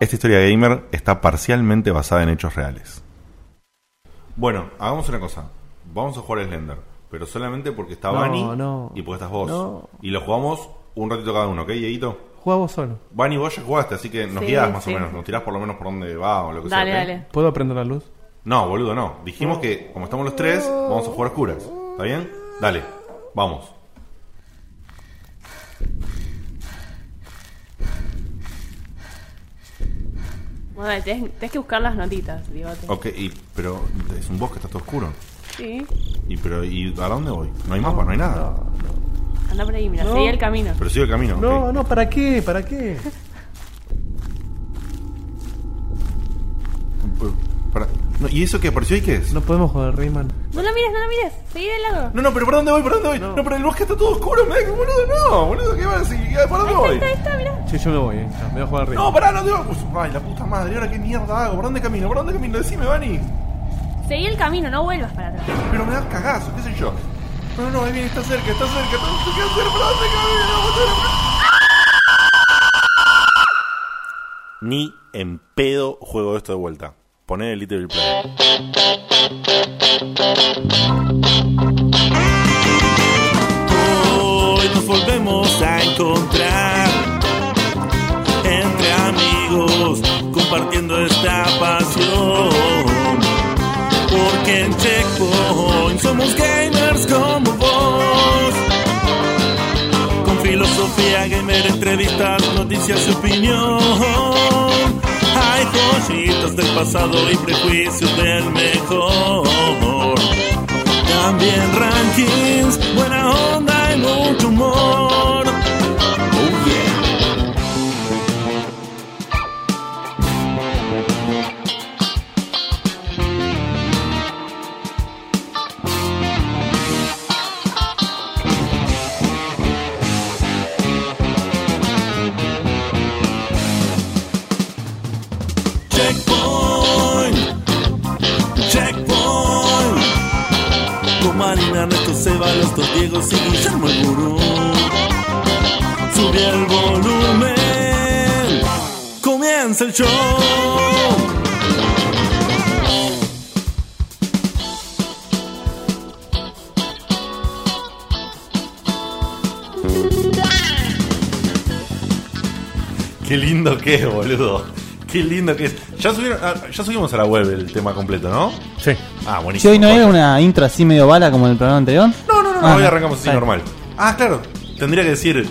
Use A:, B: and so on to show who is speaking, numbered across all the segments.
A: Esta historia gamer está parcialmente basada en hechos reales. Bueno, hagamos una cosa. Vamos a jugar Slender, pero solamente porque está
B: No,
A: Bani
B: no.
A: y porque estás vos.
B: No.
A: Y lo jugamos un ratito cada uno, ¿ok, Dieguito?
B: Juega vos solo.
A: Bani, vos ya jugaste, así que nos
C: Sí,
A: guías más
C: sí.
A: o menos. Nos tirás por lo menos por dónde va o lo que
C: Dale,
A: sea. ¿ok?
C: dale.
B: ¿Puedo prender la luz?
A: No, boludo, no. Dijimos que como estamos los tres, vamos a jugar a oscuras. ¿Está bien? Dale, vamos.
C: Bueno, tenés, tenés que buscar las notitas, digote.
A: Ok, y, pero es un bosque, está todo oscuro.
C: Sí.
A: ¿Y pero y a dónde voy? No hay mapa, no hay nada.
C: Anda por ahí, mira,
B: No.
C: seguí el camino.
A: Pero sigo el camino. ok.
B: No, no, ¿para qué? ¿Para qué?
A: Pero, para- no, ¿Y eso que apareció ahí qué es?
B: No podemos jugar Rayman.
C: No lo mires, no lo mires. Seguí de lado.
A: No, no, pero ¿por dónde voy? ¿Por dónde voy? No, pero el bosque está todo oscuro, me da- boludo, no, boludo, ¿qué vas a decir? ¿Para dónde
C: Ahí
A: voy?
C: está, ahí está, mirá.
B: Che, yo me voy, eh. Me voy a jugar
A: No,
B: Rayman.
A: pará, no te vas. Pues, Ay, la puta madre, ¿y ahora qué mierda hago? ¿Por dónde camino? ¿Por dónde camino? Decime, Vani.
C: Seguí el camino, no vuelvas para atrás.
A: Pero me das cagazo, qué sé yo. No, no, no, ahí viene, está cerca, está cerca, está cerca, está cerca, ¿por dónde camino? Ni en pedo juego esto de vuelta. Poner el Little Planet.
D: Hoy nos volvemos a encontrar entre amigos compartiendo esta pasión. Porque en Checkpoint somos gamers como vos. Con filosofía gamer, entrevistas, noticias y opinión. Hay joyitas del pasado y prejuicios del mejor. También rankings, buena onda y mucho humor. Oh yeah. Checkpoint. Checkpoint. Con Marina, Ernesto, Seba, los dos Diegos y Guillermo el Gurú. Sube el volumen. Comienza el show.
A: Qué lindo que es, boludo. Qué lindo que es. Ya, subieron- ah, ya subimos a la web el tema completo, ¿no?
B: Sí.
A: Ah, buenísimo.
E: Che, hoy no
A: Bueno.
E: era una intro así medio bala como en el programa anterior.
A: No, no, no, no,
E: Ah,
A: hoy arrancamos así
E: está bien.
A: normal. Ah, claro. Tendría que decir.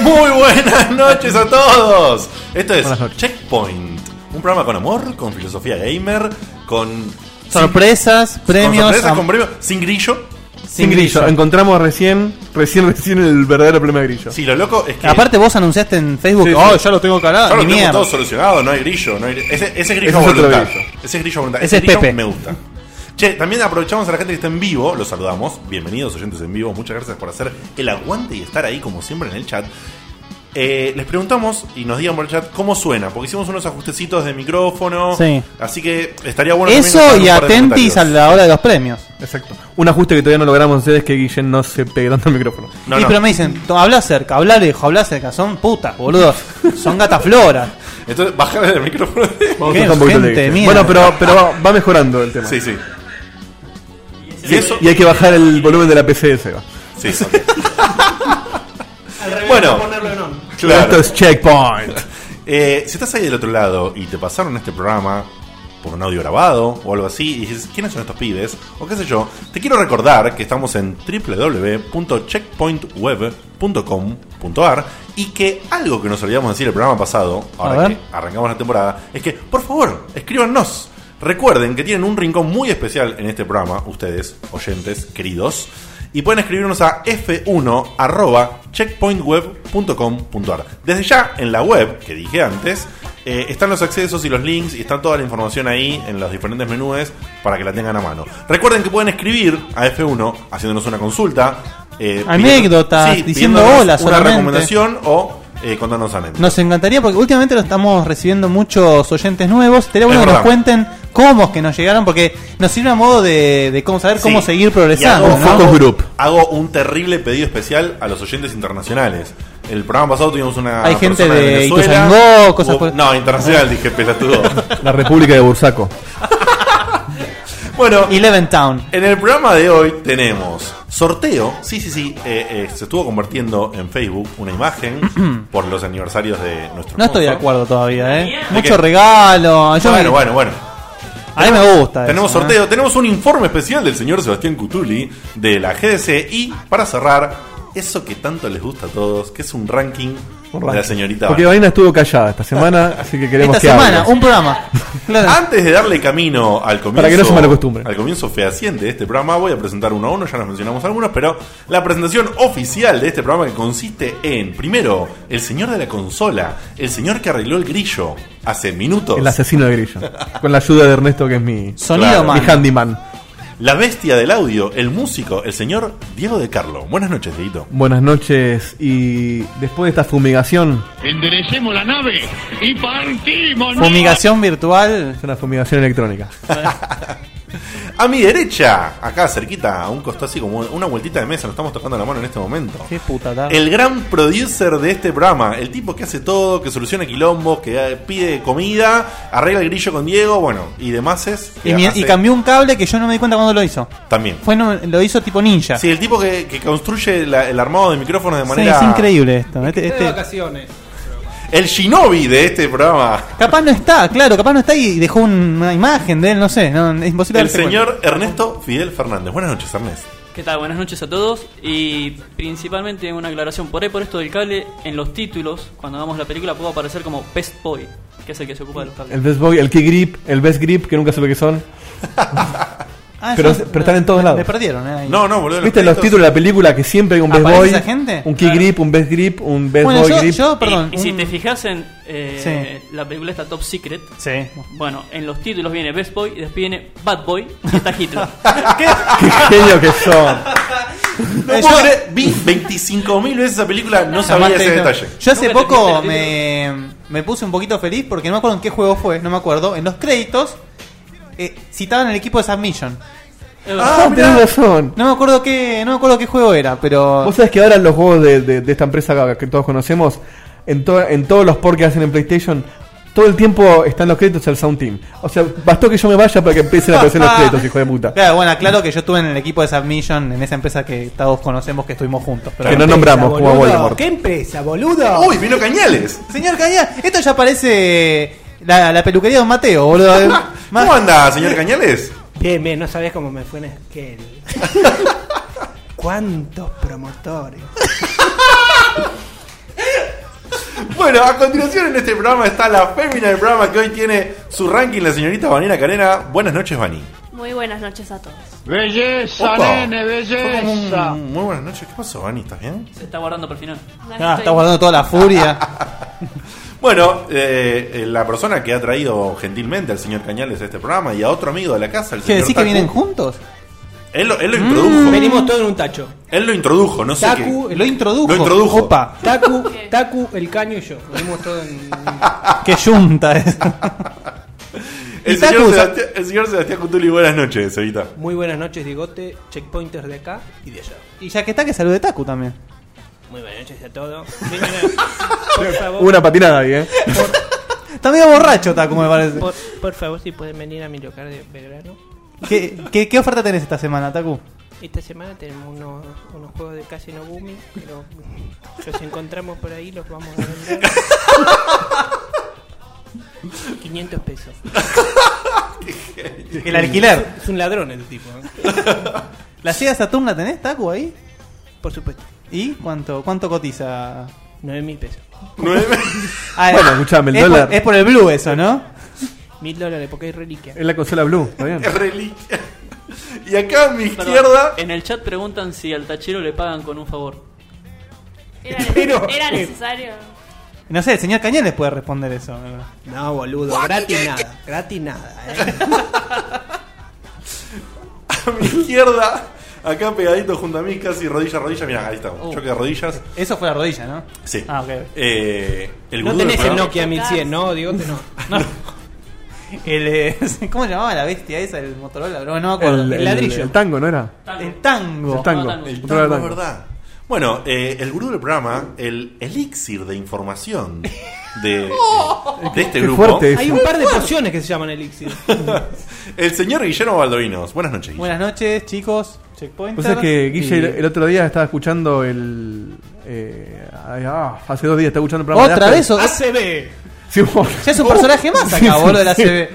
A: Muy buenas noches a todos. Esto es
B: Buenas noches.
A: Checkpoint. Un programa con amor, con filosofía gamer, con.
E: Sorpresas,
A: Premios,
E: premios.
A: con sorpresas,
E: am-
A: con premios, sin grillo.
B: Sin grillo. Encontramos recién, recién, recién el verdadero problema de grillo.
A: Sí, lo loco es que.
E: Aparte, vos anunciaste en Facebook.
B: Sí, sí.
E: oh, yo lo tengo calado.
A: ya lo
E: ni
A: tenemos
E: mierda.
A: todo solucionado, no hay grillo. No hay... Ese, ese grillo
B: Ese es
A: a
B: otro
A: voluntad.
B: grillo.
A: Ese grillo a voluntad.
E: Ese
A: Ese,
E: es
A: grillo
E: Pepe.
A: me gusta. Che, también aprovechamos a la gente que está en vivo, los saludamos. Bienvenidos, oyentes en vivo. Muchas gracias por hacer el aguante y estar ahí, como siempre, en el chat. Eh, les preguntamos y nos digan por el chat cómo suena, porque hicimos unos ajustecitos de micrófono.
E: Sí.
A: Así que estaría bueno. también
E: Eso
A: dejar un
E: y
A: par de
E: atentis a
A: comentarios.
E: la hora de los premios.
B: Exacto. Un ajuste que todavía no logramos hacer es que Guillén no se pegue tanto el micrófono.
A: No,
E: y
A: no.
E: pero me dicen, "To- habla cerca, habla lejos, habla cerca. Son putas, boludo. Son gatafloras.
A: Entonces, bájale el micrófono.
B: Vamos
E: Qué
B: a dejar un poquito
E: gente,
B: de Guillén.
E: mierda.
B: Bueno, pero, pero va, va mejorando el tema.
A: sí, sí.
B: Y, eso- y hay que bajar el volumen de la PC de Seba.
A: Sí, ok. bueno,
B: Esto es Checkpoint.
A: Eh, si estás ahí del otro lado y te pasaron este programa por un audio grabado o algo así y dices, ¿quiénes son estos pibes? O qué sé yo, te quiero recordar que estamos en www.checkpointweb.com.ar y que algo que nos olvidamos decir el programa pasado, ahora
E: A
A: que
E: ver.
A: arrancamos la temporada, es que, por favor, escríbanos. Recuerden que tienen un rincón muy especial en este programa, ustedes, oyentes, queridos, y pueden escribirnos a f1.checkpointweb.com.ar. Desde ya, en la web, que dije antes, eh, están los accesos y los links y está toda la información ahí en los diferentes menúes para que la tengan a mano. Recuerden que pueden escribir a F1 haciéndonos una consulta. eh,
E: Anécdotas,
A: pidiendo-
E: diciendo
A: pidiéndonos
E: hola
A: Una
E: solamente.
A: recomendación o eh, contándonos anécdotas.
E: Nos encantaría porque últimamente lo estamos recibiendo muchos oyentes nuevos.
A: Es
E: Estaría bueno que nos
A: verdad.
E: cuenten cómo es que nos llegaron porque nos sirve a modo de, de cómo saber cómo
A: Sí.
E: seguir
A: Y
E: progresando.
A: hago-
E: ¿no?
B: focus group.
A: Hago un terrible pedido especial a los oyentes internacionales. El programa pasado tuvimos una.
E: Hay gente
A: persona
E: de
A: Venezuela.
E: Ituzaingó, cosas
A: Hubo-
E: por-
A: No, internacional, dije pues, pelotudo.
B: La República de Bursaco.
A: bueno,
E: Eleven Town.
A: En el programa de hoy tenemos sorteo. Sí, sí, sí. eh, eh, se estuvo compartiendo en Facebook una imagen por los aniversarios de nuestro.
E: No estoy de
A: sponsor.
E: acuerdo todavía, ¿eh?
A: ¿De
E: Mucho
A: qué?
E: regalo. yo
A: Bueno,
E: me-
A: bueno, bueno.
E: A mí me gusta.
A: Tenemos
E: eso, ¿eh?
A: sorteo, tenemos un informe especial del señor Sebastián Cutuli de la GDC y para cerrar, eso que tanto les gusta a todos, que es un ranking, de la señorita.
B: Porque
A: Vane.
B: Vaina estuvo callada esta semana, así que queremos
E: Esta
B: que hable.
E: semana, un programa. Claro.
A: Antes de darle camino al comienzo.
B: Para que no se malacostumbren.
A: Al comienzo fehaciente de este programa, voy a presentar uno a uno, ya nos mencionamos algunos, pero la presentación oficial de este programa que consiste en, primero, el señor de la consola, el señor que arregló el grillo hace minutos.
B: El asesino de Grillo. Con la ayuda de Ernesto, que es mi,
E: Sonido
A: Claro.
E: man.
B: mi handyman.
A: La bestia del audio, el músico, el señor Diego de Carlo. Buenas noches, Dieguito.
B: Buenas noches. Y después de esta fumigación,
F: Enderecemos la nave y partimos. ¿no?
E: Fumigación virtual.
B: es una fumigación electrónica.
A: A mi derecha, acá cerquita, a un costado así como una vueltita de mesa, nos estamos tocando la mano en este momento.
E: Qué puta tarde.
A: El gran producer de este programa, el tipo que hace todo, que soluciona quilombos, que eh, pide comida, arregla el grillo con Diego, bueno, y demás es. que
E: Y, mi-
A: hace-
E: y cambió un cable que yo no me di cuenta cuando lo hizo.
A: También.
E: Fue no- lo hizo tipo ninja.
A: Sí, el tipo que, que construye la- el armado de micrófonos de
E: Sí,
A: manera.
E: es increíble esto. Este-
G: Estoy
E: este-
G: de vacaciones.
A: El shinobi de este programa.
E: capaz no está, claro, capaz no está y dejó un- una imagen de él, no sé. no, es imposible
A: El
E: darse
A: señor Ernesto Fidel Fernández. Buenas noches, Ernesto.
H: ¿Qué tal? Buenas noches a todos y principalmente una aclaración por ahí por esto del cable en los títulos cuando hagamos la película puede aparecer como Best Boy que es el que se ocupa de los cables.
B: El best boy, el key grip, el best grip, que nunca supe qué son.
E: cuenta. Ah,
B: Pero-
E: eso-
B: pero están en todos
E: me-
B: lados.
E: Me perdieron, eh, ahí.
A: No, no, boludo.
B: ¿Viste los
A: créditos-
B: títulos de la película que siempre hay un best
E: ¿Aparece
B: boy?
E: esa gente?
B: Un key
H: Claro.
B: grip, un best grip, un best
E: Bueno,
B: boy
E: yo,
B: grip.
E: yo,
H: Y-
E: perdón.
H: y, si
E: un-
H: te fijas en eh, la película está Top Secret,
E: Sí.
H: bueno, en los títulos viene Best Boy y después viene Bad Boy y está Hitler.
B: Qué genio que son.
A: No
E: Eh,
A: puedo
E: yo-
A: creer, vi 25.000 veces esa película, no
E: Jamás
A: sabía
E: te
A: ese
E: dijeron.
A: detalle.
E: Yo hace
H: Nunca te
E: poco
H: fijaste
E: me, me puse un poquito feliz porque no me acuerdo en qué juego fue, no me acuerdo. En los créditos eh, citaban el equipo de Submission.
B: Ah, tenés razón.
E: No me acuerdo qué, no me acuerdo qué juego era, pero
B: Vos sabés que ahora los juegos de, de- de esta empresa que todos conocemos, en, to- en todos los ports que hacen en PlayStation, todo el tiempo están los créditos del Sound Team. O sea, bastó que yo me vaya para que empiecen a aparecer los créditos, hijo de puta.
E: Claro, bueno, claro que yo estuve en el equipo de Submission, en esa empresa que todos conocemos que estuvimos juntos. Pero
B: Que no nombramos como a
G: Boludo,
B: Voldemort.
G: ¿Qué empresa, boludo?
A: Uy, vino Cañales.
E: Señor Caña, esto ya parece la, la peluquería de Don Mateo, boludo. Eh, más-
A: ¿Cómo anda, señor Cañales?
G: Bien, bien, no sabés cómo me fue en aquel. ¿Cuántos promotores?
A: Bueno, a continuación en este programa está la fémina del programa que hoy tiene su ranking, la señorita Vanina Carena. Buenas noches, Vani.
C: Muy buenas noches a todos.
F: Belleza,
A: Opa.
F: nene, belleza.
A: Muy buenas noches, ¿qué pasó, Vani? ¿Estás bien?
H: Se está guardando para el final.
C: No
E: Ah,
C: estoy-
E: está guardando toda la furia.
A: Bueno, eh, eh, la persona que ha traído gentilmente al señor Cañales a este programa y a otro amigo de la casa, el
E: ¿Qué
A: señor.
E: decís que
A: Taku,
E: vienen juntos? Mm.
A: Él lo, él lo introdujo.
G: Venimos todos en un tacho.
A: Él lo introdujo, no sé
G: Taku,
E: Lo introdujo.
A: Lo introdujo.
E: Opa,
G: Taku, Taku, el caño y yo. Venimos todos en.
E: qué yunta es.
A: qué. El
E: y Taku,
A: señor,
E: o sea-
A: Sebastián, el señor Sebastián Cutuli, buenas noches, Evita.
G: Muy buenas noches, Digote. Checkpointers de acá y de allá.
E: y ya que está, que salude Taku también.
G: Muy buenas noches a todos. Vengan a- Por favor.
B: Hubo una patinada ahí, ¿eh?
E: Está medio borracho Taku, me parece.
G: Por, por favor, si pueden venir a mi local de Belgrano.
E: ¿Qué, qué, qué oferta tenés esta semana, Taku?
G: Esta semana tenemos unos, unos juegos de Casino Gumi, pero los encontramos por ahí, los vamos a vender. 500 pesos.
E: El alquiler.
G: Es un ladrón el tipo. ¿eh?
E: ¿La Sega Saturn la tenés, Taku, ahí?
G: Por supuesto,
E: ¿Y cuánto, cuánto cotiza?
G: 9 mil pesos.
A: Nueve.
E: Ah,
B: Bueno, escuchame, el
E: es
B: dólar-
E: Por, es por el blue eso, ¿no?
G: Mil dólares porque hay reliquia.
B: Es la consola Blue, ¿está bien?
A: Reliquia. Y acá a mi
H: Perdón,
A: izquierda.
H: En el chat preguntan si al tachero le pagan con un favor.
C: Era, nece-
G: Pero-
C: era necesario.
E: No sé, el señor Cañones puede responder eso. ¿verdad?
G: No, boludo, gratis nada. Gratis nada. ¿eh?
A: A mi izquierda, acá pegadito junto a mí, casi rodilla a rodilla. Mira, ahí estamos.
E: Oh.
A: Choque de rodillas.
E: Eso fue la rodilla, ¿no?
A: Sí.
E: Ah, ok.
A: Eh, el
G: No
A: gurú
G: tenés
A: del
G: el
A: programa-
G: Nokia 1100, no, Digote, no.
E: El, eh, ¿Cómo llamaba la bestia esa? El Motorola, bro, no me acuerdo.
B: El, el-
G: ladrillo.
B: El tango, ¿no era?
E: El tango.
B: El tango.
H: Tango.
B: El
A: El
B: tango,
A: tango, es
B: tango.
A: verdad. Bueno, eh, el gurú del programa, el elixir de información de, de este
B: Oh. Qué
A: grupo,
B: fuerte.
G: Hay un par de pociones que se llaman elixir.
A: el señor Guillermo Baldovinos. Buenas noches. Guille.
E: Buenas noches, chicos. Checkpoint.
B: Pues es que Guille el, el otro día estaba escuchando el. eh, ay, ah, hace dos días estaba escuchando el programa. de
E: Otra
B: Asper.
E: vez, o-
G: ACB.
B: Sí, bueno.
E: ya es un personaje más
B: Sí,
E: acá,
B: sí,
E: boludo, de la
B: sí.
E: CB.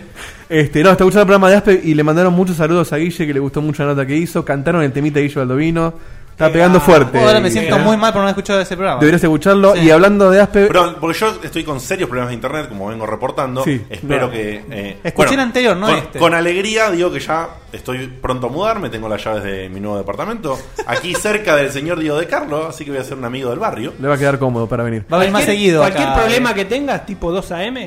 B: Este, no, estaba escuchando el programa de Aspe y le mandaron muchos saludos a Guille, que le gustó mucho la nota que hizo. Cantaron el temita de Guille Baldovino. Está
G: Qué
B: pegando
G: va.
B: fuerte.
E: Ahora me siento
B: Guille.
E: muy mal por no haber escuchado ese programa.
B: Deberías escucharlo.
E: Sí.
B: Y hablando de Aspe.
A: Perdón, porque yo estoy con serios problemas de internet, como vengo reportando.
B: Sí,
A: Espero
B: claro.
A: que. eh,
E: Escuché el anterior, no
A: con,
E: este.
A: con alegría digo que ya estoy pronto a mudarme, tengo las llaves de mi nuevo departamento. Aquí cerca del señor Diego de Carlo, así que voy a ser un amigo del barrio.
B: Le va a quedar cómodo para venir.
E: Va a haber más seguido.
G: Cualquier
E: acá. eh.
G: problema que tengas, tipo 2 AM.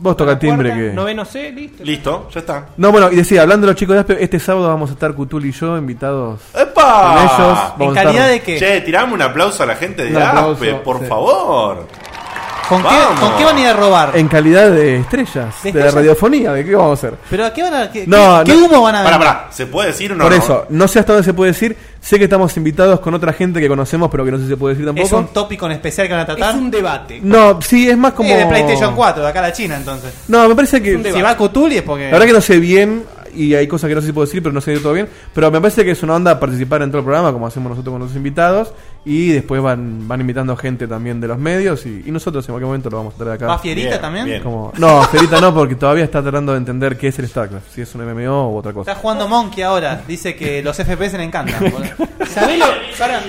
B: Vos toca el timbre
G: cuarta,
B: que.
G: Noveno C, listo.
A: Listo, ya está.
B: No, bueno, y decía, hablando de los chicos de Aspe, este sábado vamos a estar Cutul y yo invitados con
A: ¡Epa!
B: ellos.
E: ¿En
B: Vamos a estar-
E: calidad de qué?
A: Che, tirame un aplauso a la gente de
B: Un aplauso,
A: APE, por
B: sí.
A: favor.
E: ¿Con qué,
A: Vamos.
E: ¿Con qué van a ir a robar?
B: En calidad de estrellas,
E: ¿De
B: de,
E: estrellas?
B: la radiofonía, ¿de qué vamos a hacer?
E: ¿Pero a qué van a.? ¿Qué,
B: No,
E: qué- qué
B: no.
E: humo van a ver?
A: Pará, pará, ¿se puede decir o no?
B: Por eso, no sé hasta dónde se puede decir. Sé que estamos invitados con otra gente que conocemos, pero que no sé si se puede decir
E: ¿Es
B: tampoco.
E: un tópico en especial que van a tratar?
G: Es un debate.
B: No, sí, es más como.
E: Sí, de PlayStation 4, de acá a la China, entonces.
B: No, me parece que.
E: Si va a Cutuli es porque.
B: La verdad que no sé bien, y hay cosas que no sé si puedo decir, pero no sé todo bien. Pero me parece que es una onda participar en todo el programa, como hacemos nosotros con los invitados. Y después van, van invitando gente también de los medios. Y, y nosotros en cualquier momento lo vamos a traer acá.
E: ¿Va Fierita
A: Bien,
E: también?
A: bien.
B: Como- no, Ferita no, porque todavía está tratando de entender qué es el StarCraft, si es un MMO u otra
E: Está
B: cosa.
E: jugando Monkey ahora. Dice que los FPS le encantan. boludo.
G: ¿Sabés lo, pará.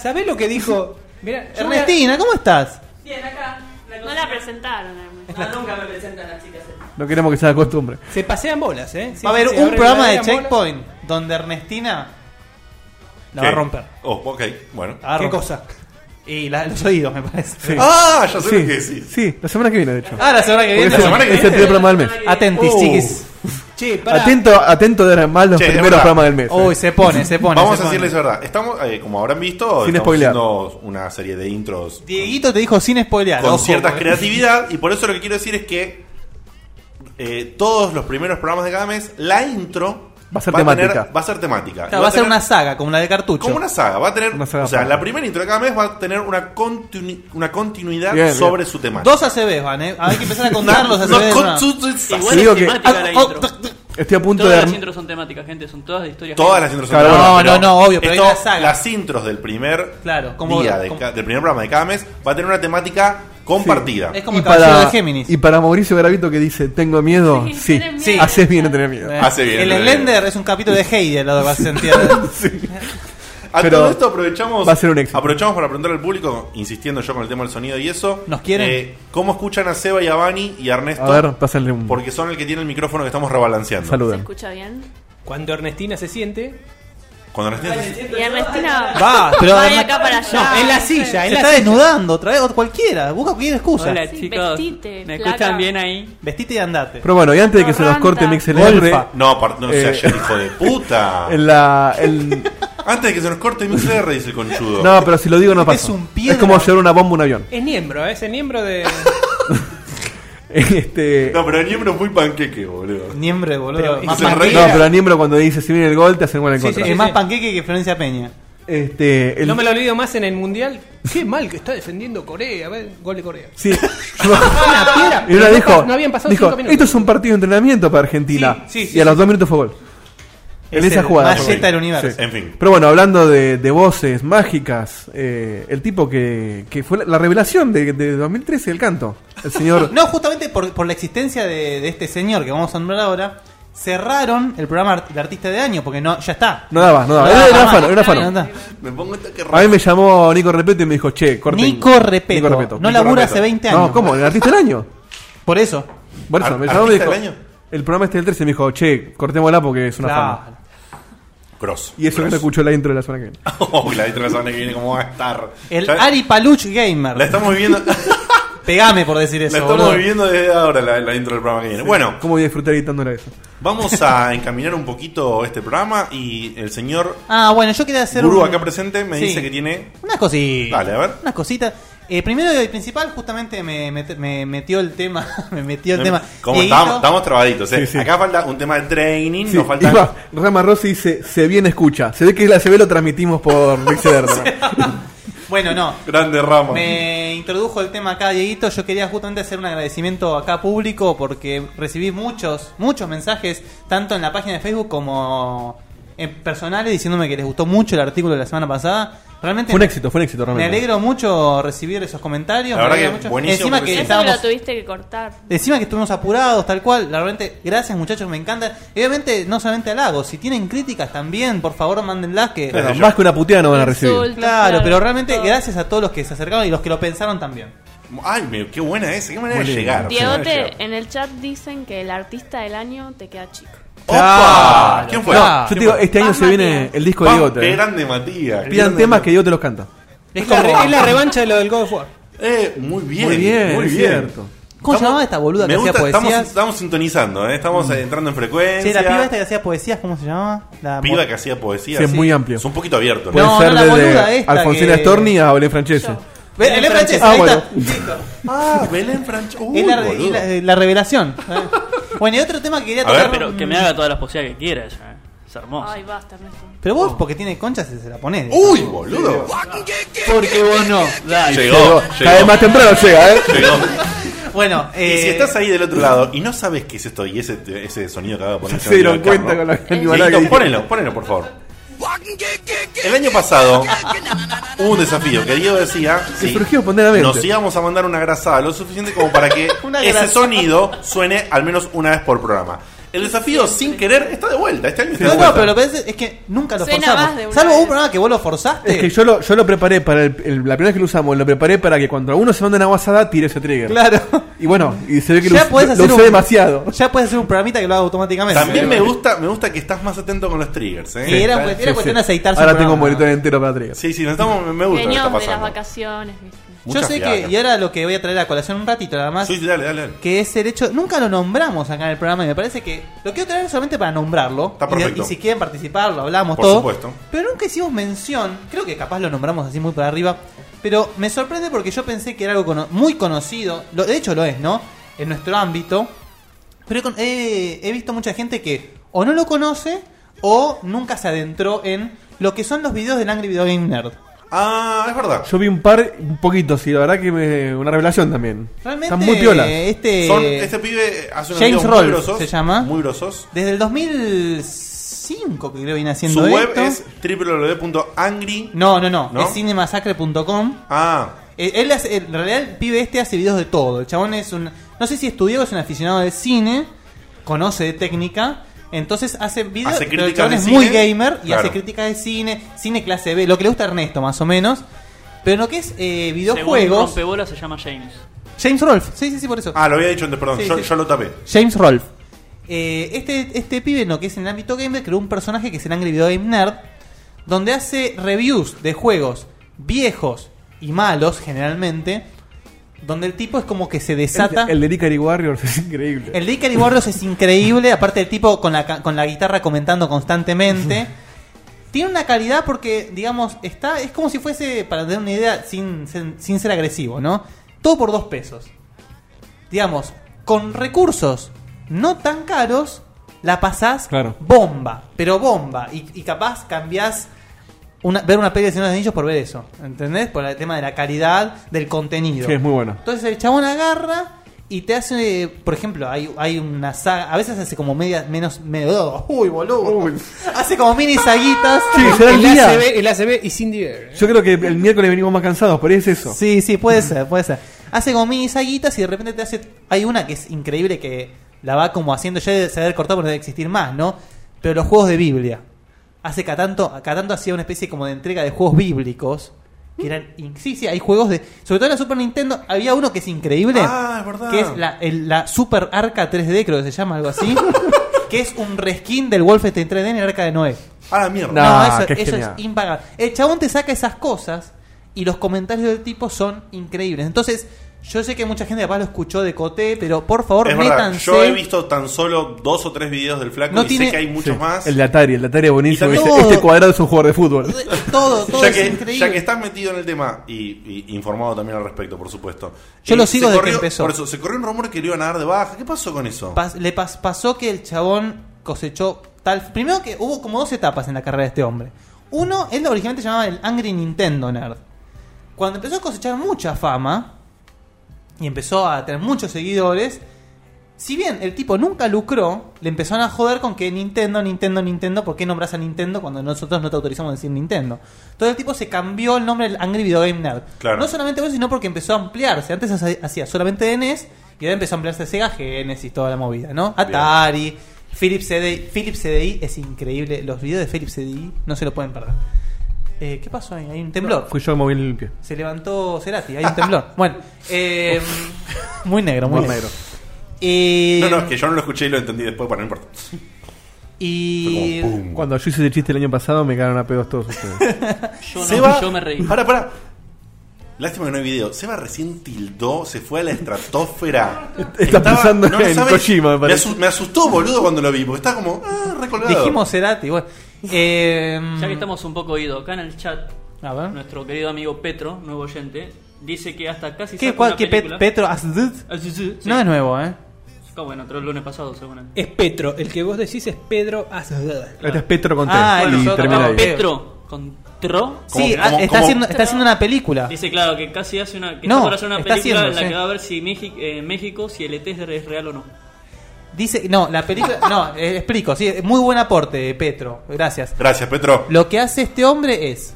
G: ¿Sabés lo que dijo? Mira,
E: Ernestina, ¿cómo estás?
I: Bien, acá.
C: No la presentaron. eh. Hermes.
I: nunca me presentan las chicas. eh.
B: No queremos que sea la costumbre.
G: Se pasean bolas, ¿eh? Sí,
E: va a haber
G: sí, se
E: un
G: abren
E: programa de
G: la bola.
E: Checkpoint donde Ernestina la va a
A: ¿Qué?
E: romper.
A: Oh, ok, bueno.
E: La va a
G: ¿Qué
E: romper.
G: cosa?
E: Y la- los oídos, me parece.
B: Sí.
A: Ah, ya sé
B: Sí,
A: lo que decís.
B: sí, la semana que viene, de hecho.
E: Ah, la semana que
B: Porque
E: viene.
B: es,
A: la semana
B: el-
A: que
B: es el
A: viene.
B: primer programa del mes.
E: Atentis,
A: Oh.
E: chiquis.
G: Che, pará.
B: Atento, atento de ahora en más los
A: Che, es
B: primeros
A: verdad.
B: programas del mes. eh.
E: Uy, se pone, se pone.
A: Vamos
E: se
A: a decirles
E: pone.
A: la verdad. Estamos, eh, como habrán visto,
B: Sin
A: estamos
B: spoilear.
A: haciendo una serie de intros
E: Dieguito te dijo sin spoilear.
A: con
E: ojo,
A: cierta
E: porque-
A: creatividad. Y por eso lo que quiero decir es que eh, todos los primeros programas de cada mes, la intro
B: Va a ser
A: tener-
B: temática.
A: Ah, va a ser temática.
E: Claro,
A: Y
E: va a ser
A: tener
E: una saga, como la de cartucho.
A: Como una saga, va a tener.
B: Una saga
A: o sea,
B: aparte.
A: la primera intro de cada mes va a tener una, continui- una continuidad
B: Bien, bien.
A: sobre su temática.
E: Dos ACBs van, ¿eh? Hay que empezar a contar los
A: No,
E: ACBs.
A: con
E: ¿no?
A: su- su- su-
B: Sí,
H: Igual
B: digo
H: es
B: que-
H: temática la
E: Ah, oh,
H: intro.
E: t- t-
B: Estoy a punto
H: Todas
B: de.
H: las intros son temáticas, gente, son todas de historias.
A: Todas las intros son
B: Claro,
A: temáticas,
E: no,
A: pero
E: no, no, obvio, pero hay
A: esto-
E: una saga.
A: Las intros del primer
E: Claro, como-
A: día de
E: como-
A: ca- del primer programa de cada mes va a tener una temática compartida.
E: Es como
B: Y
E: el caballero
B: para,
E: de Géminis.
B: y para Mauricio Gravito que dice, tengo miedo,
C: Sí,
B: sí,
C: tenés
E: miedo.
B: haces bien en tener miedo.
E: Eh,
A: Hace bien,
E: el
A: hace
E: Slender es un capítulo de Heidi, lo que vas a sentir.
A: A
B: Pero
A: todo esto aprovechamos,
B: va a ser un éxito.
A: aprovechamos para preguntarle al público, insistiendo yo con el tema del sonido y eso. eh,
E: ¿Nos quieren?
A: ¿Cómo escuchan a Seba y a Vani y a Ernesto?
B: A ver, pásenle un
A: Porque son el que tiene el micrófono que estamos rebalanceando.
C: ¿Se
B: saludo.
C: escucha bien?
G: Cuando Ernestina se siente.
A: Cuando Ernesto dice-
C: Y Ernestina
E: Va, pero
C: va de
E: además-
C: acá para allá.
G: No, en la
C: no sé.
G: silla,
E: Se
G: en la
E: está desnudando otra vez, o cualquiera. Busca cualquier excusa.
H: Hola,
C: Sí,
H: chicos.
C: vestite,
H: ¿Me
C: flaca.
H: escuchan bien ahí?
E: Vestite y andate.
B: Pero bueno, y antes de que se nos
C: Torranta.
B: corte MixLR,
E: Golfa.
A: No, par- no
B: Eh.
A: sea ayer, hijo de puta.
B: en la, el-
A: Antes de que se nos corte mi CR, dice el conchudo.
B: no, pero si lo digo no
E: Es
B: pasa.
E: un piedra.
B: como llevar una bomba a un avión.
G: Es miembro, ¿eh? es el miembro de.
B: este,
A: No, pero el miembro es muy panqueque, boludo.
E: Niembre, boludo.
G: Pero
E: más
A: se
E: panqueque,
B: no, pero a Niembro cuando dice, si viene el gol, te hacen gol en
G: Sí,
B: contra.
G: sí,
E: es más panqueque que Florencia Peña.
B: Este, el-
G: No me lo olvido más en el mundial. Qué mal que está defendiendo Corea. A ver, gol de Corea.
B: Sí.
G: Una piedra,
B: y una
G: pero
B: dijo,
G: no habían pasado
B: dijo,
G: cinco minutos.
B: esto es un partido de entrenamiento para Argentina.
E: Sí, sí, sí,
B: y a los
E: sí.
B: dos minutos fue gol. En
E: Es
B: esa
E: el
B: jugada. fue gol.
E: Galleta del universo.
A: En fin.
B: Pero bueno, hablando de, de voces mágicas, eh, el tipo que, que fue la, la revelación de, de 2013, el canto. El señor.
E: No, justamente por, por la existencia de, de este señor que vamos a nombrar ahora, cerraron el programa art- de Artista de Año porque no ya está.
B: No daba, no daba.
E: No
B: Era, era
E: daba
B: afano,
E: más.
B: era
E: No
B: afano.
E: daba.
A: Me pongo esta que
B: A mí me llamó Nico Repeto y me dijo, che, corten.
E: Nico Repeto.
B: Nico Repeto.
A: Nico
E: No labura
A: Repetto.
E: hace 20 años.
B: No, ¿cómo? ¿El artista del año?
E: Por eso.
B: Por eso,
A: Ar-
B: me llamó y me
A: ¿artista
B: dijo.
A: del año?
B: El programa este del 13 me dijo, che, cortémosla porque es una
E: Claro.
B: fama.
A: Cross.
B: Y eso que no
A: Cross.
B: escuchó la intro de la semana que viene.
A: Oh, la intro de la semana que viene, ¿cómo va a estar?
E: El
A: Ya-
E: Ari Paluch
A: La
E: Gamer.
A: estamos viviendo, la
E: Pegame por decir eso.
A: estamos
E: boludo.
A: viviendo desde ahora la, la intro del programa que viene. Bueno,
B: ¿Cómo voy a disfrutar editándola eso?
A: vamos a encaminar un poquito este programa y el señor
E: Ah, bueno, yo quería hacer
A: Guru
E: un-
A: acá presente me
E: Sí.
A: dice que tiene.
E: unas cositas.
A: Dale, a ver.
E: Unas cositas. Eh, primero y principal, justamente me, met- me metió el tema. Me metió el tema.
A: Como
E: Dieguito,
A: estamos, estamos trabaditos, eh.
B: Sí, sí.
A: Acá falta un tema de training,
B: Sí,
A: nos falta.
B: iba- Rama Rossi dice, se bien escucha. Se ve que la se ve lo transmitimos por Mixer.
E: Bueno, no.
A: Grande Ramos.
E: Me introdujo el tema acá, Dieguito. Yo quería justamente hacer un agradecimiento acá público porque recibí muchos, muchos mensajes, tanto en la página de Facebook como en personales, diciéndome que les gustó mucho el artículo de la semana pasada. Realmente
B: Fue un
E: me-
B: éxito, fue un éxito
E: Me
B: realmente.
E: alegro mucho recibir esos comentarios.
A: eh, La
E: me
A: verdad
E: alegra
A: que buenísimo,
E: Encima
A: porque
E: que
A: sí.
C: Eso me
E: estábamos.
C: lo tuviste que cortar.
E: Encima que estuvimos apurados, tal cual. La realmente, gracias muchachos, me encanta. Y Obviamente, no solamente halagos, si tienen críticas también, por favor, mándenlas que.
A: Claro.
B: Bueno, más que una puteada no van a recibir.
C: Insultos,
E: Claro, pero realmente
C: todo.
E: gracias a todos los que se acercaron y los que lo pensaron también.
A: Ay, me- qué buena eh. esa, qué manera
B: Muy
A: de
B: lindo.
A: llegar.
C: Diego,
A: Qué manera de
C: te-
A: llegar.
C: en el chat dicen que el artista del año te queda chico.
A: ¡Opa! ¿Quién fue?
E: Claro.
B: Yo te digo, este año
C: Paz
B: se viene
C: Matías.
B: el disco de
A: Pam,
B: Diote.
A: qué grande Matías. qué
B: Pidan
A: grande
B: temas
A: Matías.
B: que Diego te los canta.
G: Es la, re- es la revancha de lo del God of War.
A: Eh, muy bien.
B: Muy bien,
A: muy
B: es
A: bien.
B: cierto.
E: ¿Cómo se
A: Estamos-
E: llamaba esta boluda que
A: me
E: hacía
A: gusta, estamos,
E: poesías?
A: estamos sintonizando, eh, estamos eh, entrando en frecuencia.
E: Che, la piba esta que hacía poesías, ¿cómo se lllama? La
A: Piba
E: mo-
A: que hacía poesía.
B: Sí, es muy amplio.
A: Es un poquito abierto.
B: Puede
A: ¿no?
E: No,
B: ser
E: la boluda
B: desde
E: esta
B: Alfonsina
E: que-
B: Storni a Belén Francese.
E: Ve- Belén Francesa,
B: Ah,
E: ahí
B: bueno.
E: está. Listo.
A: Ah, Belén Franch. Uy,
E: es la,
A: boludo.
E: y la- la revelación. ¿eh? bueno, y otro tema que quería
A: A ver,
E: tocar.
H: Pero que me
E: mm,
H: haga todas las posibilidades que quiera ella, eh. Es hermoso.
C: Ay, basta, Ernesto.
E: pero vos, porque tiene conchas, se la ponés.
A: Uy, boludo.
E: porque vos no.
H: Dale.
A: Llegó,
B: Cada vez
A: llegó.
B: más temprano llega, ¿eh?
A: llegó.
E: Bueno, eh,
A: Y si estás ahí del otro lado y no sabes qué es esto y ese, ese sonido que acaba de poner.
B: Se dieron cuenta con la animalada que
A: Dieguito,
B: dije.
A: ponelo, ponelo, por favor. El año pasado hubo un desafío que Diego decía
B: Que
A: sí,
B: surgió espontáneamente.
A: nos íbamos a mandar una grasada lo suficiente como para que
E: Una
A: ese
E: grasada.
A: sonido suene al menos una vez por programa. El desafío sin querer está de vuelta. Este año está
E: No,
A: de
E: no,
A: vuelta.
E: pero lo que pasa es que nunca lo
C: Suena
E: forzamos.
C: más de una
E: Salvo un
C: vez.
E: programa que vos lo forzaste.
B: Es que yo lo, yo lo preparé para el, el- la primera vez que lo usamos, lo preparé para que cuando alguno se mande una guasada tire ese trigger.
E: Claro.
B: Y bueno, y se ve que
E: Ya
B: lo,
E: podés
B: lo
E: hacer
B: usé
E: un-
B: demasiado.
E: Ya puedes hacer un programita que lo haga automáticamente.
A: También me
E: Pero-
A: gusta, me gusta que estás más atento con los triggers. ¿eh?
E: Sí, era,
A: Está-
E: era cuestión de aceitarse.
B: Ahora
E: el
B: tengo un
E: programa.
B: monitor entero para trigger.
A: Sí, sí, nos estamos, me- me gusta lo que está
C: Veníamos de las
A: pasando.
C: vacaciones, ¿viste?
E: Yo
A: Muchas
E: sé que,
A: piadas.
E: y ahora lo que voy a traer a colación un ratito nada más,
A: Sí, sí, dale, dale. dale.
E: que es el hecho, nunca lo nombramos acá en el programa y me parece que lo quiero traer solamente para nombrarlo.
A: Está
E: Y-
A: perfecto.
E: Y, si quieren participar, lo hablamos
A: Por
E: todo.
A: supuesto.
E: Pero nunca hicimos mención, creo que capaz lo nombramos así muy para arriba, pero me sorprende porque yo pensé que era algo cono- muy conocido, lo, de hecho lo es, ¿no? En nuestro ámbito. Pero he con- he, he visto mucha gente que o no lo conoce o nunca se adentró en lo que son los videos del Angry Video Game Nerd.
A: Ah, es verdad.
B: Yo vi un par, un poquito, sí, la verdad que me, una revelación también.
E: Realmente
B: Están muy piolas.
E: este
A: Son- este pibe hace unos
E: James
A: videos muy
E: Rolfe
A: grosos.
E: se llama.
A: Muy grosos.
E: Desde el 2005 que creo viene
A: Su
E: haciendo
A: web
E: esto.
A: es www.angry.
E: No, no, no,
A: ¿No?
E: es cinemasacre.com.
A: Ah,
E: Eh, Él hace- en realidad el pibe este hace videos de todo. El chabón es un no sé si estudió, es un aficionado del cine, conoce de técnica, entonces hace videos,
A: Hace
E: pero el
A: críticas
E: chabón
A: de
E: es
A: cine,
E: muy gamer y
A: claro.
E: hace críticas de cine, cine clase B, lo que le gusta a Ernesto más o menos. Pero en lo que es eh,
H: Según
E: videojuegos,
H: rompebola se llama James.
E: James Rolfe, sí, sí, sí, por eso.
A: ah, lo había dicho antes, perdón.
E: Sí,
A: yo,
E: sí.
A: yo lo tapé.
E: James Rolfe. Eh, este, este pibe, en lo que es en el ámbito gamer, creó un personaje que es el Angry Video Game Nerd, donde hace reviews de juegos viejos y malos, generalmente, donde el tipo es como que se desata.
B: El, el de Ikari Warriors es increíble.
E: El de Ikari Warriors es increíble, aparte el tipo con la, ca- con la guitarra comentando constantemente. Tiene una calidad porque, digamos, está es como si fuese, para tener una idea, sin, sin, sin ser agresivo, ¿no? Todo por dos pesos. Digamos, con recursos no tan caros, la pasás
B: Claro.
E: bomba, pero bomba. Y, y capaz cambiás una, ver una peli de Señor de los Anillos por ver eso. ¿Entendés? Por el tema de la calidad del contenido.
B: Sí, es muy bueno.
E: Entonces el chabón agarra y te hace, por ejemplo, hay, hay una saga, a veces hace como media, menos, medio, uy boludo, hace como mini saguitas.
B: Sí, será el
G: El
B: día.
G: ACB, el ACB y Cindy Bear.
B: Yo creo que el miércoles venimos más cansados, por ahí es eso.
E: Sí, sí, puede ser, puede ser. Hace como mini saguitas y de repente te hace, hay una que es increíble que la va como haciendo, ya se debe cortado por no debe existir más, ¿no? Pero los juegos de Biblia. Hace cada tanto, cada tanto hacía una especie como de entrega de juegos bíblicos. Que eran, in- sí, sí, hay juegos de, sobre todo en la Super Nintendo, había uno que es increíble.
A: Ah, es verdad.
E: Que es la, el- la Super Arca 3D, creo que se llama algo así. que es un reskin del Wolfenstein 3D en el Arca de Noé.
A: Ah, la mierda.
E: No,
B: Nah,
E: eso,
B: qué
E: eso es
B: genial.
E: impagable. El chabón te saca esas cosas y los comentarios del tipo son increíbles. Entonces, Yo sé que mucha gente capaz lo escuchó de Coté, pero por favor,
A: Es verdad,
E: métanse.
A: yo he visto tan solo dos o tres videos del flaco
E: No
A: y
E: tiene-
A: sé que hay muchos
B: Sí,
A: más.
B: El de Atari, el de Atari es buenísimo.
A: Y
B: Este,
E: también-
B: este cuadrado es un jugador de fútbol.
E: Todo, todo
A: ya,
E: es
A: que,
E: increíble.
A: ya que estás metido en el tema y, y informado también al respecto, por supuesto.
E: Yo
A: Eh,
E: lo sigo
A: se
E: desde
A: corrió-
E: que empezó.
A: Por eso, se corrió un rumor que lo iban a dar de baja. ¿Qué pasó con eso?
E: Pas- le pas- pasó que el chabón cosechó tal. Primero que hubo como dos etapas en la carrera de este hombre. Uno, él originalmente se llamaba el Angry Nintendo Nerd. Cuando empezó a cosechar mucha fama y empezó a tener muchos seguidores, si bien el tipo nunca lucró, le empezaron a joder con que Nintendo, Nintendo, Nintendo, ¿por qué nombras a Nintendo cuando nosotros no te autorizamos a decir Nintendo? Entonces el tipo se cambió el nombre del Angry Video Game Nerd.
A: Claro.
E: No solamente eso, sino porque empezó a ampliarse. Antes hace- hacía solamente de NES y ahora empezó a ampliarse a Sega Genesis, toda la movida, ¿no? Atari, Philips CDI. Philips CDI es increíble. Los videos de Philips CDI no se lo pueden perder. Eh, ¿Qué pasó ahí? Hay un temblor.
B: Fui yo que moví el pie.
E: Se levantó Cerati, hay un temblor. Bueno, eh, muy negro, muy,
B: Muy
E: negro.
B: negro.
E: Eh,
A: no, no, es que yo no lo escuché y lo entendí después, pero no importa.
E: Y.
A: Fue como pum.
B: Cuando yo hice ese chiste el año pasado, me cagaron a pedos todos ustedes.
H: Yo no,
A: Seba-
H: yo me reí.
A: Pará, pará. Lástima que no hay video. Seba recién tildó, se fue a la estratosfera.
B: Está pensando
A: lo
B: en Kojima, me parece.
A: asu- me asustó, boludo, cuando lo vi, porque estaba como, ah, recolgado.
E: Dijimos Cerati, bueno. Eh,
H: Ya que estamos un poco oídos, acá en el chat,
E: A ver.
H: nuestro querido amigo Petro, nuevo oyente, dice que hasta casi
E: ¿Qué,
H: saca
E: cuál,
H: una
E: qué Pet-
H: película-
E: Petro Asdud?
H: Ah, sí, sí, sí.
E: No es nuevo, ¿eh?
H: Ah, bueno, entró el lunes pasado, seguramente.
J: Es Petro, el que vos decís es Pedro Aznar.
B: Este es Petro con T.
E: Ah, el
B: y
E: otro,
B: termina
E: no,
B: ahí.
E: Pe-
H: Petro contró.
A: ¿Cómo-
E: sí,
A: cómo-
E: ah, está,
A: cómo-
E: haciendo, está haciendo una película.
H: Dice, claro, que casi hace una, que
E: No,
H: está por hacer una
E: está
H: película
E: haciendo,
H: en la
E: sí.
H: que va a ver si México, eh, México si el ET es real o no.
E: Dice, no, la película. No, eh, explico, sí, muy buen aporte, Petro. Gracias.
A: Gracias, Petro.
E: Lo que hace este hombre es,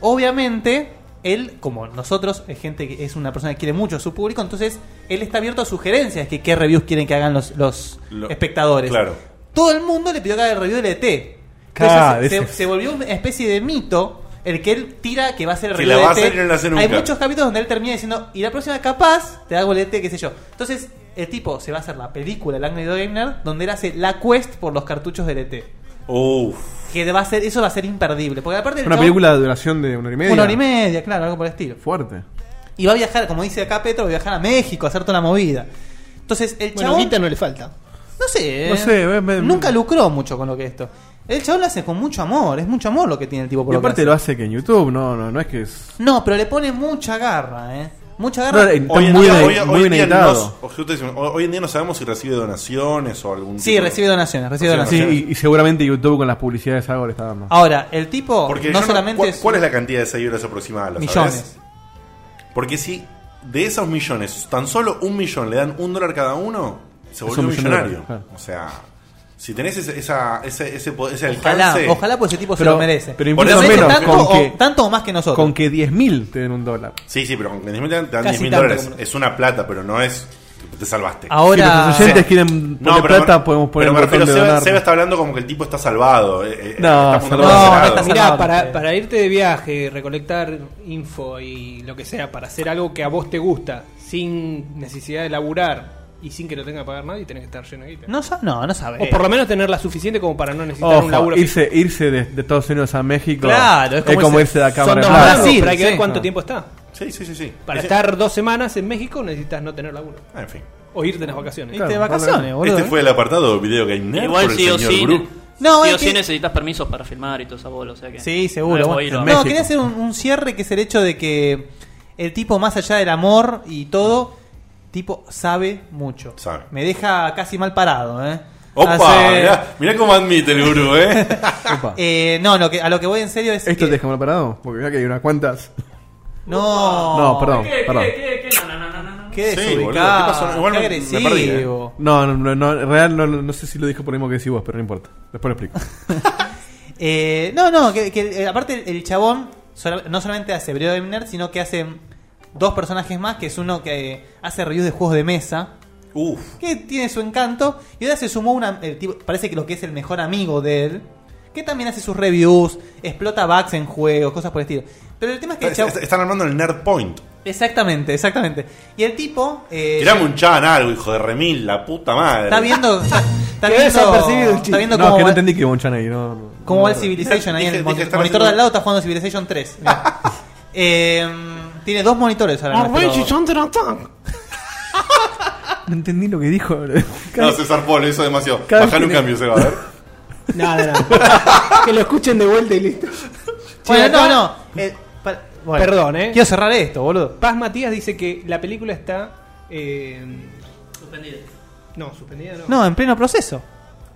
E: obviamente, él, como nosotros, es gente que es una persona que quiere mucho a su público, entonces él está abierto a sugerencias que qué reviews quieren que hagan los, los
A: Lo-
E: espectadores.
A: claro.
E: Todo el mundo le pidió que haga el review del ET. Entonces,
B: Claro,
E: se,
B: ese-
E: se volvió una especie de mito el que él tira que va a ser el
A: Que
E: review
A: la va
E: de
A: a
E: ET.
A: hacer y no la hace
E: Hay
A: nunca.
E: muchos capítulos donde él termina diciendo, y la próxima capaz te hago el ET, qué sé yo. Entonces, el tipo se va a hacer la película, el Angry Video Gamer, donde él hace la quest por los cartuchos del ET.
A: Uf.
E: Que va a ser, eso va a ser imperdible. Porque aparte el
B: Una
E: chabón-
B: película de duración de una hora y media.
E: Una hora y media, claro, algo por el estilo.
B: Fuerte.
E: Y va a viajar, como dice acá Petro, va a viajar a México a hacer toda la movida. Entonces, el
J: Bueno,
E: chabón.
J: guita no le falta.
E: No sé,
B: No
E: eh,
B: sé, ve- ve-
E: nunca lucró mucho con lo que esto. El chabón lo hace con mucho amor, es mucho amor lo que tiene el tipo por
B: Y
E: lo que
B: aparte lo hace que en YouTube, no, no, no es que es.
E: No, pero le pone mucha garra, ¿eh? Mucha garra.
B: No, en- Está
A: Hoy en,
B: muy
A: día,
B: bien-
A: hoy-
B: muy
A: hoy en
B: bien
A: día
B: editado.
A: no- o- justo decimos, hoy- hoy en día no sabemos si recibe donaciones o algún
E: sí,
A: tipo de-
E: recibe donaciones, recibe
A: Sí,
E: donaciones.
B: Sí,
A: no sé.
B: y, y seguramente YouTube con las publicidades algo le está dando.
E: Ahora, el tipo
A: Porque
E: no
A: yo
E: solamente
A: ¿cuál,
E: es
A: cuál es la cantidad de seguidores aproximada? ¿Lo
E: millones.
A: sabés? Porque si de esos millones, tan solo un millón le dan un dólar cada uno, se
B: Es
A: vuelve
B: un
A: un
B: millón de
A: millonario.
B: dólares, claro.
A: O sea, si tenés ese, esa, ese, ese, po- ese
E: Ojalá,
A: alcance.
E: ojalá pues ese tipo
B: Pero-
E: se lo merece.
B: pero
E: Por
A: incluso
E: lo merece
A: menos,
E: tanto,
B: con
E: o,
B: que-
E: tanto o más que nosotros.
B: Con que 10.000 te den un dólar.
A: Sí, sí, pero con que te dan te dan
J: Casi
A: 10 mil
J: tanto
A: dólares.
J: como-
A: Es una plata, pero no es. Te salvaste.
B: si
E: Ahora.
B: los oyentes
A: Sí.
B: quieren
A: No,
B: poner
A: pero
B: plata,
A: me-
B: podemos poner
A: pero
B: un
A: me
B: botón
A: refiero,
B: de
A: Seba,
B: donar.
A: Seba está hablando como que el tipo está salvado. eh, eh,
B: No,
A: está apuntando
B: no, Eh.
A: para ese
E: no
A: lado.
E: está sal-
J: Mirá,
E: Salvador, sí.
J: para, para irte de viaje, recolectar info y lo que sea, para hacer algo que a vos te gusta, sin necesidad de laburar y sin que lo tenga que pagar nadie, tenés que estar lleno de guita.
E: No, sa- no, no sabe.
J: o por lo menos tener la suficiente como para no necesitar un
B: Ojo,
J: laburo.
B: irse, irse de, de Estados Unidos a México
E: Claro, es
B: es
E: como
B: como,
E: irse-
B: irse de acá a
J: Son
B: Mar
J: dos
B: del Plata.
E: Claro.
J: mangos,
E: Sí,
J: pero hay que
E: sí.
J: ver cuánto
E: No.
J: tiempo está.
A: Sí, sí, sí. sí.
J: Para
A: Ese-
J: estar dos semanas en México necesitas no tener laburo.
A: Ah, en fin.
J: O irte en las vacaciones.
E: Irte de
B: Claro,
E: vacaciones, boludo.
A: Este
E: ¿eh?
A: fue el apartado Video Game Nerd
H: Igual
A: por el
H: sí o
A: señor
H: sí.
A: Bru.
E: No,
H: sí
E: es
H: o sí
E: que-
H: necesitas permisos para filmar y todo esa bola, o sea que. Ah,
E: Sí, seguro.
H: No,
E: bueno.
H: es bueno.
E: No,
B: México.
E: quería hacer un, un cierre que es el hecho de que el tipo, más allá del amor y todo, tipo sabe mucho.
A: Sabe.
E: Me deja casi mal parado, ¿eh?
A: Opa,
E: Hace-
A: mirá, mirá cómo admite el gurú, ¿eh?
B: Opa.
E: Eh, no, lo que, a lo que voy en serio es.
B: ¿Esto
E: que-
B: te deja mal parado? Porque mira que hay unas cuantas.
E: No,
B: No, perdón, perdón.
E: Qué
A: Sí,
E: desubicado.
A: boludo, ¿qué pasó? Igual
E: qué
A: me- me
E: agresivo.
A: perdí, ¿eh?
B: No, no, no, no, en real no, no sé si lo dijo por el mismo que decís vos, pero no importa. Después lo explico.
E: Eh, no, no, que, que, eh, aparte el, el chabón sola- no solamente hace Bredo de Nerd, sino que hace dos personajes más, que es uno que eh, hace reviews de juegos de mesa.
A: Uf.
E: que tiene su encanto. Y ahora se sumó una, el tipo- parece que lo que es el mejor amigo de él, que también hace sus reviews, explota bugs en juegos, cosas por el estilo. Pero el tema es que... el
A: Est-
E: chavo-
A: est- Están armando el Nerd Point.
E: exactamente, exactamente. Y el tipo... eh,
A: Tirame un chan algo, hijo de remil, la puta madre.
E: está viendo... Está, está
J: Quedó desapercibido
E: viendo,
J: el
E: está viendo
B: No,
E: cómo,
B: que no
E: va,
B: entendí que hubo un chan ahí. No, no,
E: cómo
B: no,
E: va el Civilization ahí
A: Dije-
E: en
A: dije
E: el mon-
A: estar
E: monitor
A: haciendo-
E: de al lado, está jugando
G: Ah,
E: Civilization 3. Mirá. Eh, tiene dos monitores ahora. nuestro-
B: No entendí lo que dijo.
A: No, César Polo hizo demasiado.
B: Cada
A: Bajale un
B: vez que-
A: cambio, se va a ver.
J: Nada, no, que lo escuchen de vuelta y listo.
E: Bueno,
J: Che, acá-
E: no, no. eh, pa- bueno.
J: Perdón, eh.
E: Quiero cerrar esto, boludo.
J: Paz Matías dice que la película está. eh,
H: Suspendida.
J: no, suspendida no.
E: No, en pleno proceso.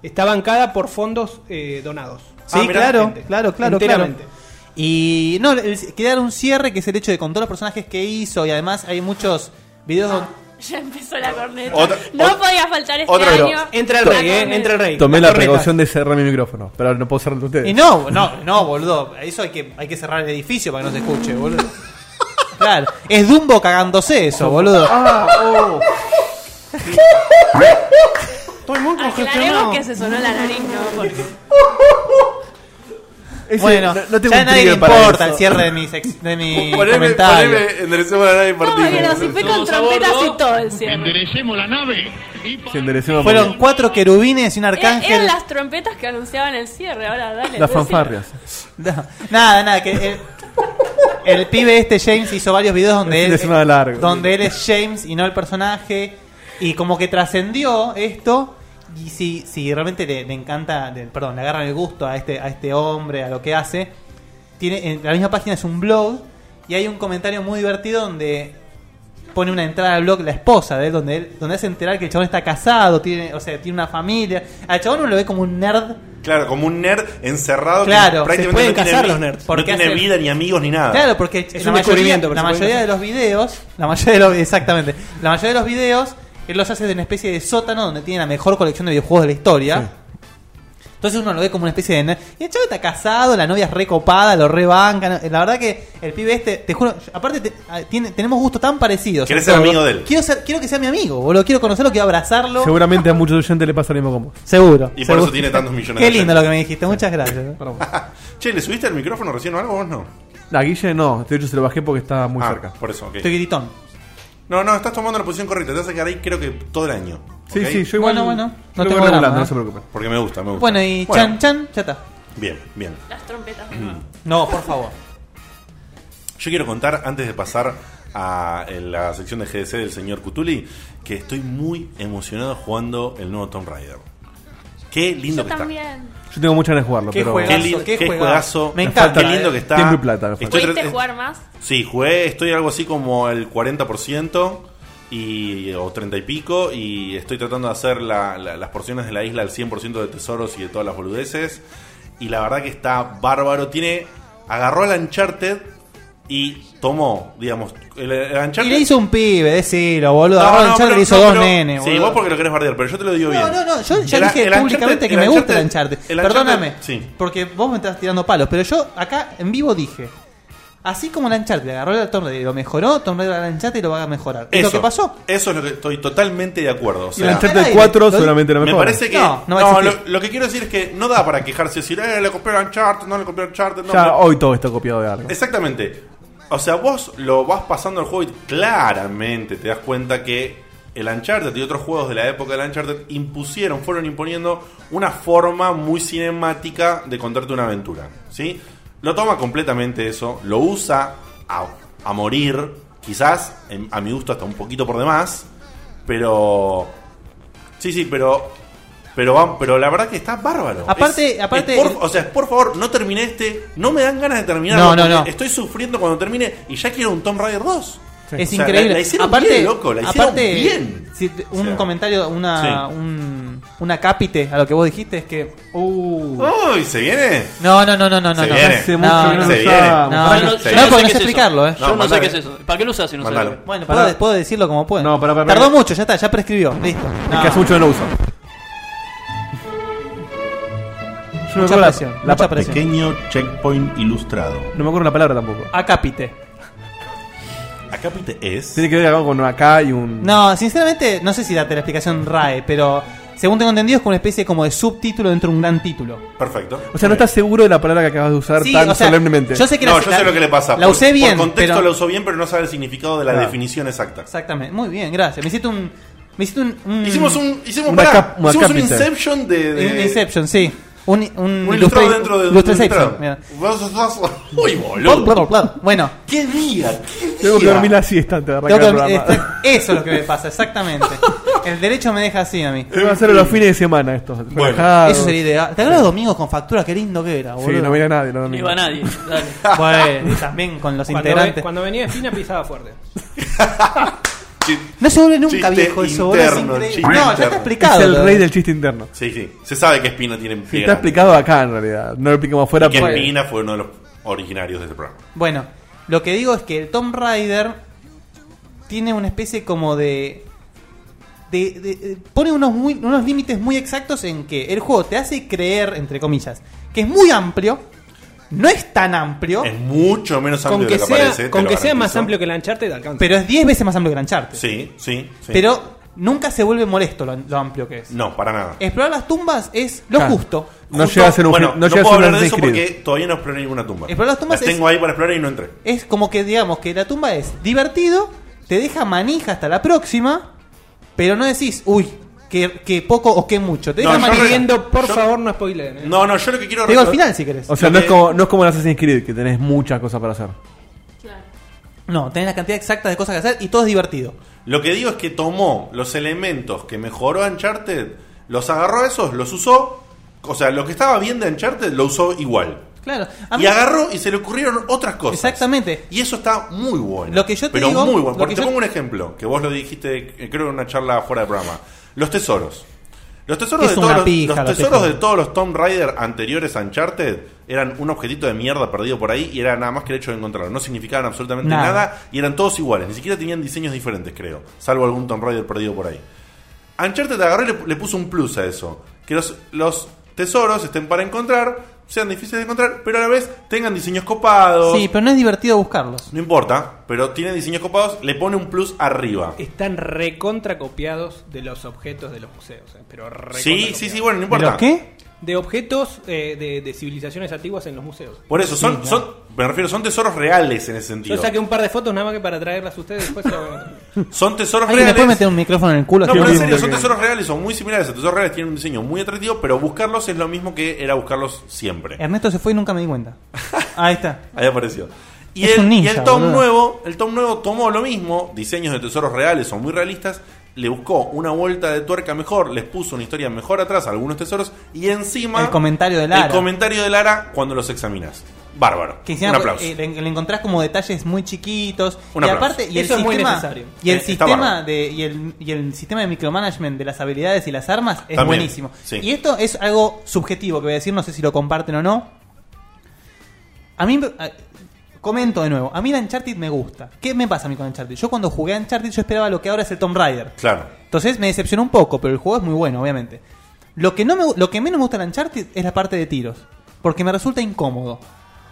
J: Está bancada por fondos eh, donados.
E: Sí,
J: Ah, mirá,
E: claro,
J: gente.
E: claro, claro, claro.
J: Enteramente.
E: Y no, el- quedar un cierre que es el hecho de con todos los personajes que hizo y además hay muchos videos donde-
C: Ya empezó la corneta.
A: Otra-
C: no
A: ot-
C: podía faltar Ah, este
A: otra-
C: año.
J: Entra el
C: la
J: rey, eh.
C: corneta.
J: Entra el rey.
B: Tomé la
J: Corneta.
B: precaución de cerrar mi micrófono, pero ahora no puedo cerrarlo ustedes.
E: Y no, no, no, boludo. Eso hay que, hay que cerrar el edificio para que no se escuche, boludo. Claro. Es Dumbo cagándose eso, boludo.
J: Ah, oh. Todo el mundo congestionado.
C: Aclaremos que se sonó la nariz, ¿no? Porque
B: Ese-
E: bueno,
B: no- no tengo
E: ya a
B: un
E: nadie le
B: trigger para
E: importa
B: eso.
E: el cierre de mi, sex- de mi
A: Poneme,
E: comentario.
A: poneme, enderecemos la nave y
C: no, porque nos
A: partimos.
C: fue con
H: Todos a
C: trompetas
H: bordo.
C: y todo el cierre.
F: Enderecemos la nave y
B: Se enderecemos
E: Fueron cuatro querubines y un
C: Eh, Eran
E: arcángel.
C: las trompetas que anunciaban el cierre. Ahora, dale.
B: por- las
C: decí-
B: fanfarrias.
E: No, nada, nada, que el, el pibe este James hizo varios videos donde
B: El fin
E: él,
B: de semana largo.
E: donde él es James y no el personaje y como que trascendió esto y si, si realmente le, le encanta, le- perdón, le agarran el gusto a este a este hombre, a lo que hace, tiene en la misma página es un blog y hay un comentario muy divertido donde pone una entrada al blog la esposa de él, donde él, donde hace enterar que el chabón está casado, tiene, o sea, tiene una familia. Al chabón uno lo ve como un nerd
A: Claro, como un nerd encerrado
E: Claro,
A: que
E: se
A: prácticamente
E: pueden
A: no tiene
E: casar
A: vi-
E: los nerds.
A: No
E: Porque
A: tiene
E: hacen-
A: vida ni amigos ni nada.
E: Claro, porque
J: Es un
E: la mayoría,
J: descubrimiento, pero se
E: la
J: puede
E: mayoría de
J: hacer.
E: los videos, la mayoría de los, exactamente, la mayoría de los videos, él los hace de una especie de sótano donde tiene la mejor colección de videojuegos de la historia. Entonces uno lo ve como una especie de... ner- Y el chavo está casado, la novia es recopada, lo rebancan. La verdad que el pibe este, te juro, yo- aparte te- ah, tiene- tenemos gustos tan parecidos.
A: ¿Querés
E: en
A: ser
E: todo.
A: amigo de él?
E: Quiero, ser- quiero que sea mi amigo, boludo. Quiero conocerlo, quiero abrazarlo. Seguro.
B: Seguramente a muchos oyentes le pasa lo mismo con vos.
A: Y por
E: seguro.
A: eso tiene tantos millones
E: Qué
A: de
E: lindo
A: oyentes.
E: lo que me dijiste, muchas gracias. ¿eh?
A: Ah, Che, ¿le subiste el micrófono recién o algo? Vos no.
B: La Guille no, de hecho se lo bajé porque estaba muy
A: Ah,
B: cerca.
A: Por eso, ok.
E: Estoy gritón.
A: No, no, estás tomando la posición correcta. Te vas a quedar ahí creo que todo el año.
B: Sí,
A: ¿ok?
B: sí, yo igual.
E: Bueno, bueno,
B: lo
E: no
B: voy
E: tengo
B: regulando,
E: drama,
B: no
E: ¿eh?
B: se preocupen.
A: Porque me gusta, me gusta.
E: Bueno, y chan, chan, ya está.
A: Bien, bien. Mm.
C: Las trompetas. de nuevo.
E: No, por favor.
A: Yo quiero contar, antes de pasar a la sección de GDC del señor Cutuli, que estoy muy emocionado jugando el nuevo Tomb Raider. Qué lindo
C: Yo
A: que está.
C: también.
B: Yo tengo muchas ganas de jugarlo,
E: Qué
B: pero.
E: juegazo.
A: Qué, lindo, qué,
E: qué
A: juegazo,
E: juegazo. Me
A: qué
E: encanta,
A: lindo
E: eh.
A: que está.
B: Tiempo y plata, me
A: Estoy
C: ¿Pudiste
A: tra-
C: jugar más?
A: Sí, jugué, estoy algo así como el 40% y, o 30 y pico y estoy tratando de hacer la- la- las porciones de la isla al 100% de tesoros y de todas las boludeces. Y la verdad que está bárbaro. Tiene, agarró al Uncharted y tomó, digamos, el, el Uncharted...
E: Y le hizo un pibe, decilo, boludo.
A: No,
E: Agarró
A: no,
E: el Uncharted
A: pero-
E: le hizo
A: no,
E: dos
A: pero-
E: nenes,
A: Sí,
E: boludo.
A: vos porque lo querés bardear, pero yo te lo digo bien.
E: No, no, no, yo ya
A: El-
E: dije
A: el Uncharted-
E: públicamente que
A: el
E: me gusta el
A: Uncharted-
E: Uncharted.
A: el
E: Perdóname,
A: Uncharted- sí.
E: porque vos me estás tirando palos, pero yo acá en vivo dije, así como el Uncharted agarró el Tomb Raider y lo mejoró, Tomb Raider al Uncharted y lo va a mejorar. ¿Es lo
A: Eso,
E: que pasó?
A: Eso es lo que estoy totalmente de acuerdo. O
B: Y el
A: sea,
E: Al
B: Uncharted
E: aire,
B: 4
E: lo di-
B: seguramente lo
A: Me
B: mejor.
A: parece que.
E: No,
A: No,
E: no va a existir.
A: lo, lo que quiero decir es que no da para quejarse y decir, eh, le compré a Uncharted, no le compré a Uncharted. No,
B: Ya
A: pero-
B: hoy todo está copiado de algo.
A: Exactamente. O sea, vos lo vas pasando el juego y claramente te das cuenta que el Uncharted y otros juegos de la época del Uncharted impusieron, fueron imponiendo una forma muy cinemática de contarte una aventura. ¿Sí? Lo toma completamente eso, lo usa a, a morir, quizás, en- a mi gusto, hasta un poquito por demás, pero. Sí, sí, pero. Pero, va- pero la verdad que está bárbaro.
E: Aparte-
A: Es-
E: aparte-
A: es por- o sea, es, por favor, no terminé este. No me dan ganas de terminar.
E: No,
A: porque
E: no, no.
A: Estoy sufriendo cuando termine y ya quiero un Tomb Raider 2.
E: Es
A: O sea,
E: increíble.
A: La, la hicieron
E: aparte,
A: bien, loco. La hicieron
E: aparte,
A: bien.
E: si te- un
A: O sea,
E: comentario, una,
A: Sí.
E: un, una cápite a lo que vos dijiste es que... Uh,
A: Uy, ¿se viene?
E: no, no, no, no, no,
A: Se
E: no.
A: viene.
B: Hace
E: No,
B: mucho que
E: no,
B: no
A: se
B: nos
A: viene.
B: usábamos.
E: No,
H: Yo
E: no,
H: yo
A: sí.
E: no, porque no sé
H: qué es eso.
E: explicarlo, eh.
H: Yo
A: No,
H: no, sé
A: mandalo.
H: qué es eso. ¿Para qué lo usas si no
A: Mandalo.
H: sabes?
E: Bueno,
B: Pará.
E: puedo, puedo decirlo como puedo.
B: No, pará, pará,
E: Tardó
B: pará.
E: mucho, ya está, ya prescribió. Listo.
B: Es que hace mucho que no lo uso. Yo no me
E: Mucha
B: acuerdo la-
E: presión,
B: la
E: mucha
B: pa-
E: presión.
A: Pequeño checkpoint ilustrado.
B: No me acuerdo la palabra tampoco.
E: Acápite.
A: Acá Pite es.
B: Tiene que ver algo con un acá y un.
E: No, sinceramente, no sé si date la explicación RAE, pero según tengo entendido es como una especie como de subtítulo dentro de un gran título.
A: Perfecto.
B: O sea, no estás seguro de la palabra que acabas de usar
E: Sí,
B: tan
E: o sea,
B: solemnemente.
E: Yo sé que
A: no,
E: la-
A: yo
E: la-
A: sé lo que le pasa.
E: La
A: Por-
E: usé bien.
A: Por contexto
E: pero-
A: la usó bien, pero no sabe el significado de la
B: Claro.
A: definición exacta.
E: Exactamente. Muy bien, gracias. Me hiciste un. Me hiciste un. un-
A: Hicimos un. Hicimos,
B: Una
A: pará,
B: cap- una
A: hicimos un
B: capita.
A: Inception de.
E: un
A: de-
E: Inception, sí. Un, un,
A: Un ilustrado
E: ilustra-
A: dentro de un
E: Illustration,
A: ilustrado.
E: mira.
A: Vos sos- Uy,
E: Plop, plop,
A: boludo.
E: plop. Bueno.
A: ¿Qué día? ¿Qué este-
B: Tengo que dormir la siesta antes de
E: Tengo
B: arrancar
E: que
B: el
E: dormir-
B: programa.
E: esta- eso es lo que me pasa, exactamente. El derecho me deja así a mí.
B: Voy a hacerlo los fines de semana estos. relajados.
E: Eso sería ideal. ¿Te acuerdas los domingos con factura? Qué lindo que era, boludo.
B: Sí, no mira nadie. No,
H: No
B: mira.
H: iba nadie, dale.
E: Bueno, también con los
J: Cuando, ve-
E: integrantes.
J: cuando venía Espina pisaba fuerte.
E: No se vuelve nunca
A: Chiste
E: viejo eso, boludo. Es
A: interno,
E: increíble.
A: chiste
E: No, ya
A: interno.
E: está explicado.
B: es el
E: boludo.
B: rey del chiste interno.
A: Sí, sí. Se sabe que Espina tiene
B: Sí, está explicado acá en realidad. No lo explicamos afuera.
A: Y que
B: porque-
A: Espina fue uno de los originarios de este programa.
E: Bueno, lo que digo es que el Tomb Raider tiene una especie como de. de- de- de- pone unos, muy- unos límites muy exactos en que el juego te hace creer, entre comillas, que es muy amplio, no es tan amplio,
A: Es mucho menos amplio
J: Con
A: de
J: que
A: lo que
J: sea,
A: parece. te
J: con
A: lo
J: que sea más
A: garantizo.
J: amplio que la Uncharted alcanza.
E: pero es 10 veces más amplio que Lancharte.
A: Sí, sí, sí.
E: Pero nunca se vuelve molesto lo, lo amplio que es.
A: No, para nada.
E: Explorar las tumbas es lo
B: Claro.
E: justo.
B: No
A: Justo-
B: llega a ser un
A: bueno,
B: no llega a
A: puedo
B: ser un
A: hablar de eso
B: Assassin's Creed.
A: porque todavía no exploré ninguna tumba.
E: Explorar las tumbas
A: Las
E: es-
A: tengo ahí para explorar y no entré.
E: Es como que digamos que la tumba es divertido, te deja manija hasta la próxima, pero no decís, uy, que, que poco o que mucho. Te
A: No,
E: deja
A: yo
E: manija.
A: re-
J: Pidiendo, por
A: Yo-
J: favor, no spoileen. ¿eh?
A: No, no, yo lo que quiero
E: Te digo al final si querés.
B: O sea,
A: Lo
B: no es,
A: que-
B: como, no es como el Assassin's Creed, que tenés muchas cosas para hacer.
C: Claro.
E: No, tenés la cantidad exacta de cosas que hacer y todo es divertido.
A: Lo que digo es que tomó los elementos que mejoró Uncharted, los agarró a esos, los usó. O sea, lo que estaba bien de Uncharted lo usó igual.
E: Claro. a mí-
A: Y agarró y se le ocurrieron otras cosas.
E: Exactamente.
A: Y eso está muy bueno.
E: Lo que yo te
A: pero
E: digo-
A: muy
E: lo
A: bueno.
E: que
A: Porque te
E: yo-
A: pongo un ejemplo, que vos lo dijiste, eh, creo en una charla fuera de programa. Los tesoros. Los tesoros,
E: Es
A: de
E: una
A: todos, los-
E: pija,
A: los
E: los
A: tesoros de
E: tesoros.
A: todos los Tomb Raider anteriores a Uncharted eran un objetito de mierda perdido por ahí y era nada más que el hecho de encontrarlo. No significaban absolutamente
E: Nada.
A: nada. y eran todos iguales. Ni siquiera tenían diseños diferentes, creo. Salvo algún Tomb Raider perdido por ahí. Uncharted agarró y le, le puso un plus a eso. Que los, los tesoros estén para encontrar, sean difíciles de encontrar, pero a la vez tengan diseños copados.
E: Sí, pero no es divertido buscarlos.
A: No importa, pero tiene diseños copados, le pone un plus arriba.
J: Están recontra copiados de los objetos de los museos. ¿eh? Pero recontra
A: Sí, sí,
J: copiados.
A: sí, bueno, no importa.
E: ¿Pero qué?
J: De objetos eh, de, de civilizaciones antiguas en los museos.
A: Por eso, son, son, me refiero, son tesoros reales en ese
J: Yo
A: sentido.
J: saqué un par de fotos nada más que para traerlas a ustedes. Después se las voy a mostrar.
A: Son tesoros
E: Alguien le
A: reales.
E: puede meter un micrófono en el culo.
A: No,
E: Qué
A: pero en
E: lindo
A: serio,
E: que-
A: son tesoros reales, son muy similares. Los tesoros reales tienen un diseño muy atractivo, pero buscarlos es lo mismo que era buscarlos siempre.
E: Ernesto se fue y nunca me di cuenta. Ahí está.
A: Ahí apareció. Y
E: Es
A: el,
E: un ninja,
A: y el Tom
E: boludo.
A: nuevo, el Tom nuevo tomó lo mismo, diseños de tesoros reales son muy realistas, le buscó una vuelta de tuerca mejor, les puso una historia mejor atrás, algunos tesoros y encima
E: El comentario de
A: El
E: Lara.
A: comentario de Lara cuando los examinas. Bárbaro.
E: Que
A: un
E: encima,
A: aplauso.
E: eh, le, le encontrás como detalles muy chiquitos.
A: Un
E: y
A: aplauso.
E: aparte, y el
J: Eso es muy
E: sistema,
J: necesario.
E: y el
A: Eh, está
E: sistema
A: bárbaro.
E: de, y el, y el sistema de micromanagement de las habilidades y las armas es
A: También,
E: buenísimo.
A: sí.
E: Y esto es algo subjetivo que voy a decir, no sé si lo comparten o no. A mí eh, comento de nuevo, a mí la Uncharted me gusta. ¿Qué me pasa a mí con Uncharted? Yo cuando jugué a Uncharted yo esperaba lo que ahora es el Tomb Raider.
A: Claro.
E: Entonces me decepcionó un poco, pero el juego es muy bueno, obviamente. Lo que, no me, lo que menos me gusta en Uncharted es la parte de tiros, porque me resulta incómodo.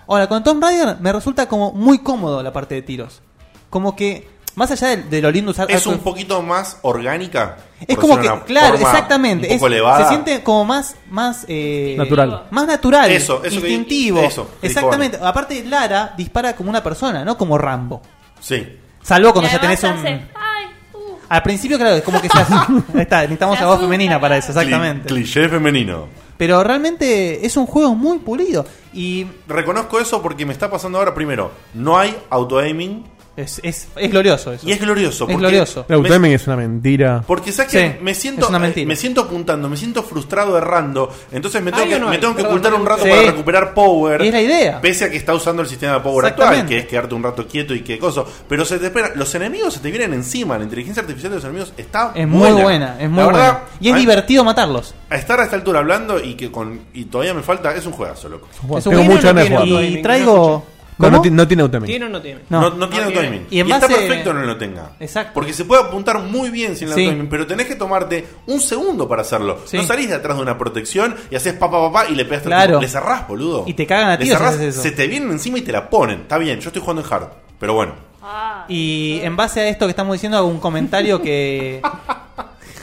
E: Ahora, con Tomb Raider me resulta como muy cómodo la parte de tiros. Como que, más allá de, de lo lindo usar...
A: Es
E: arco-
A: un poquito más orgánica.
E: es
A: por
E: como que,
A: decirlo de una
E: claro,
A: forma
E: exactamente.
A: Un poco
E: es-
A: elevada.
E: se siente como más, más eh,
B: Natural.
E: Más natural,
A: Eso, eso que-
E: instintivo.
A: eso, que dijo
E: exactamente. Aparte, Lara dispara como una persona, no como Rambo.
A: Sí.
E: Salvo cuando
C: Y
E: ya
C: además
E: tenés un...
C: hace, Ay, uh,
E: Al principio, claro, es como que se hace- Ahí está, necesitamos
C: Se
E: a voz
C: asusta,
E: femenina para eso,
C: claro.
E: exactamente.
A: Cli- cliché femenino.
E: Pero realmente es un juego muy pulido. Y
A: Reconozco eso porque me está pasando ahora primero. No hay auto-aiming
E: es, es, es glorioso eso.
A: y es glorioso.
E: Es
A: porque
E: glorioso.
B: El autotiming es una mentira.
A: Porque sabes que
E: Sí,
A: me siento
E: es una mentira.
A: me siento apuntando, me siento frustrado errando, entonces me tengo
J: Hay
A: que,
J: o no
A: me
J: hay,
A: tengo que
J: perdón,
A: ocultar
J: no
A: un
J: me
A: rato
E: Sí.
A: para recuperar power.
E: Y es la idea.
A: Pese a que está usando el sistema de power actual,
E: Exactamente.
A: que es quedarte un rato quieto y qué cosa, pero se te espera, los enemigos se te vienen encima, la inteligencia artificial de los enemigos está
E: Es muy buena, es muy
A: La
E: buena.
A: verdad,
E: y es
A: a-
E: divertido matarlos.
A: A estar a esta altura hablando y que con y todavía me falta, es un juegazo, loco.
E: Es un
B: Tengo
E: juego
J: no
B: mucha ganas de
J: tiene
B: jugar.
J: auto-aiming,
E: Y
J: no
E: traigo.
B: No, no,
E: ¿Cómo?
B: ti- no tiene autotiming.
J: ¿Tiene o no tiene?
E: No.
A: No, no tiene
J: No
A: auto
J: tiene.
A: aiming.
E: Y
A: Y,
E: en
A: está
E: base-
A: perfecto no lo tenga.
E: Exacto.
A: Porque se puede apuntar muy bien sin el
E: Sí.
A: auto aiming, pero tenés que tomarte un segundo para hacerlo.
E: Sí.
A: No salís de atrás de una protección y haces papá papá y le pegas
E: Claro.
A: Le cerrás, boludo.
E: Y te cagan a
A: Le
E: tiros si
A: cerrás,
E: haces eso.
A: Se te vienen encima y te la ponen. Está bien, yo estoy jugando en hard, pero bueno.
C: ah.
E: Y en base a esto que estamos diciendo, hago un comentario que.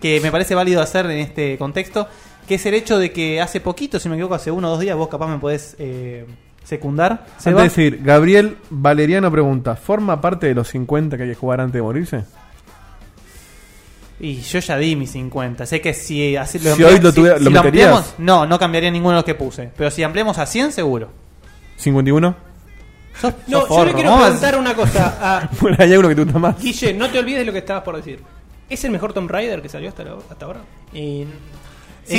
E: que me parece válido hacer en este contexto. Que es el hecho de que hace poquito, si no me equivoco, hace uno o dos días, vos capaz me podés eh, secundar. Seba.
B: Antes de seguir, Gabriel Valeriano pregunta: ¿Forma parte de los 50 que hay que jugar antes de morirse?
E: Y yo ya di mis 50. Sé que si así
B: Si hoy lo tuviera- ¿lo meterías?
E: ampliamos, no, no cambiaría ninguno de los que puse. Pero si ampliamos a 100, seguro.
B: 51.
E: Sos-
G: No,
E: sos
G: yo le
E: forro,
G: quiero
E: ¿no?
G: preguntar una cosa ah. a
B: Bueno, hay alguno que te gusta más.
G: Guille, no te olvides de lo que estabas por decir. ¿Es el mejor Tomb Raider que salió hasta, la- hasta ahora? Sí,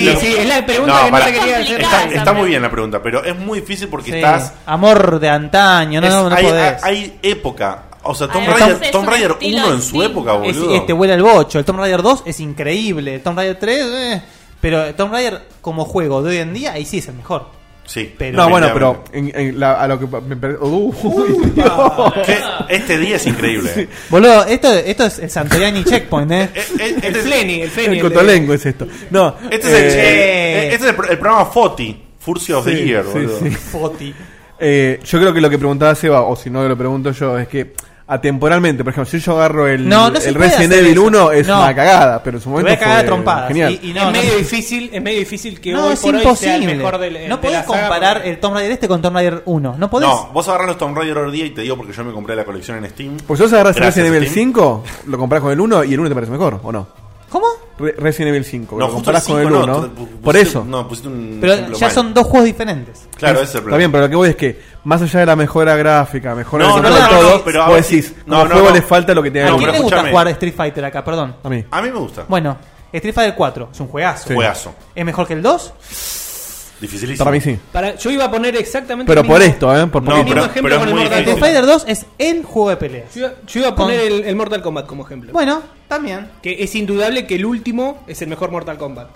A: Lo-
G: sí, es la pregunta que no
A: pará.
G: te quería hacer.
A: Está,
G: Esa
A: está muy
G: pregunta.
A: bien la pregunta, pero es muy difícil porque
E: Sí,
A: estás.
E: Amor de antaño, no,
A: es-
E: no, no
A: hay,
E: podés.
A: hay época. O sea, Tomb
E: Además,
A: Raider,
E: Ah, es
A: Tomb
E: un
A: Raider
E: estilo
A: 1 en su época,
E: Es- este
A: boludo.
E: es- te vuela el bocho. El Tomb Raider 2 es increíble. El Tomb Raider 3, eh, pero el Tomb Raider como juego de hoy en día, ahí sí es el mejor.
A: Sí,
B: no, bueno, pero en- en la- a lo que me uh. pare- Uy, Dios.
A: Este día es increíble.
B: Sí.
E: Boludo, esto, esto es el Santoriani Checkpoint, ¿eh?
A: el
G: Fleni, el Fleni.
B: El cotolengo es esto. No.
A: Este es, el,
B: eh,
A: eh, este es el, pro- el programa Foti, Furcio of the
B: Sí,
A: Year,
B: sí,
A: boludo.
B: sí.
E: Foti.
B: Eh, yo creo que lo que preguntaba Seba, o si no lo pregunto yo, es que atemporalmente, por ejemplo, si yo agarro el,
E: No, no se
B: el
E: puede
B: Resident
E: hacer
B: Evil
E: eso.
B: 1, es
E: No.
B: una cagada, pero en su
E: voy a
B: momento.
E: cagar a
B: fue
E: trompadas.
B: Genial.
E: Y no, no.
G: es medio difícil, es medio difícil que
E: No,
G: hoy
E: es
G: por hoy sea el
E: imposible.
G: mejor del
E: no
G: de
E: podés
G: la saga.
E: comparar el Tomb Raider este con Tomb Raider 1. No podés.
A: No, vos agarrás los Tomb Raider hoy día y te digo porque yo me compré la colección en Steam.
B: Pues si vos agarras el
A: Gracias,
B: Resident Evil
A: Steam.
B: 5, lo comparás con el 1 y el 1 te parece mejor, ¿o no?
E: ¿Cómo?
B: Re- Resident Evil 5,
A: No,
B: lo
A: justo el
B: comparás con el
A: 5
B: 1.
A: no. tú-
B: por
A: pusiste-
B: eso.
A: No, pusiste un.
E: Pero
A: ejemplo
E: ya
A: mal.
E: son dos juegos diferentes.
A: Claro, ese es el
B: Está
A: problema.
B: bien, pero lo que voy es que, más allá de la mejora gráfica, mejora
A: No, no,
B: de control
A: no,
B: de
A: no,
B: todo,
A: no, pero a
B: vos
A: ver si-
B: decís,
A: no,
B: como
A: no,
B: juego
A: no.
B: le falta lo que tenga
E: ¿A
A: No,
E: quién
A: pero
E: le gusta
A: escúchame.
E: jugar Street Fighter acá? Perdón.
B: A mí.
A: A mí me gusta.
E: Bueno, Street Fighter 4 es un juegazo.
B: Sí.
A: Juegazo.
E: ¿Es mejor que el 2?
A: Dificilísimo.
B: Para mí sí.
G: Para- yo iba a poner exactamente
B: Pero
G: el mismo-
B: por esto, ¿eh? Por
A: No,
B: poquito.
A: pero,
G: ejemplo
A: pero es
G: con el
A: muy
G: Mortal
E: Street
A: difícil.
E: Fighter 2 es el juego de peleas.
G: Yo, iba- yo iba a poner el, el Mortal Kombat como ejemplo.
E: Bueno, también.
G: Que es indudable que el último es el mejor Mortal Kombat.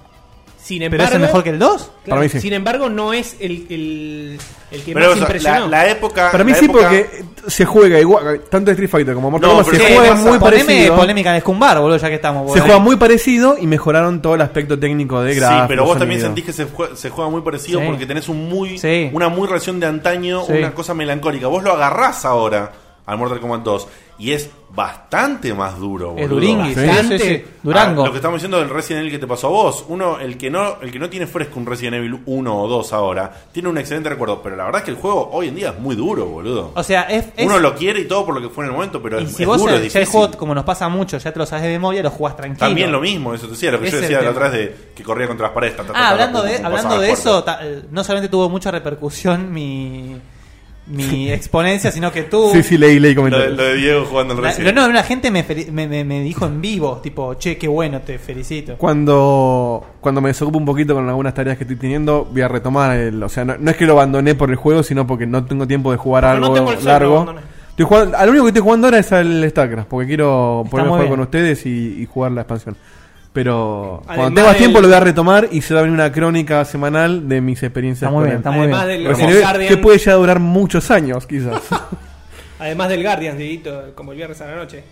G: Sin
E: ¿Pero
G: embargo,
E: es el mejor que el 2?
G: claro,
B: Para mí sí.
G: Sin embargo, no es el, el, el que
A: Pero
G: más
A: o sea, la,
G: impresionó.
A: la época.
B: Para mí
A: la
B: sí,
A: época-
B: porque se juega igual, tanto Street Fighter como Mortal
A: No,
B: Kombat
A: pero
B: se
A: sí,
B: juega
A: pasa.
B: muy
E: Poneme
B: parecido.
E: polémica en Escumbar, boludo, ya que estamos.
B: Se
E: boludo.
B: juega muy parecido y mejoraron todo el aspecto técnico de gráficos.
A: sí, pero vos también
B: sonido.
A: sentís que se juega, se juega muy parecido
E: Sí.
A: porque tenés un muy,
E: Sí.
A: una muy relación de antaño,
E: Sí.
A: una cosa melancólica. Vos lo agarrás ahora al Mortal Kombat 2 y es bastante más duro.
E: Es
A: boludo.
E: Duringui, sí, sí, sí. Durango.
A: Ah, lo que estamos diciendo del Resident Evil que te pasó a vos. Uno, el que no, el que no tiene fresco un Resident Evil 1 o 2 ahora, tiene un excelente recuerdo. Pero la verdad es que el juego hoy en día es muy duro, boludo.
E: O sea, es. es-
A: Uno lo quiere y todo por lo que fue en el momento, pero
E: y
A: es,
E: si
A: es
E: vos
A: duro,
E: ya,
A: es
E: ya el
A: difícil.
E: juego, como nos pasa mucho, ya te lo sabes de memoria, lo jugás tranquilo.
A: También lo mismo, eso te decía, lo que
E: Ese
A: yo
E: es
A: decía
E: el
A: la otra
E: tema.
A: vez de que corría contra las paredes. ta, ta, ta, ta,
E: Ah, hablando
A: como
E: de,
A: pasaba
E: hablando de
A: fuerte.
E: eso, ta- eh, no solamente tuvo mucha repercusión mi, mi exponencia, sino que tú.
B: Sí, sí, leí, leí
A: Lo de,
B: comentarios.
A: lo de Diego jugando al
E: La-
A: Resident
E: no, no, la gente me, feli- me, me- me dijo en vivo, tipo, che, qué bueno, te felicito.
B: Cuando, cuando me desocupo un poquito con algunas tareas que estoy teniendo, voy a retomar el. O sea, no, no es que lo abandoné por el juego, sino porque no tengo tiempo de jugar
G: Porque no
B: algo
G: tengo el celu, lo
B: largo.
G: abandoné.
B: Estoy jugando, al único que estoy jugando ahora es al StarCraft, porque quiero
E: Está
B: ponerme a
E: muy
B: jugar
E: bien.
B: con ustedes y, y jugar la expansión. Pero
G: Además
B: cuando tenga
G: del-
B: tiempo lo voy a retomar y se va a venir una crónica semanal de mis experiencias
E: Está muy
B: con
E: bien,
B: él.
E: está muy
G: además,
E: bien.
G: del
B: Resident
G: Guardian-
B: Evil, que puede ya durar muchos años, quizás.
G: además del Guardians, Dieguito, como el viernes a la noche.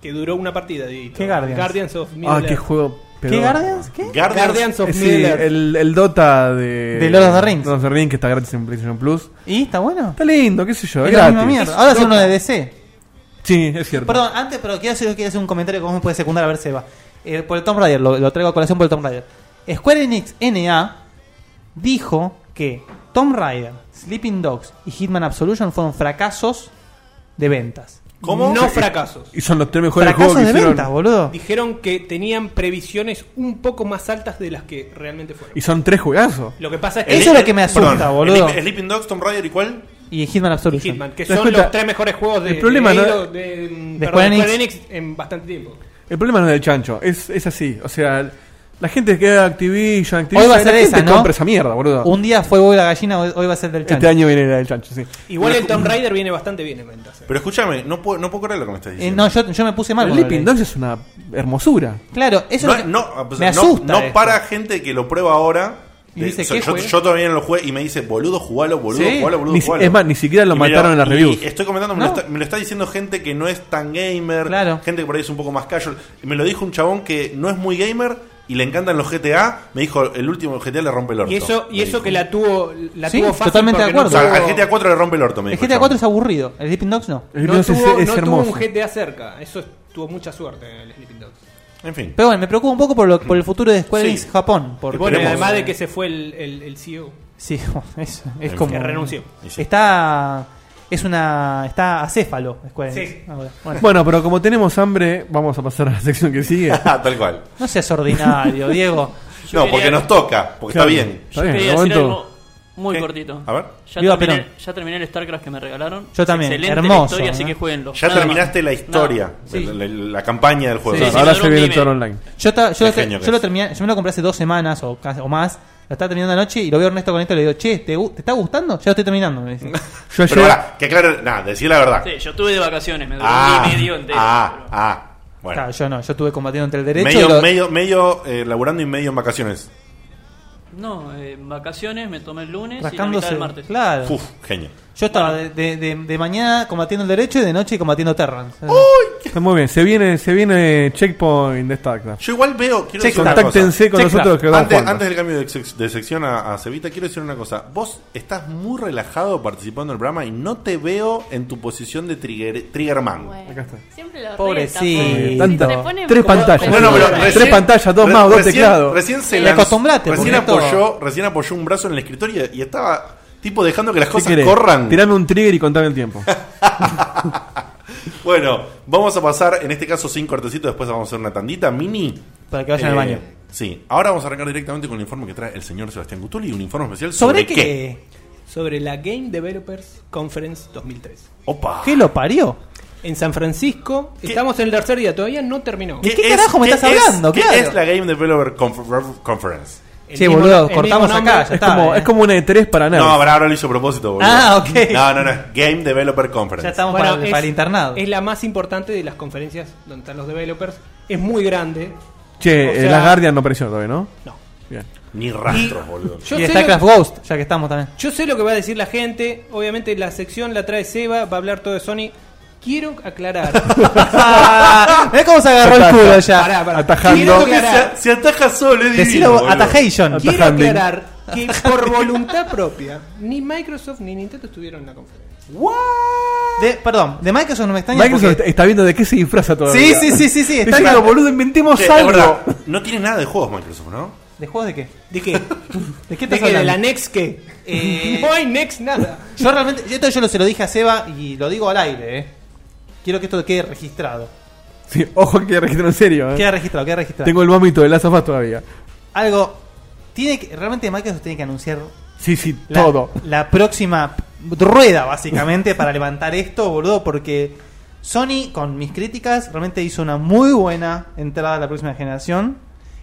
G: Que duró una partida, Dieguito.
E: ¿Qué Guardians?
G: Guardians of
B: ah,
G: Middle
B: qué
G: Earth.
B: juego.
E: ¿Qué
B: pedorro.
E: Guardians? ¿Qué?
A: Evil. Guardians-
G: Guardians of
B: Eh, sí,
G: Middle Earth.
B: el, el Dota de.
E: De Lord of the Rings.
B: Lord of the Rings, que está gratis en PlayStation Plus.
E: ¿Y está bueno?
B: Está lindo, qué sé yo.
E: Es
B: Es
E: la misma
B: gratis.
E: mierda. Ahora son uno de DC.
B: Sí, es cierto.
E: Perdón, antes, pero quiero hacer, quiero hacer un comentario que vos me puede secundar a ver Seba. Eh, por el Tomb Raider, lo, lo traigo a colación por el Tomb Raider. Square Enix NA dijo que Tomb Raider, Sleeping Dogs y Hitman Absolution fueron fracasos de ventas.
A: ¿Cómo?
G: No
A: Sí.
G: fracasos.
B: Y son los tres mejores juegos que
E: Fracasos de
B: hicieron.
E: ventas, boludo.
G: Dijeron que tenían previsiones un poco más altas de las que realmente fueron.
B: y son tres juegazos.
G: Lo que pasa es que
E: Eso
A: Evil-
E: es lo que me asusta,
A: Perdón,
E: boludo.
A: Sleep- Sleeping Dogs, Tomb Raider y cuál?
E: Y Hitman
G: y
E: Absolution.
G: Hitman, que
B: ¿Te das
G: son
B: cuenta?
G: los tres mejores juegos de,
B: El problema,
G: de-
B: ¿no?
G: de- de- perdón,
E: De
G: de
E: Square
G: Square
E: Enix.
G: Enix en bastante tiempo.
B: El problema no es del chancho, es, es así. O sea, la gente que queda Activision, Activision.
E: Hoy va a
B: la
E: ser
B: gente
E: esa, ¿no?
B: compra esa mierda, boludo.
E: Un día fue Boy la gallina, hoy, hoy va a ser del chancho.
B: Este año viene la del chancho, sí.
G: Igual el Tomb Raider viene bastante bien en ventas. eh.
A: Pero escúchame, no puedo, no puedo creer lo que me estás
E: Eh,
A: diciendo.
E: no, yo, yo me puse mal.
B: El
E: cuando lo
B: Sleeping
E: leí.
B: Dogs es una hermosura.
E: Claro, eso
A: no,
E: es lo que-
A: no, o sea,
E: me
A: no-
E: asusta.
A: no
E: esto.
A: para gente que lo prueba ahora.
E: Y
A: de-
E: dice,
A: so-
E: ¿qué
A: yo,
E: juega?
A: yo todavía no lo jugué y me dice, boludo, jugalo, boludo,
B: Sí.
A: jugalo, boludo,
B: Ni si-
A: jugalo.
B: es más, ni siquiera lo
A: Y me
B: mataron en las
A: y
B: reviews.
A: Estoy comentando, me,
E: No.
A: lo está, me lo está diciendo gente que no es tan gamer,
E: Claro.
A: gente que por ahí es un poco más casual. Y me lo dijo un chabón que no es muy gamer y le encantan los GTA. Me dijo, el último GTA le rompe el orto.
G: Y eso, y
A: me
G: eso
A: dijo.
G: que la tuvo, la
E: Sí,
G: tuvo fácil.
E: totalmente de
G: porque no
A: O
E: acuerdo.
A: sea,
G: tuvo-
A: al GTA 4 le rompe el orto, me
E: El
A: dijo.
E: GTA 4
A: chabón.
E: es aburrido, el Sleeping Dogs no.
B: El Sleeping
G: No,
B: Dogs es,
G: tuvo,
B: es
G: no tuvo
B: hermoso.
G: un GTA cerca. Eso es- tuvo mucha suerte en el Sleeping Dogs.
A: En fin.
E: Pero bueno, me preocupa un poco por, lo- por el futuro de Square
A: Sí.
E: Enix Japón. Porque,
G: Y bueno,
A: Esperemos.
G: además de que se fue el, E el, el CEO.
E: Sí, es, es
A: fin.
E: como.
G: Que renunció.
A: Y sí.
E: Está. es una. Está acéfalo. Square Enix.
G: Sí.
E: Ah, bueno.
B: Bueno. pero como tenemos hambre, vamos a pasar a la sección que sigue.
A: Tal cual.
E: No seas ordinario, Diego.
A: No, porque nos toca, porque está bien.
B: Está
H: Yo
B: bien,
H: quería
B: de
H: decir
B: momento-
H: algo muy cortito.
A: A ver.
H: Ya
E: Viva
H: terminé,
E: Perón.
H: ya terminé el StarCraft que me regalaron.
E: Yo también,
H: Excelente la
E: hermoso,
H: historia, así
E: ¿eh?
H: que jueguenlo.
A: Ya terminaste la historia,
H: Sí.
A: la, la- la campaña del juego.
H: Sí,
B: Claro,
H: sí,
B: ahora
H: sí,
B: se viene
H: dime.
B: todo online.
E: Yo, ta- yo,
A: Qué
E: lo, te-
A: genio que
E: yo lo
A: es.
E: terminé, yo me lo compré hace dos semanas o, casi- o más. Lo estaba terminando anoche y lo veo a Ernesto con esto y le digo, che, ¿te, gu- te está gustando? Ya lo estoy terminando. Me dice.
B: Yo
A: Pero
B: ayer-
A: pará, que claro, nada, decir la verdad.
H: Sí, yo estuve de vacaciones, me duró
A: Ah,
H: un día y medio entero.
A: ah, ah. Bueno,
E: Claro, yo no, yo estuve combatiendo entre el derecho
A: medio,
E: y lo-
A: medio, medio eh, laburando y medio en vacaciones.
H: No, eh, en vacaciones me tomé el lunes
E: rascándose.
H: y la mitad del martes.
E: Claro.
A: Uf, genio.
E: Yo estaba de, de- de- de mañana combatiendo el derecho y de noche combatiendo Terran.
A: ¡Oh!
B: Está muy bien, se viene, se viene Checkpoint de StarCraft.
A: Yo igual veo, quiero
E: Sí,
A: decir una cosa.
B: Contáctense con
E: Checkpoint.
B: nosotros que vamos
A: Antes,
B: jugando.
A: antes del cambio de, sec- de sección a, a Cevita, quiero decir una cosa. Vos estás muy relajado participando del programa y no te veo en tu posición de trigger, Triggerman.
C: Bueno,
B: Acá está.
C: Siempre lo
E: Pobrecito.
C: reta,
B: Tanto.
C: Se pone
B: Tres
C: como-
B: pantallas.
A: Bueno, pero
C: Tres
A: recién-
B: pantallas, dos
A: re-
B: mouse, dos
A: recién-
B: teclados.
A: Recién se
E: Te
A: lanzó-
E: acostumbrate,
A: Recién
E: porque
A: apoyó, recién apoyó un brazo en el escritorio y, y estaba tipo dejando que las
B: ¿Qué
A: cosas
B: querés?
A: corran.
B: Tirame un trigger y contame el tiempo.
A: Bueno, vamos a pasar en este caso sin cortecito, después vamos a hacer una tandita mini. Eh,
E: Para que vayan al baño.
A: Sí, ahora vamos a arrancar directamente con el informe que trae el señor Sebastián Gutuli, un informe especial sobre,
E: ¿Sobre qué?
G: Sobre la Game Developers Conference 2003.
A: Opa.
E: ¿Qué lo parió?
G: En San Francisco,
A: ¿Qué?
G: estamos en el tercer día, todavía no terminó.
E: ¿Qué carajo me
A: qué
E: estás
A: es-
E: hablando?
A: ¿Qué
E: Claro.
A: es la Game Developer Conf- Conference?
G: El
E: Che,
G: mismo-
E: boludo,
G: el
E: cortamos
G: mismo
E: acá.
G: nombre-
E: Ya
B: es,
E: está,
B: como,
E: eh.
B: es como E una E3 para
A: No,
B: nada.
A: ahora, ahora lo hizo a propósito, boludo.
E: Ah, ok.
A: No, no, no. es Game Developer Conference.
E: Ya estamos
G: Bueno,
E: para, el- para el internado.
G: Es la más importante de las conferencias donde están los developers. Es muy grande.
B: Che,
G: O
B: eh,
G: sea-
B: las Guardian no aparecieron todavía, ¿no?
G: No.
B: Bien.
A: Ni rastros, boludo.
G: Yo
E: y
G: sé
E: StarCraft
G: lo-
E: Ghost, ya que estamos también.
G: Yo sé lo que va a decir la gente. Obviamente la sección la trae Seba, va a hablar todo de Sony. Quiero aclarar.
E: Mirá cómo se agarró el culo ya.
G: Pará, pará.
B: Atajando.
G: Quiero
A: Mirá que
G: aclarar,
A: se, se ataja solo, es divino,
E: Decilo
A: boludo.
E: Atajation.
G: quiero
B: Atajando.
G: aclarar que por voluntad propia, ni Microsoft ni Nintendo estuvieron en la conferencia.
E: De- perdón, de Microsoft no me extraña.
B: Microsoft
E: porque-
B: está- está viendo de qué se disfraza
E: Sí,
B: todavía.
E: sí, sí, sí, sí.
B: Está
E: está
B: diciendo,
E: acá.
B: boludo, inventemos
A: Che, la
B: algo.
A: verdad, no tiene nada de juegos Microsoft, ¿no?
E: ¿De juegos de qué?
G: ¿De qué?
E: ¿De qué
G: ¿De, qué?
E: estás
G: ¿De
E: hablando?
G: la Next qué?
E: Eh,
G: No hay Next nada.
E: Yo realmente, yo esto yo lo, se lo dije a Seba y lo digo al aire, eh. Quiero que esto quede registrado.
B: Sí, ojo que registro en serio. eh.
E: Queda registrado, queda registrado.
B: Tengo el vómito de las afas todavía.
E: Algo. Tiene que, realmente Microsoft tiene que anunciar
B: Sí, sí,
E: la,
B: todo.
E: la próxima rueda, básicamente, para levantar esto, boludo, porque Sony, con mis críticas, realmente hizo una muy buena entrada a la próxima generación.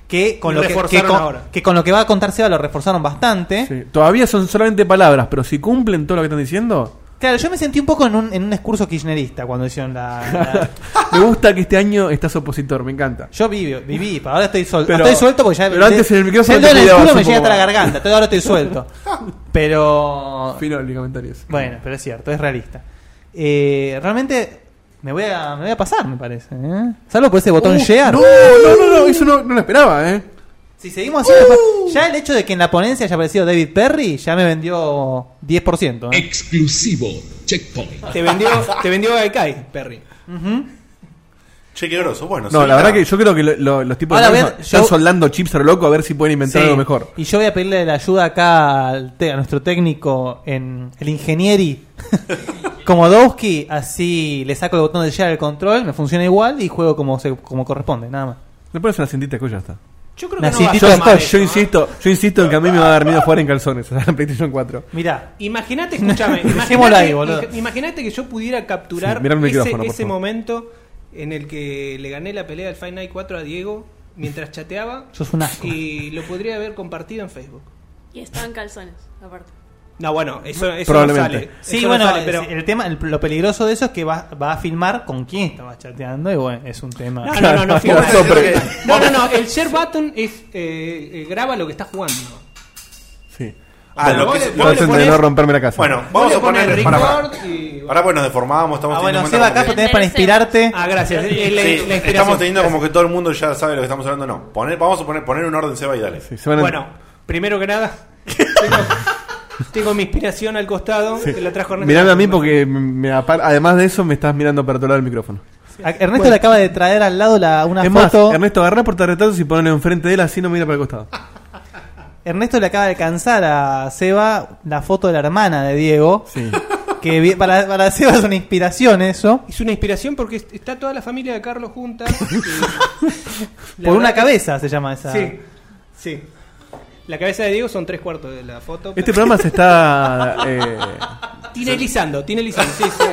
E: Que con,
G: Y
E: lo que, que,
G: reforzaron
E: con,
G: ahora.
E: que con lo que va a contar Seba lo reforzaron bastante.
B: Sí. Todavía son solamente palabras, pero si cumplen todo lo que están diciendo,
E: Claro, yo me sentí un poco en un, en un excurso kirchnerista cuando hicieron la- la,
B: me gusta que este año estás opositor, me encanta.
E: Yo viví, viví, pero ahora estoy suelto.
B: Pero-
E: estoy suelto porque ya.
B: pero antes en el micrófono
E: el
B: te
E: dedo en el
B: cuidabas
E: culo
B: un
E: me
B: poco
E: llega hasta
B: más.
E: la garganta, entonces ahora estoy suelto. Pero.
B: Fino de comentarios.
E: Bueno, pero es cierto, es realista. Eh, realmente me voy, a, me voy a pasar, me parece. ¿eh? Salvo por ese
G: Uh,
E: botón share.
B: Uh, No, no, no, no, eso no, no lo esperaba, ¿eh? Uh.
E: Si seguimos haciendo. Ya el hecho de que en la ponencia haya aparecido David Perry ya me vendió 10%. ¿eh?
K: Exclusivo Checkpoint.
G: Te vendió, te vendió Gaikai, Perry.
A: Che, qué groso. Bueno,
B: No,
A: sí,
B: la verdad
A: nada.
B: que yo creo que lo- lo- los tipos de
E: Ahora, a ver,
B: Amazon están
E: yo-
B: soldando chips a lo loco a ver si pueden inventar
E: Sí.
B: algo mejor.
E: Y yo voy a pedirle la ayuda acá al te- a nuestro técnico, en el ingenieri Komodowski. Así le saco el botón de share al control, me funciona igual y juego como, se- como corresponde, nada más.
B: Le pones una cintita de cuello, ya está.
G: Yo creo que no
E: Una
G: va a
E: cintita
B: Yo,
E: Yo-
G: ser mal
E: yo
G: eso, ¿eh?
B: insisto, yo insisto en que a mí me va a dar miedo jugar en calzones a la PlayStation 4.
E: Mirá,
G: Imagínate, escúchame.
E: Dejémoslo ahí, boludo.
G: imagínate- Imagínate que yo pudiera capturar
B: Sí, mirame el
G: ese,
B: micrófono, por
G: ese
B: favor.
G: momento en el que le gané la pelea del Final Night 4 a Diego mientras chateaba
E: sos un asco.
G: y lo podría haber compartido en Facebook.
C: Y estaba en calzones, aparte.
G: No, bueno, eso, eso
B: Probablemente.
G: no sale.
E: Sí,
G: Eso no
E: bueno,
G: sale, pero-
E: el tema, el- lo peligroso de eso es que va, va a filmar con quién estaba chateando y bueno, es un tema.
G: No, no, no,
B: Claro,
G: no, figura.
B: no, pero-
G: no, no, no, el share button es eh, eh, graba lo que estás jugando.
B: Sí.
A: Ah, lo que
G: Vos le-
A: lo-
G: vos le
B: Traten de
G: ponés-
B: no romperme la casa.
A: Bueno,
G: Vos
A: vamos
G: le
A: a
G: pones
A: poner. Para, para.
G: record y
A: Ahora, pues nos deformábamos. Estamos
E: Ah,
A: teniendo
E: bueno,
A: en
E: Seba,
A: cuenta
E: acá
A: como que-
E: tenés para inspirarte.
G: Ah, gracias. El- el-
A: Sí,
G: la inspiración.
A: estamos teniendo como que todo el mundo ya sabe lo que estamos hablando. No, poner, vamos a poner, poner un orden, Seba, y dale.
B: Sí, se van a-
G: Bueno, primero que nada, tengo, tengo mi inspiración al costado.
B: Sí.
G: que la trajo Ernesto.
B: Mirame a mí porque me- me apar- además de eso me estás mirando para otro lado del micrófono.
E: A- Ernesto le acaba de traer al lado la, una
B: es
E: foto.
B: más, Ernesto, agarrá portarretratos y ponelo enfrente de él, así no mira para el costado.
E: Ernesto le acaba de alcanzar a Seba la foto de la hermana de Diego.
B: Sí.
E: que vi- para, para Seba es una inspiración eso.
G: Es una inspiración porque es- está toda la familia de Carlos junta. Eh,
E: Por una cabeza se llama esa.
G: Sí, sí. La cabeza de Diego son tres cuartos de la foto.
B: Este programa se está. eh,
G: Tiene elizando, tiene elizando, sí, sí.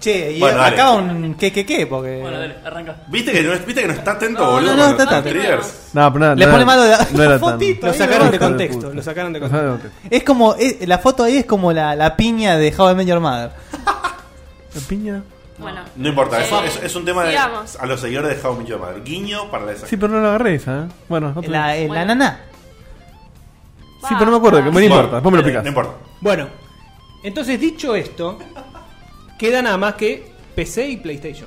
E: Che, y
A: Bueno, dale.
E: acá un qué qué qué porque
L: Bueno, dale, arranca.
A: ¿Viste que no, viste que no está atento,
E: No,
A: boludo?
E: no, no,
A: con
E: está
A: los
E: atento.
A: triggers?
B: no, pero no,
E: Le
B: no
E: pone
B: era-
E: mano de-
B: no era
E: la
B: tan-
E: fotito,
G: Lo
E: ahí,
G: sacaron
E: hijo
G: de
E: puta.
G: contexto, lo sacaron de
B: Lo sacaron
G: contexto.
B: de contexto.
E: Es como es- la foto ahí es como la, la piña de How I Met Your Mother.
B: La piña.
J: Bueno.
A: No importa, es,
J: Sí.
A: es- es un tema de,
J: Sigamos.
A: a los seguidores de How I Met Your Mother. Guiño para la Ah,
B: Sí, pero no la agarré esa, ¿eh? Bueno, otra.
E: La, eh, la
J: Bueno.
E: nana.
B: Sí, pero no me acuerdo, que me
A: Bueno,
B: importa, después me lo
A: eh,
B: picas.
A: No importa.
G: Bueno, entonces dicho esto, queda nada más que PC y PlayStation,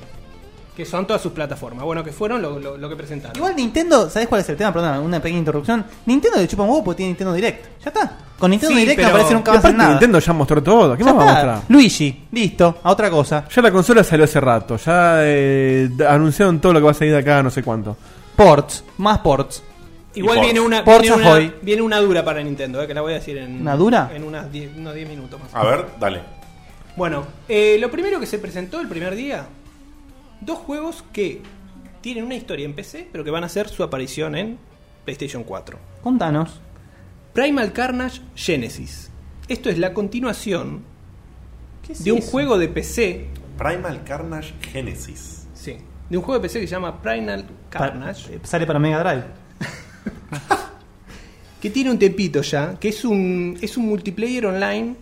G: que son todas sus plataformas. Bueno, que fueron lo, lo- lo que presentaron.
E: Igual Nintendo, ¿sabés cuál es el tema? Perdón, una pequeña interrupción. Nintendo le chupa un huevo porque tiene Nintendo Direct. Ya está. Con Nintendo
G: Sí,
E: Direct
G: pero-
E: no parece
B: Y
E: nunca va a hacer
B: aparte
E: nada.
B: Nintendo ya mostró todo. ¿Qué
E: Ya
B: más va a
E: está.
B: mostrar?
E: Luigi, listo, a otra cosa.
B: Ya la consola salió hace rato. Ya eh, d- anunciaron todo lo que va a salir de acá, no sé cuánto.
E: Ports, más ports.
G: Igual
A: Y
G: viene
A: Forza.
G: una,
E: Forza
G: viene, una,
E: Hoy.
G: viene una dura para Nintendo, eh, que la voy a decir en.
E: ¿Una dura?
G: En unas die- unos 10 minutos más.
A: A ver, dale.
G: Bueno, eh, lo primero que se presentó el primer día: dos juegos que tienen una historia en PC, pero que van a hacer su aparición en PlayStation 4.
E: Contanos.
G: Primal Carnage Genesis. Esto es la continuación
E: ¿Qué es
G: de un
E: eso?
G: juego de PC
A: Primal Carnage Genesis.
G: Sí. De un juego de PC que se llama Primal
E: Pa-
G: Carnage.
E: eh, sale para Mega Drive.
G: Que tiene un tempito ya. Que es un, es un multiplayer online.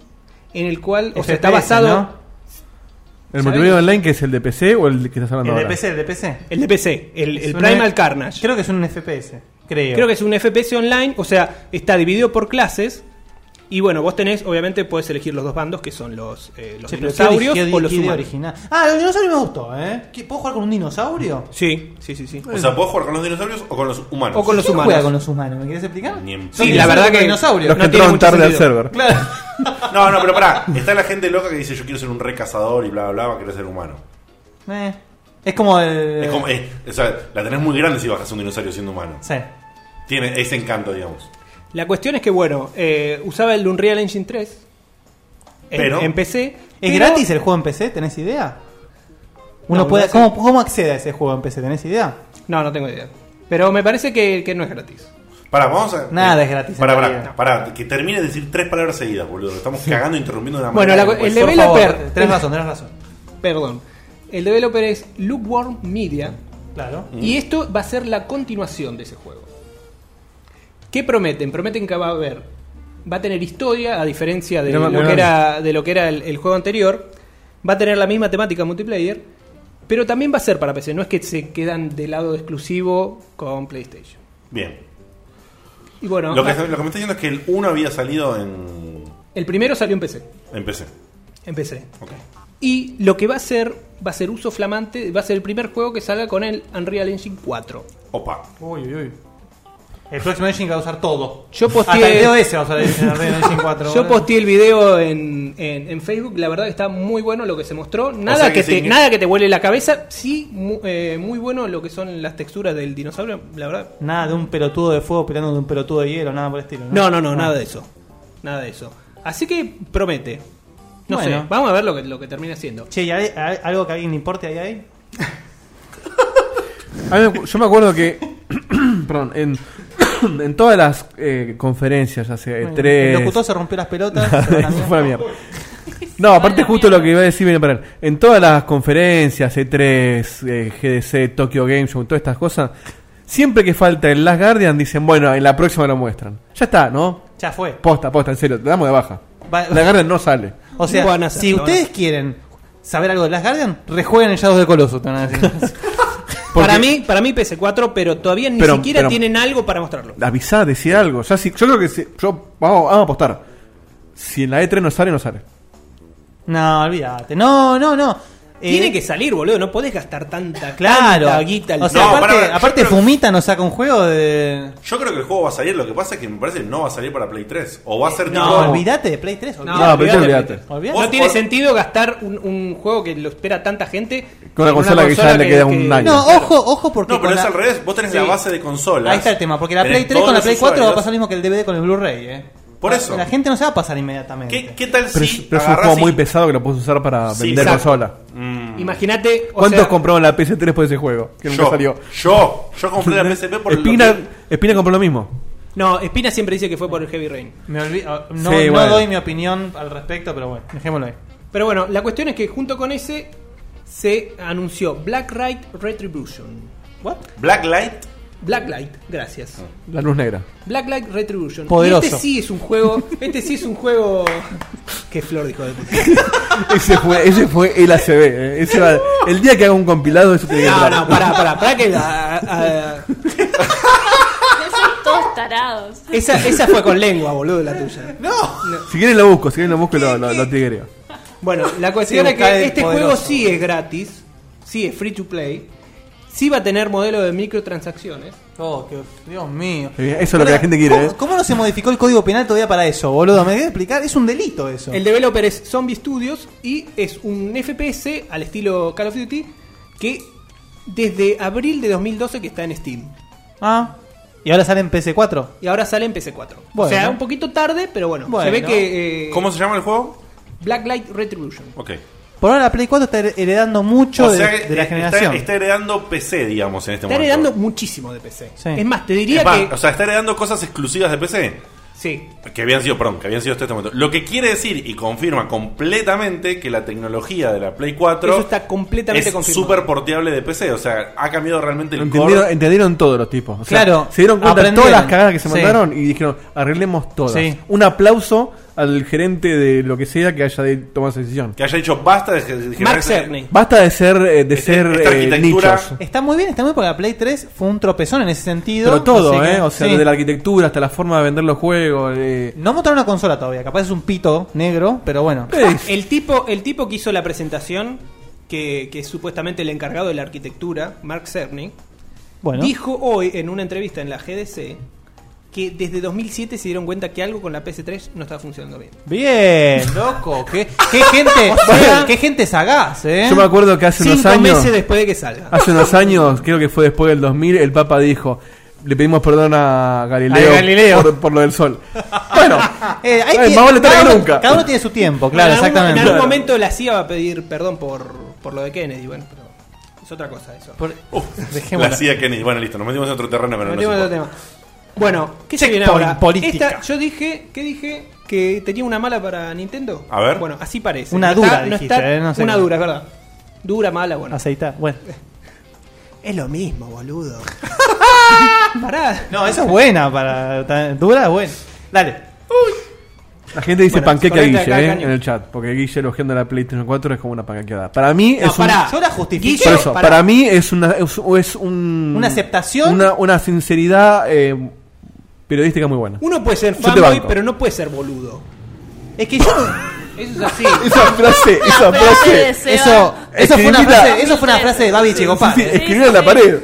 G: En el cual. O
E: FPS,
G: sea, está basado.
E: ¿no?
B: ¿El
G: ¿Sabés?
B: multiplayer online que es el de PC o el que estás hablando
E: El de
B: ahora?
E: PC, el de PC.
G: El de PC. El, el
E: Es una-
G: Primal Carnage. Creo,
E: Creo que es un FPS. Creo.
G: que es un FPS online. O sea, está dividido por clases. Y bueno, vos tenés, obviamente, puedes elegir los dos bandos que son los, eh, los
E: Che, pero qué
G: dinosaurios
E: ori- qué
G: o
E: ori-
G: los
E: qué idea
G: humanos.
E: original. Ah, los dinosaurios me gustó, ¿eh? ¿Qué- ¿Puedo jugar con un dinosaurio?
G: Sí, sí, sí, sí.
A: O sea, ¿puedo jugar con los dinosaurios o con los humanos?
G: O con los
E: ¿Quién
G: humanos.
E: juega con los humanos? ¿Me quieres explicar?
A: Ni en
G: Sí,
E: Son
G: la
E: dinosaurios
G: verdad
E: con
G: que
E: dinosaurios.
B: Los que
G: No tiene
B: entraron
G: mucho
B: tarde al
G: sentido.
B: server.
E: Claro.
A: No, no, pero pará. Está la gente loca que dice yo quiero ser un recazador y bla, bla, bla, quiero ser humano.
E: Eh, es como el.
A: Es como, eh, o sea, la tenés muy grande si bajas un dinosaurio siendo humano.
E: Sí.
A: Tiene ese encanto, digamos.
G: La cuestión es que, bueno, eh, usaba el Unreal Engine 3. en-
A: Pero-
G: en PC. ¿Es
E: ¿Es gratis el juego en PC? ¿Tenés idea? Uno
G: No,
E: puede,
G: no sé.
E: ¿cómo, ¿Cómo accede a ese juego en PC? ¿Tenés idea?
G: No, no tengo idea. Pero me parece que, que no es gratis.
A: Pará, vamos a.
E: Nada es gratis en
A: Pará,
E: la
A: pará,
E: vida.
A: pará, que termine de decir tres palabras seguidas, boludo. Estamos cagando, e interrumpiendo de una
G: Bueno,
A: manera.
G: la-
A: que no pues, puede
G: el
A: ser.
E: Por
G: developer.
E: favor, Tenés razón, tenés razón.
G: Perdón. El developer es Lukewarm Media.
E: Claro.
G: Y esto va a ser la continuación de ese juego. ¿Qué prometen? Prometen que va a haber. Va a tener historia, a diferencia de
B: No me-
G: lo
B: no
G: que
B: me-
G: era, de lo que era el, el juego anterior. Va a tener la misma temática multiplayer. Pero también va a ser para PC. No es que se quedan de lado exclusivo con PlayStation.
A: Bien.
G: Y bueno, ah,
A: Lo, que, lo que me está diciendo es que el 1 había salido en.
G: el primero salió en PC.
A: en PC.
G: En PC.
A: Ok.
G: Y lo que va a ser, va a ser uso flamante, va a ser el primer juego que salga con el Unreal Engine 4.
A: Opa.
B: Uy, uy, uy.
E: El próximo engine que va a usar todo.
G: Yo posteé-
E: Hasta Ah, el DOS va a usar el el engine 4.
G: Yo
E: boludo.
G: posteé el video en, en- en Facebook, la verdad que está muy bueno lo que se mostró. Nada,
A: sea que
G: que, te,
A: signi-
G: nada que te vuele la cabeza, sí, mu- eh, muy bueno lo que son las texturas del dinosaurio, la verdad.
E: Nada de un pelotudo de fuego peleando de un pelotudo de hielo, nada por el estilo.
G: No, no, no, nada de eso. Nada de eso. Así que promete. No
E: Bueno.
G: sé, vamos a ver lo que, lo que termina siendo.
E: Che, ¿y hay- hay algo que a alguien le importe ahí ahí?
B: A mí me acu- yo me acuerdo que. perdón, en, en todas las eh, conferencias, ya sea
E: Bueno,
B: E3.
E: El locutor se rompió las pelotas. se van
B: Eso
E: a mierda.
B: fue la mierda. No, aparte justo lo que iba a decir, viene para él. En todas las conferencias, E3, eh, GDC, Tokyo Game Show, todas estas cosas, siempre que falta el Last Guardian dicen, bueno, en la próxima lo muestran. Ya está, ¿no?
E: Ya fue.
B: Posta, posta, en serio, te damos de baja.
E: Va-
B: Last Guardian no sale.
E: O sea,
G: Lo van a hacer,
E: si
G: lo van a
E: ustedes quieren saber algo de las Guardian, rejueguen en Shadows de Coloso. te van a decir.
B: Porque-
G: Para mí, para mí PS4, pero todavía ni
B: Pero-
G: siquiera
B: pero-
G: tienen algo para mostrarlo.
B: Avisá, decía algo. Ya si, yo creo que si- yo, vamos, vamos a apostar. Si en la E3 no sale, no sale.
E: no, olvídate. No, no, no. Eh,
G: Tiene que salir, boludo, no podés gastar tanta,
E: Claro.
G: tanta guita. al-
E: O sea,
A: No,
E: aparte,
A: pará, pará, yo
E: aparte
A: creo-
E: Fumita nos saca un juego de.
A: Yo creo que el juego va a salir, lo que pasa es que me parece que no va a salir para Play 3. O va a ser
G: Eh, No,
E: No,
A: tipo-
E: olvídate de Play 3.
G: No,
E: Olvídate.
B: No, pero
G: olvídate.
B: olvídate.
E: Olvídate.
A: Vos-
G: No tiene
A: por-
G: sentido gastar un, un juego que lo espera tanta gente
B: Con la
G: en
B: consola que ya le queda un año.
E: No, ojo, ojo, porque.
A: No, pero
E: con
A: es
E: la-
A: al revés. Vos tenés la
E: Sí.
A: base de consolas.
E: Ahí está el tema, porque la
A: Tenés
E: Play 3
A: todos
E: con la
A: los
E: Play 4 va a
A: usuarios.
E: pasar lo mismo que el DVD con el Blu-ray, eh.
A: Por eso.
E: La gente no se va a pasar inmediatamente.
A: ¿Qué, qué tal
B: Pero, es-
A: si
B: pero es un
A: agarrás
B: juego muy
A: y-
B: pesado que lo puedes usar para
A: Sí,
B: vender
A: exacto. Mm.
B: consola.
G: Imagínate, o
B: ¿Cuántos
G: sea,
B: compraron la PS3 por ese juego? Que nunca
A: Yo,
B: salió.
A: yo, yo compré la PSP por lo
B: Espina,
A: que-
B: Espina compró lo mismo.
G: No, Espina siempre dice que fue por el Heavy Rain.
E: Me olvi- ah, no
B: Sí,
E: no
B: bueno.
E: doy mi opinión al respecto, pero bueno, dejémoslo ahí.
G: Pero bueno, la cuestión es que junto con ese se anunció Black Light Retribution. ¿What?
A: Blacklight.
G: Black Light, gracias.
B: La luz negra.
G: Black Light Retribution.
E: Poderoso.
G: Y este sí es un juego, este sí es un juego Qué flor dijo de puta.
B: Ese fue, ese fue el ACB. eh. Ese va- el día que haga un compilado, eso tiene que
G: No,
B: entrar.
G: no, pará, pará, pará que ah, la- a- a-
C: son todos tarados.
G: esa, esa fue con lengua, boludo, la tuya.
B: Si quieren lo busco, si quieren lo busco y lo, lo, lo tigreo.
G: Bueno, la cuestión es
E: buscá el
G: que este
E: poderoso.
G: juego sí es gratis, sí es free to play, sí va a tener modelo de microtransacciones.
E: Oh, qué- Dios mío.
B: Eh, Eso es lo que la gente quiere,
E: ¿Cómo,
B: ¿eh?
E: cómo no se modificó el código penal todavía para eso, boludo? ¿Me querés explicar? Es un delito eso.
G: El developer es Zombie Studios y es un FPS al estilo Call of Duty que desde abril de 2012 que está en Steam.
E: Ah, y ahora sale en PC4.
G: Y ahora sale en PC4. O
E: Bueno.
G: sea, un poquito tarde, pero bueno.
E: Bueno.
G: Se ve que... eh,
A: ¿Cómo se llama el juego?
G: Blacklight Retribution.
A: Ok.
E: Por ahora la Play 4 está her- heredando mucho
A: O
E: de,
A: sea que
E: de la
A: está-
E: generación.
A: Está heredando PC, digamos, en este
G: Está
A: momento.
G: heredando muchísimo de PC.
E: Sí.
G: Es más, te diría
A: Es más,
G: que...
A: O sea, está heredando cosas exclusivas de PC.
G: Sí.
A: Que habían sido, perdón, que habían sido hasta este momento. Lo que quiere decir y confirma completamente que la tecnología de la Play 4
G: Eso está completamente
A: es
G: confirmado.
A: súper porteable de PC. O sea, ha cambiado realmente el
B: Entendieron,
A: core.
B: entendieron todos los tipos. O sea,
E: Claro,
B: Se dieron cuenta de todas
E: aprendieron.
B: las cagadas que se
E: Sí.
B: mandaron y dijeron, arreglemos todas.
E: Sí.
B: Un aplauso al gerente de lo que sea que haya de- tomado esa decisión.
A: Que haya dicho basta de de generar
G: Mark
A: ese-
G: Cerny.
B: Basta de ser, eh, de
A: Este-
B: ser
A: esta
B: eh,
A: arquitectura-
B: nichos.
E: Está muy bien, está muy bien porque la Play 3 fue un tropezón en ese sentido.
B: Pero todo,
E: así que-
B: ¿eh? O sea,
E: sí.
B: desde la arquitectura hasta la forma de vender los juegos. eh.
E: No mostraron una consola todavía, capaz es un pito negro, pero bueno.
B: Eh,
G: El tipo, el tipo que hizo la presentación, que, que es supuestamente el encargado de la arquitectura, Mark Cerny,
E: Bueno,
G: dijo hoy en una entrevista en la GDC que desde 2007 se dieron cuenta que algo con la PS3 no estaba funcionando bien.
E: bien, loco. Qué, qué gente, qué gente sagaz, ¿eh?
B: Yo me acuerdo que hace unos
G: Cinco
B: años. Ah.
G: meses después de que salga.
B: Hace unos años, creo que fue después del 2000, el Papa dijo, le pedimos perdón a Galileo,
E: A Galileo.
B: Por, por lo del sol. Bueno,
E: Eh, hay
B: eh,
E: que-
B: más vale tarde
E: cada,
B: que
E: uno-
B: nunca.
E: cada uno tiene su tiempo,
G: Bueno,
E: claro,
G: en algún-
E: exactamente.
G: En algún
E: Claro.
G: momento la CIA va a pedir perdón por, por lo de Kennedy, bueno, pero es otra cosa eso.
E: Por-
A: Uf,
E: Dejémosla.
A: la hacía Kennedy. Bueno, listo, nos metimos en otro terreno, pero
G: Nos
A: no
G: metimos en
A: nos
G: otro
A: importa.
G: tema. Bueno, ¿qué se viene
E: Checkpoint
G: ahora?
E: política.
G: Esta- yo dije, ¿qué dije? ¿Que tenía una mala para Nintendo?
A: A ver.
G: Bueno, así parece.
E: Una dura, dijiste, eh, no sé
G: una
E: cómo.
G: dura, es verdad. Dura, mala, bueno.
E: Aceita, bueno.
G: Es lo mismo, boludo. Pará.
E: No, esa es buena para. ta- Dura es buena. Dale.
B: La gente dice
G: Bueno,
B: panqueque a
G: correcte
B: Guille,
G: acá,
B: eh,
G: caño.
B: en el chat, porque Guille elogiando la PlayStation 4 es como una panquequeada. Para mí
G: No,
B: es un...
G: pará.
E: Yo la justifico.
B: por
G: Guille,
B: eso,
G: pará.
B: para mí es una es, es un-
E: Una aceptación.
B: una, una sinceridad eh, periodística muy buena.
G: Uno puede ser
B: Yo te
G: fanboy,
B: banco.
G: pero no puede ser boludo.
E: Es que yo.
G: Eso es así.
B: Esa frase, esa frase.
C: Se
E: Eso,
C: va.
E: eso, fue una
B: Escribila.
E: frase, eso fue una frase de Babi Checopar.
B: Sí,
E: eh.
B: escribir en la pared.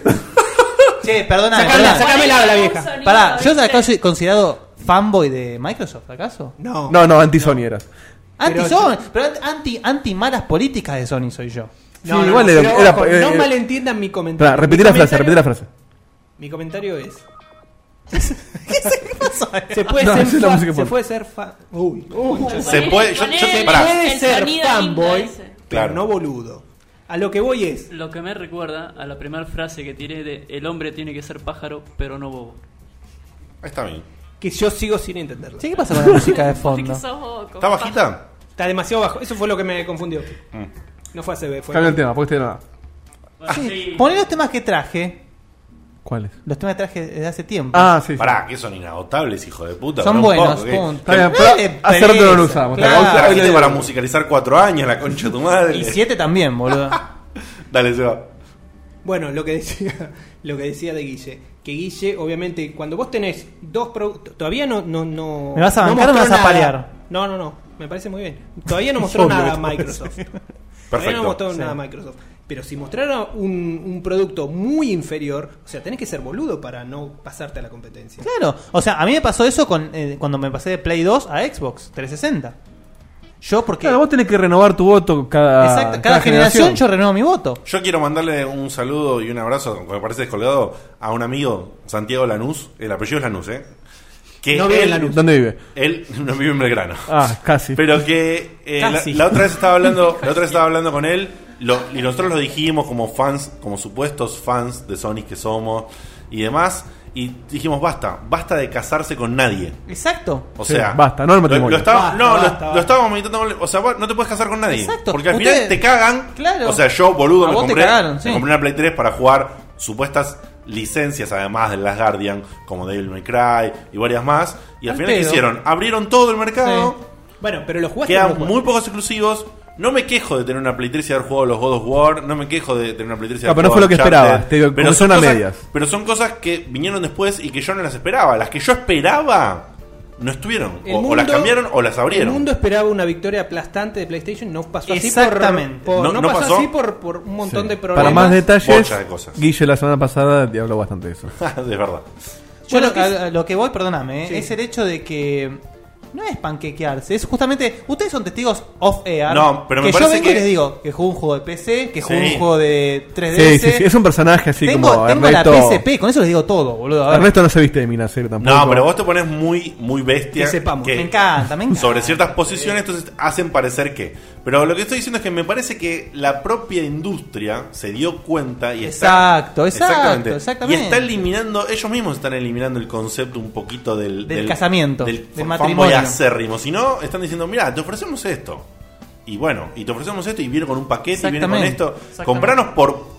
E: Che, perdóname,
G: Sacala,
E: perdóname.
G: sacámela a la vieja.
C: Sonido,
E: Pará, ¿yo
C: ¿viste?
E: acaso soy considerado fanboy de Eh, Microsoft, acaso?
G: No.
B: No, no, anti Sony eras.
E: Anti
G: Pero-
E: Sony, pero anti, anti malas políticas de Sony soy yo.
G: No,
B: Sí,
G: no,
B: igual
G: no,
B: era-
G: pero
B: era-
G: ojo,
B: eh,
G: no
B: eh,
G: malentiendan mi comentario.
B: Pará, repetí
G: Mi
B: la frase,
G: comentario-
B: repetí la frase.
G: Mi comentario es:
E: ¿Qué pasó?
G: Se puede
B: No,
G: ser
B: esa es la
G: fa-
B: música
G: se
B: pop.
G: puede ser fa- Uy,
A: Se puede. Yo, yo-
C: Ponele.
A: pará.
G: puede
C: El
G: ser
C: sonido
G: fanboy,
C: lindo ese.
A: Claro.
G: pero no boludo. A lo que voy es.
H: Lo que me recuerda a la primera frase que tiré de el hombre tiene que ser pájaro, pero no bobo.
A: Está bien.
G: que yo sigo sin entenderlo.
E: Che, ¿qué pasa con la música de
C: Es que
E: fondo?
C: sos bobo,
A: ¿Está
C: compa.
A: bajita? Mm.
G: Está demasiado bajo. Eso fue lo que me confundió. No fue ACB, fue.
B: Cambia el tema, porque este nada.
H: Bueno, sí.
E: Sí. Poné los temas que traje,
B: ¿Cuáles?
E: los temas que traje desde hace tiempo.
B: Ah, sí. sí.
A: Pará, que son inagotables, hijo de puta.
E: Son
A: pero un
E: buenos,
A: poco, ¿qué?
E: punto.
B: Está bien, pero
E: Dale,
B: hace rato no lo
E: pereza,
B: usamos,
E: claro.
A: La
B: Hoy
A: gente
B: le-
A: para musicalizar cuatro años, la concha de tu madre.
E: Y siete también, boludo.
A: Dale, Seba.
G: Bueno, lo que decía, lo que decía de Guille. Que Guille, obviamente, cuando vos tenés dos productos. Todavía no, no, no.
E: ¿Me vas a
G: no
E: bancar o me
G: mostró
E: vas
G: nada.
E: a palear?
G: No, no, no. Me parece muy bien. Todavía no mostró nada Microsoft. Todavía no
A: Perfecto.
G: mostró
E: Sí.
G: nada Microsoft. Pero si mostrara un, un producto muy inferior, o sea, tenés que ser boludo para no pasarte a la competencia.
E: Claro, o sea, a mí me pasó eso con, eh, cuando me pasé de Play 2 a Xbox 360. Yo porque...
B: Claro, vos tenés que renovar tu voto cada,
E: Exacto, cada, generación, yo renuevo mi voto.
A: Yo quiero mandarle un saludo y un abrazo, aunque me parece descolgado, a un amigo, Santiago Lanús. El apellido es Lanús, ¿eh? que
B: No vive en
A: él-
B: Lanús. ¿Dónde vive?
A: Él no vive en Belgrano.
B: Ah, casi.
A: Pero que eh, la-
B: Casi.
A: La, otra vez estaba hablando, la otra vez estaba hablando con él lo- y nosotros lo dijimos como fans, como supuestos fans de Sonic que somos y demás y dijimos basta, basta de casarse con nadie.
E: Exacto.
A: O
B: Sí,
A: sea,
B: basta, no el
A: lo-
B: matrimonio.
A: lo estaba-
B: Basta,
A: no, lo-
B: basta,
A: lo estábamos meditando, con él. o sea, vos no te puedes casar con nadie,
E: Exacto.
A: porque al
E: Ustedes-
A: final te cagan.
E: Ah, Claro.
A: O sea, yo boludo
E: A
A: me
E: vos te
A: compré,
E: cagaron, sí.
A: me compré una Play 3 para jugar supuestas licencias además de Last Guardian, como Devil May Cry y varias más, y al
J: Al
A: final ¿qué
J: pedo.
A: hicieron? Abrieron todo el mercado.
J: Bueno, pero los jugaste. o no
A: Quedan
J: jugaste?
A: muy pocos exclusivos. No me quejo de tener una Play 3 y haber jugado los God of War. No me quejo de tener una Play 3 y
B: No,
A: haber
B: pero
A: jugado
B: no fue lo que
A: Uncharted,
B: esperaba. Te digo,
A: pero
B: comenzó
A: son
B: a
A: cosas-
B: medias.
A: Pero son cosas que vinieron después y que yo no las esperaba. Las que yo esperaba no estuvieron.
J: El
A: O, o las
J: mundo-
A: cambiaron o las
J: El
A: abrieron.
J: mundo esperaba una victoria aplastante de PlayStation, no pasó así
E: Exactamente.
J: por, por-
A: No-
J: no,
A: no
J: pasó,
A: pasó.
J: así por, por un montón de problemas.
B: Para más detalles,
A: bocha de cosas.
B: Guille la semana pasada te habló bastante de eso.
A: de verdad.
E: Yo
J: Bueno,
E: lo, que
J: es-
E: a lo que voy, perdóname, eh,
J: Sí.
E: es el hecho de que no es panquequearse, es justamente. Ustedes son testigos off air.
A: No, pero me
E: que yo
A: parece
E: vengo
A: que-
E: y les digo que jugó un juego de PC, que jugó
A: Sí.
E: un juego de 3DS.
B: Sí, sí, sí, es un personaje así
E: tengo,
B: como
E: tengo
B: Ernesto.
E: la PSP, con eso les digo todo, boludo. a ver.
B: Ernesto no se viste de Minasero tampoco.
A: No, pero vos te pones muy, muy bestia.
J: Que sepamos,
E: Me encanta, me encanta.
A: sobre ciertas posiciones, entonces hacen parecer que. Pero lo que estoy diciendo es que me parece que la propia industria se dio cuenta y está.
E: Exacto, exacto, exactamente.
A: Y está eliminando, ellos mismos están eliminando el concepto un poquito del.
E: Del casamiento,
A: Del,
E: del
A: matrimonio.
E: matrimonio.
A: acérrimo. Si no, están diciendo, mira, te ofrecemos esto. Y bueno, y te ofrecemos esto y viene con un paquete y viene con
E: Exactamente,
A: esto.
E: exactamente.
A: Compranos por.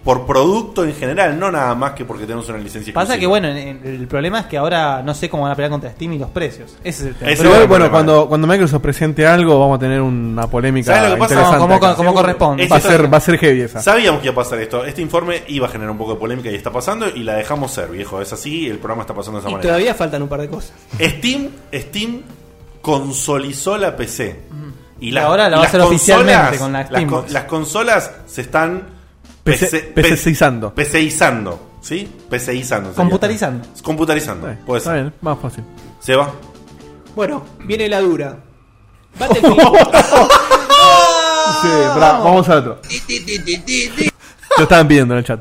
A: Por producto en general, no nada más que porque tenemos una licencia
E: Pasa que,
A: exclusiva.
E: bueno, en- en- el problema es que ahora no sé cómo van a pelear contra Steam y los precios. Ese es el tema.
A: Ese
B: Pero
A: es
B: igual,
A: el
B: bueno,
A: problema.
B: cuando, cuando Microsoft presente algo, vamos a tener una polémica
A: ¿Sabes lo que pasa?
B: interesante.
E: como,
B: acá.
E: como- como corresponde.
A: Es-
B: va, a ser, va a ser heavy esa.
A: Sabíamos que iba a pasar esto. Este informe iba a generar un poco de polémica y está pasando y la dejamos ser, viejo. Es así, el programa está pasando de esa
J: Y
A: manera.
J: todavía faltan un par de cosas.
A: Steam, Steam consolizó la PC. Y, las-
E: ahora
A: y
E: la va a
A: las
E: hacer oficialmente con la
A: las,
E: Steambox.
A: con- las consolas se están
B: PC PCizando.
A: PCizando, ¿sí? PCizando. sería.
E: Computarizando.
A: Computarizando,
B: Eh,
A: puede
B: Está
A: ser.
B: bien, más fácil.
A: Seba.
J: Bueno, viene la dura. Battlefield,
E: Ah,
B: Sí, pará, vamos al otro. Lo estaban pidiendo en el chat.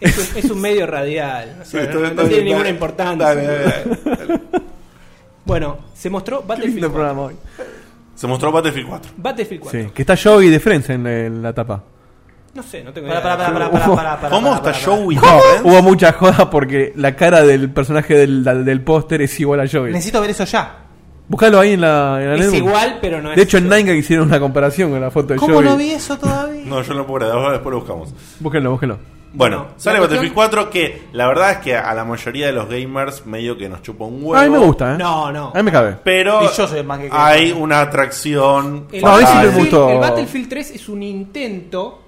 J: es, un, es un medio radial. no sé, no- no tiene ninguna importancia.
A: Dale, dale, dale.
J: Bueno, se mostró Battlefield 4.
B: programa hoy.
A: Se mostró Battlefield 4.
J: Battlefield 4.
B: Sí, que está Joey de Friends en la, en la tapa.
J: No sé, no tengo
E: Para,
J: idea.
E: para, para, para, para, para, para,
A: ¿Cómo
E: para,
A: está eh?
E: para, para.
A: Joey?
B: No,
A: Friends?
B: hubo mucha joda porque la cara del personaje del, la- del póster es igual a Joey.
E: Necesito ver eso ya.
B: Buscalo ahí en la, en la
J: Es
B: netbook.
J: igual, pero no es.
B: De hecho, en Nine hicieron una comparación con la foto de
E: ¿Cómo
B: Joey.
E: no vi eso todavía?
A: No, yo no puedo creer. Ahora Después lo buscamos.
B: Búsquenlo, búsquenlo.
A: Bueno,
J: No,
A: sale
J: la
A: Battlefield 4 que la verdad es que a la mayoría de los gamers medio que nos chupa un huevo.
B: a mí me gusta, ¿eh?
J: No, no.
B: A mí me cabe.
A: Pero
E: Y yo soy el más que creo.
A: hay una atracción.
J: El,
B: No, a mí sí me
A: fatal.
J: Battlefield-
B: gustó.
J: el Battlefield 3 es un intento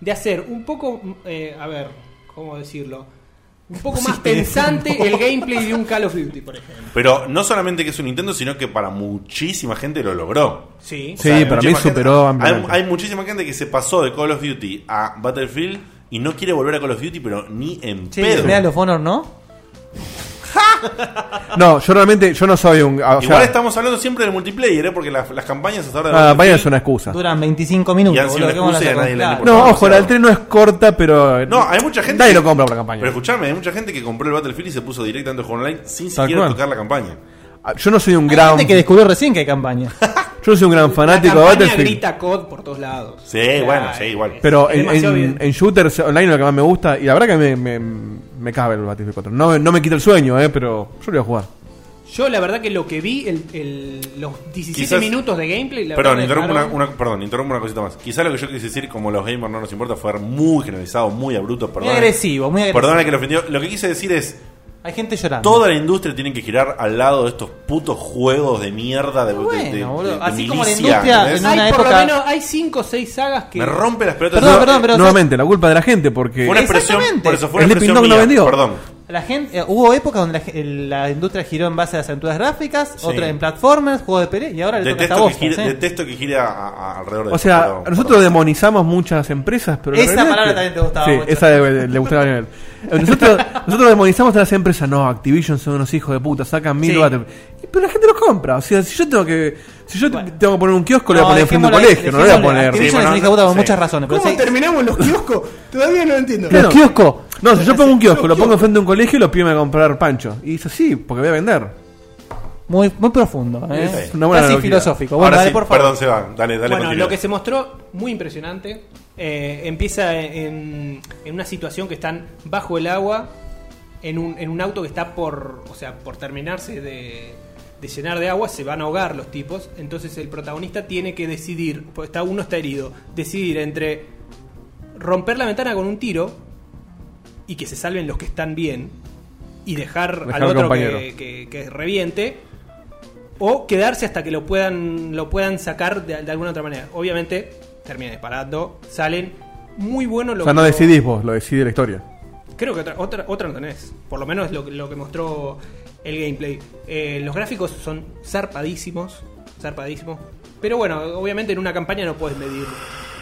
J: de hacer un poco, eh, a ver, ¿cómo decirlo? Un poco más pensante el gameplay de un Call of Duty, por ejemplo.
A: Pero no solamente que es un Nintendo, sino que para muchísima gente lo logró.
J: Sí.
B: Sí, para mí
A: muchísima gente-
B: superó
A: hay,
B: ampliamente.
A: hay muchísima gente que se pasó de Call of Duty a Battlefield y no quiere volver a Call of Duty, pero ni en
E: Che,
A: pedo.
E: Medal of Honor, ¿no?
B: No, yo realmente yo no soy un. ah, o
A: Igual
B: sea,
A: estamos hablando siempre del multiplayer, ¿eh? porque las, las campañas hasta ahora. de
B: ah, vaya,
A: Battlefield-
B: es una excusa.
E: Duran 25
A: Y
E: minutos.
A: han sido
E: boludo,
A: una
E: ¿qué vamos a
A: excusa y a nadie
E: hacer?
A: le
E: Claro.
A: importa.
B: No,
A: Por
B: ojo, la del
A: demasiado.
B: 3 no es corta, pero.
A: No, hay mucha gente.
B: Nadie
A: que-
B: lo compra por la campaña.
A: Pero escuchame, hay mucha gente que compró el Battlefield y se puso directamente a jugar online sin
B: Tal
A: siquiera
B: cual.
A: tocar la campaña.
B: Ah, Yo no soy un
E: Hay
B: gran.
E: gente que descubrió recién que hay campaña.
B: Yo no soy un gran fanático
J: La
B: de
J: campaña
B: Battlefield.
J: grita COD por todos lados.
A: Sí, bueno, sí, igual.
B: Pero
J: Es
B: en,
J: demasiado
B: en,
J: bien.
B: en shooters online lo que más me gusta, y la verdad que me, me, me cabe el Battlefield 4. No, no me quita el sueño, eh, pero yo lo voy a jugar.
J: Yo la verdad que lo que vi, el, el- los 17
A: Quizás-
J: minutos de gameplay... La
A: Perdón,
J: verdad
A: interrumpo una,
J: dejaron-
A: una- perdón, interrumpo una cosita más. Quizá lo que yo quise decir, como los gamers no nos importa, fue muy generalizado, muy abrupto, perdón.
E: Muy agresivo, muy agresivo.
A: Perdona que lo ofendió. Lo que quise decir es,
E: Hay gente llorando.
A: toda la industria tiene que girar al lado de estos putos juegos de mierda de, de-
E: Bueno,
A: de- de-
E: boludo.
A: de
E: Así como la
A: milicia,
E: industria
A: ¿entendés?
E: en una
J: Hay por
E: época-
J: lo menos, hay 5 o 6 sagas que...
A: Me rompe las pelotas.
E: Perdón,
A: No,
E: perdón,
A: eh,
E: pero-
B: Nuevamente, la culpa de la gente, porque.
A: fue una expresión,
E: Exactamente.
A: por eso fue
B: El
A: una
B: Sleeping
A: expresión
B: Dog no
A: mía,
B: vendió.
A: Perdón.
E: La gente, eh, hubo épocas donde la, ge- el- la industria giró en base a las aventuras gráficas,
A: Sí.
E: otra en platformers, juegos de pelea, y ahora le toca a
A: Detesto
E: esta
A: que,
E: voz.
A: gire,
E: ¿eh?
A: detesto que gire a- a- alrededor de
B: O
A: eso,
B: sea,
A: pero-
B: nosotros
A: perdón.
B: demonizamos muchas empresas, pero... la
E: Esa
B: realidad es
E: palabra
B: que-
E: también te gustaba
B: Sí,
E: mucho.
B: esa de- de- le gustaba a Leonel. Eh, Nosotros, nosotros demonizamos a las empresas. No, Activision son unos hijos de puta, sacan mil
E: Sí.
B: Battlefield. Y- Pero la gente los compra. O sea, si yo tengo que... Si yo tengo que poner un kiosco, le voy a
E: No,
B: poner enfrente de un
E: dejémosle-
B: colegio. No le voy a
E: dejémosle.
B: poner...
E: Activision
A: Sí,
E: es
A: bueno,
E: un hijo de puta por
A: sí.
E: muchas razones. Pero
J: ¿Cómo
E: sí,
J: terminamos en los kioscos? Todavía no entiendo.
B: Claro.
E: Los kioscos.
B: No, si yo pongo un kiosco, lo pongo enfrente de un colegio y los piden a comprar pancho. Y dice, sí, porque voy a vender.
E: Muy, muy profundo. ¿eh?
A: Sí.
E: Es una buena Casi analogía. filosófico. Bueno,
A: Ahora
E: dale,
A: sí,
E: por favor.
A: Perdón, se van. Dale, dale.
E: Bueno,
A: continúa.
E: lo
G: Lo que se mostró muy impresionante. eh, empieza en, en una situación que están bajo el agua, en un, en un auto que está por, o sea, por terminarse de, de llenar de agua, se van a ahogar los tipos. Entonces el protagonista tiene que decidir, porque está, uno está herido, decidir entre romper la ventana con un tiro y que se salven los que están bien y dejar,
B: Dejar
G: al
B: al
G: otro
B: compañero.
G: que, que- que reviente o quedarse hasta que lo puedan lo puedan sacar de, de alguna otra manera. Obviamente termina disparando, salen muy bueno lo
B: O sea, no
G: que-
B: decidís vos, lo decide la historia.
G: Creo que otra, otra, otra no tenés. Por lo menos lo, que- lo que mostró el gameplay. Eh, los gráficos son zarpadísimos. Zarpadísimos. Pero bueno, obviamente en una campaña no puedes medir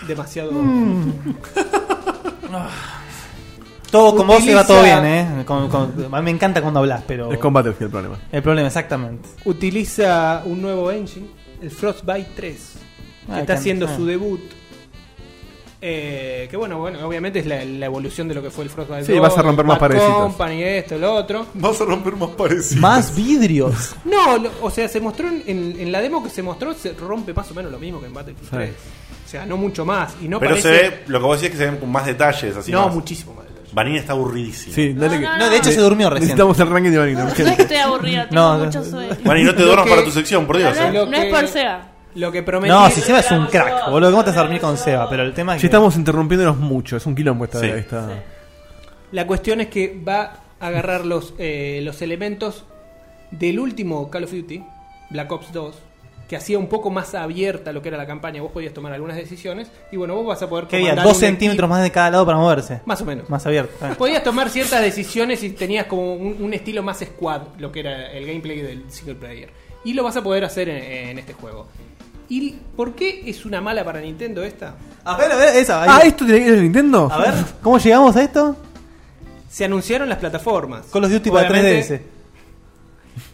G: demasiado.
E: Todo con vos se va
G: Utiliza-
E: todo bien, ¿eh? Con- con- a mí me encanta cuando hablas, pero.
B: Es con Battlefield el problema.
E: El problema, exactamente.
G: Utiliza un nuevo engine, el Frostbite 3. Que
E: Ah,
G: está
E: que-
G: haciendo
E: ah.
G: su debut. Eh, que bueno, bueno, obviamente es la, la evolución de lo que fue el Frostbite
B: Sí, vas a romper más
G: Bad
B: parecitos.
G: Company, esto, lo otro.
A: Vas a romper más parecidos.
E: Más vidrios.
G: No, lo- o sea, se mostró en, en- en la demo que se mostró, se rompe más o menos lo mismo que en Battlefield
B: Sí.
G: 3. O sea, no mucho más. Y no
A: Pero
G: parece...
A: se ve, lo que vos decís es que se ven con más detalles. Así
G: No,
A: más.
G: muchísimo más detalle.
A: Vanina está aburridísimo.
B: Sí, dale que-
E: No, de hecho se durmió recién.
B: Necesitamos el ranking de Vanina.
C: No es que estoy aburrida, tengo
E: No, no.
C: mucho sueño.
A: Vani, no te
G: Lo
A: duermas
G: que-
A: para tu sección, por Dios.
C: No,
A: eh.
C: no,
G: Lo
C: no es
G: que-
C: por Sega.
G: Lo que prometí...
E: No, si Seba es un crack, boludo. ¿Cómo te vas a dormir con Seba? Pero el tema es
B: Ya
E: que.
B: estamos interrumpiéndonos mucho, es un quilombo esta.
A: Sí.
B: esta-
G: La cuestión es que va a agarrar los, eh, los elementos del último Call of Duty, Black Ops 2, que hacía un poco más abierta lo que era la campaña. Vos podías tomar algunas decisiones y bueno, vos vas a poder...
E: Que había
G: comandar
E: dos
G: un
E: centímetros
G: equipo-
E: más de cada lado para moverse.
G: Más o menos.
E: Más abierto. Ah.
G: Podías tomar ciertas decisiones y tenías como un, un estilo más squad, lo que era el gameplay del single player. Y lo vas a poder hacer en, en este juego. ¿Y por qué es una mala para Nintendo esta?
E: A ver, a ver, esa. ahí.
B: Ah, ¿esto tiene que ir en Nintendo?
E: A ver, ¿cómo llegamos a esto?
G: Se anunciaron las plataformas.
E: Con los Duty para
G: Obviamente-
E: 3DS.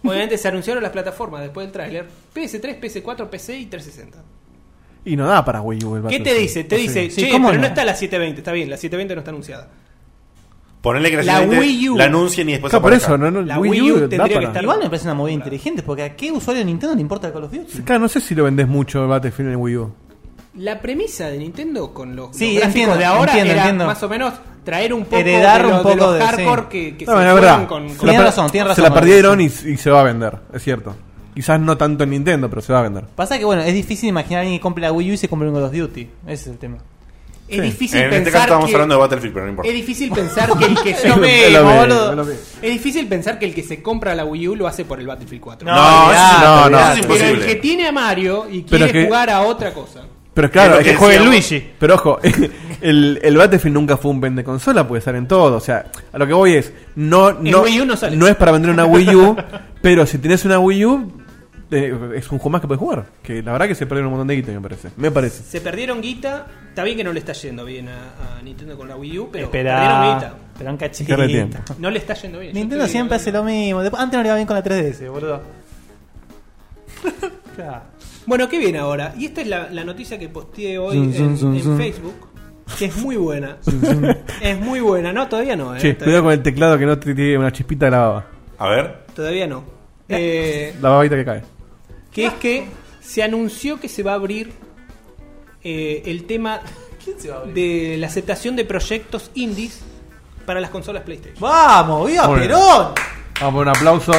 G: Obviamente se anunciaron las plataformas después del tráiler. PS3, PS4, PC y 360.
B: Y no da para Wii U. el
G: ¿Qué
B: Battlefield.
G: te dice? Te
B: Sí.
G: dice,
E: Sí,
G: che,
E: ¿cómo
G: pero no?
E: no?
G: está la 720. Está bien, la 720 no está anunciada.
A: Ponele que la,
G: La
A: siguiente
G: Wii U.
A: la anuncien y después
B: Claro, por
A: aparezca.
B: eso, no, no,
G: La Wii U
B: da
G: tendría que
B: para.
G: estar-
E: Igual me parece una movida inteligente, porque a qué usuario de Nintendo le importa el Call of Duty.
B: Claro, no sé si lo vendés mucho el Battlefield en Wii U. Ah,
G: La premisa de Nintendo con los, los
E: Sí,
G: gráficos
E: entiendo,
G: de ahora
E: entiendo,
G: era
E: entiendo.
G: más o menos traer un poco
E: Heredar
G: de, lo-
E: un poco
G: de los
E: de- sí.
G: hardcore que, que
B: No,
G: se
B: es
G: fueron
B: verdad.
G: con,
B: Se
G: con-
B: la
E: Tiene
B: per-
E: razón, tiene
B: Se
E: razón,
B: la
E: Manuel.
B: perdieron y, y se va a vender, es cierto. Quizás no tanto en Nintendo, pero se va a vender.
E: Pasa que, bueno, es difícil imaginar a alguien que compre la Wii U y se compre un Call of Duty. Ese es el tema.
G: Es
B: Sí.
G: difícil
A: En
G: pensar
A: este caso estábamos
G: que,
A: hablando de Battlefield, pero no importa.
G: Es difícil pensar que el que se
E: Lo mismo,
B: lo mismo,
E: boludo.
B: es lo mismo.
G: Es difícil pensar que el que se compra la Wii U lo hace por el Battlefield 4.
A: No,
E: No,
A: eso-
E: olvidate,
A: no, no,
E: olvidate.
A: eso es
G: Pero el
A: imposible.
G: que tiene a Mario y
B: Pero
G: quiere
B: que-
G: jugar a otra cosa.
B: Pero
A: Es
B: claro,
A: lo
B: hay
A: que
B: que juegue
A: decíamos.
B: Luigi. Pero ojo, el, el Battlefield nunca fue un vende consola, puede estar en todo. O sea, a lo que voy es, no, no,
G: Wii U no sale.
B: es para vender una Wii U, pero si tenés una Wii U, eh, es un juego más que puedes jugar. Que la verdad que se perdieron un montón de guita, me parece. Me parece.
G: Se perdieron guita. Está bien que no le está yendo bien a, a Nintendo con la Wii U, pero perdieron
E: Espera.
G: guita.
E: Espera un
B: Pierde tiempo.
E: cachito.
G: No le está yendo bien.
E: Nintendo siempre hace lo mismo. Después- Antes no le iba bien con la 3DS, boludo. Claro.
G: Bueno, ¿qué viene ahora? Y esta es la, la noticia que posteé hoy
E: Zum, zum,
G: en,
E: zum,
G: en
E: zum.
G: Facebook. Que es muy buena. es muy buena. No, todavía no. ¿eh?
B: Che,
G: todavía,
B: cuidado con el teclado que no te tiene una chispita de la baba.
A: A ver.
G: todavía no. Eh,
B: La babita que cae.
G: que es que se anunció que se va a abrir eh, el tema de la aceptación de proyectos indies para las consolas PlayStation.
E: ¡Vamos! ¡Viva
B: Muy bien.
E: Perón!
B: Vamos, por un aplauso.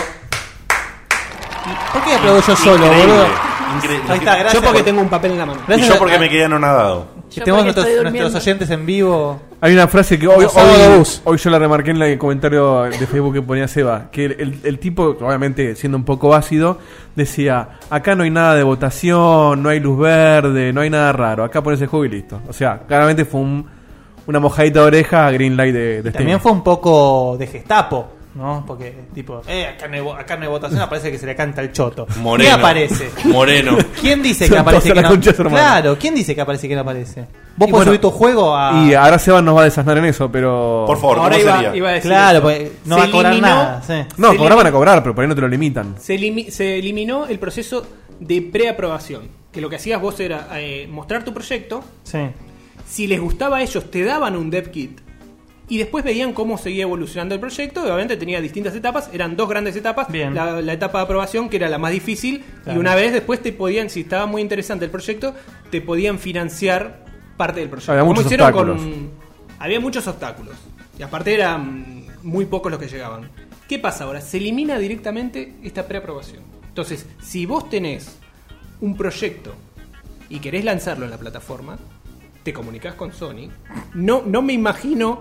E: ¿Por qué aplaudo yo solo,
A: Increíble,
E: boludo?
A: Increíble.
E: Ahí está, gracias.
G: Yo porque
E: por-
G: tengo un papel en la mano.
A: Y
E: gracias
A: yo
E: a-
A: porque
E: a-
A: me quedé anonadado.
E: que tenemos
C: porque
E: nuestros,
C: estoy
E: nuestros
C: durmiendo.
E: oyentes en vivo.
B: Hay una frase que hoy,
E: Como sábado de
B: hoy,
E: bus.
B: hoy yo la remarqué en el comentario de Facebook que ponía Seba, que el, el- el tipo, obviamente siendo un poco ácido, decía, acá no hay nada de votación, no hay luz verde, no hay nada raro, acá pones el juego y listo. O sea, claramente fue un- una mojadita de oreja a Green Light de, de
E: También
B: Steam.
E: fue un poco de Gestapo, ¿no? Porque, tipo, eh, acá no hay, vo- acá no hay votación, aparece que se le canta el choto.
A: Moreno.
E: ¿Qué aparece?
A: Moreno.
E: ¿Quién dice
B: Son
E: que
B: todos
E: aparece
B: a
E: que
B: la
E: no
B: concha de su hermana.
E: Claro, ¿quién dice que aparece que no aparece? Vos
B: Y
E: podés
B: bueno,
E: subir tu juego a.
B: Y ahora Seba nos va a desasnar en eso, pero...
A: Por favor,
G: Ahora
A: ¿cómo
G: iba,
A: sería?
G: iba a decir.
E: claro,
G: eso.
E: porque no
G: Se
E: va a cobrar
G: eliminó-
E: nada. sí.
B: No,
G: Se
B: cobrar van a cobrar, pero por ahí no te lo limitan.
G: Se, elimi- se eliminó el proceso de preaprobación. Que lo que hacías vos era eh, mostrar tu proyecto.
E: Sí.
G: Si les gustaba a ellos, te daban un dev kit. y después veían cómo seguía evolucionando el proyecto. Y obviamente tenía distintas etapas, eran dos grandes etapas. La, la etapa de aprobación, que era la más difícil,
E: Claro.
G: y una vez después te podían, si estaba muy interesante el proyecto, te podían financiar parte del proyecto.
B: Había
G: Como
B: muchos
G: hicieron
B: obstáculos.
G: Había muchos obstáculos. Y aparte eran muy pocos los que llegaban. ¿Qué pasa ahora? Se elimina directamente esta preaprobación. Entonces, si vos tenés un proyecto y querés lanzarlo en la plataforma, te comunicas con Sony. No, no me imagino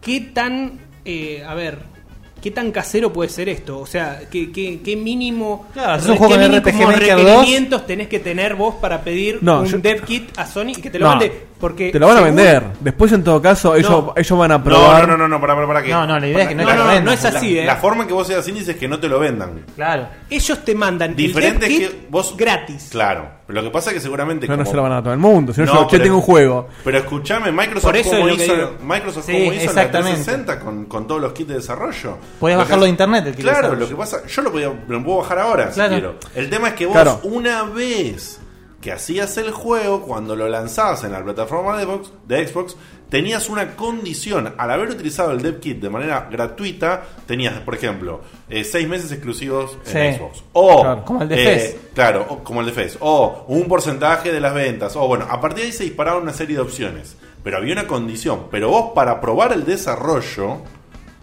G: qué tan. eh, a ver. ¿Qué tan casero puede ser esto? O sea, ¿qué, qué, qué mínimo,
E: Claro, es
G: re-
E: un juego
G: qué
E: con
G: mínimo
E: RPG Maker 2.
G: requerimientos tenés que tener vos para pedir
B: No,
G: un
B: yo-
G: dev kit a Sony y que te lo
B: No,
G: mande? Porque
B: te lo van a
G: según-
B: vender. Después, en todo caso, ellos,
G: No.
B: ellos van a
A: No,
B: probar.
A: no, no, no, para, para, para que.
E: No, no, la idea es que no te lo
G: vendan. no es así,
A: la,
G: eh.
A: La forma en que vos seas indie es que no te lo vendan.
E: Claro.
G: Ellos te mandan
A: Diferente
G: el dev
A: es
G: kit
A: que vos.
G: gratis.
A: Claro. Pero lo que pasa es que seguramente.
B: No, no
A: como-
B: se lo van a dar a todo el mundo. Si no,
A: No,
B: yo, che,
A: pero-
B: tengo un juego.
A: Pero escúchame, Microsoft
G: Por eso
A: como
G: es lo que
A: hizo,
G: digo.
A: Microsoft
E: Sí,
A: como hizo en la
E: exactamente.
A: 360 con, con todos los kits de desarrollo.
E: Podías
A: Lo que
E: bajarlo
A: hace-
E: de internet, el kit de
A: Claro,
E: desarrollo.
A: lo que pasa, yo lo, podía, lo puedo bajar ahora
E: Claro.
A: si quiero. El tema es que vos
B: Claro.
A: una vez que hacías el juego, cuando lo lanzabas en la plataforma de Xbox, de Xbox, tenías una condición. Al haber utilizado el dev kit de manera gratuita, tenías, por ejemplo, eh, seis meses exclusivos en
E: Sí.
A: Xbox. O
E: Claro, como el de
A: eh,
E: Fez.
A: Claro, o- como el de Fez. O un porcentaje de las ventas. O bueno, a partir de ahí se disparaban una serie de opciones. Pero había una condición. Pero vos, para probar el desarrollo,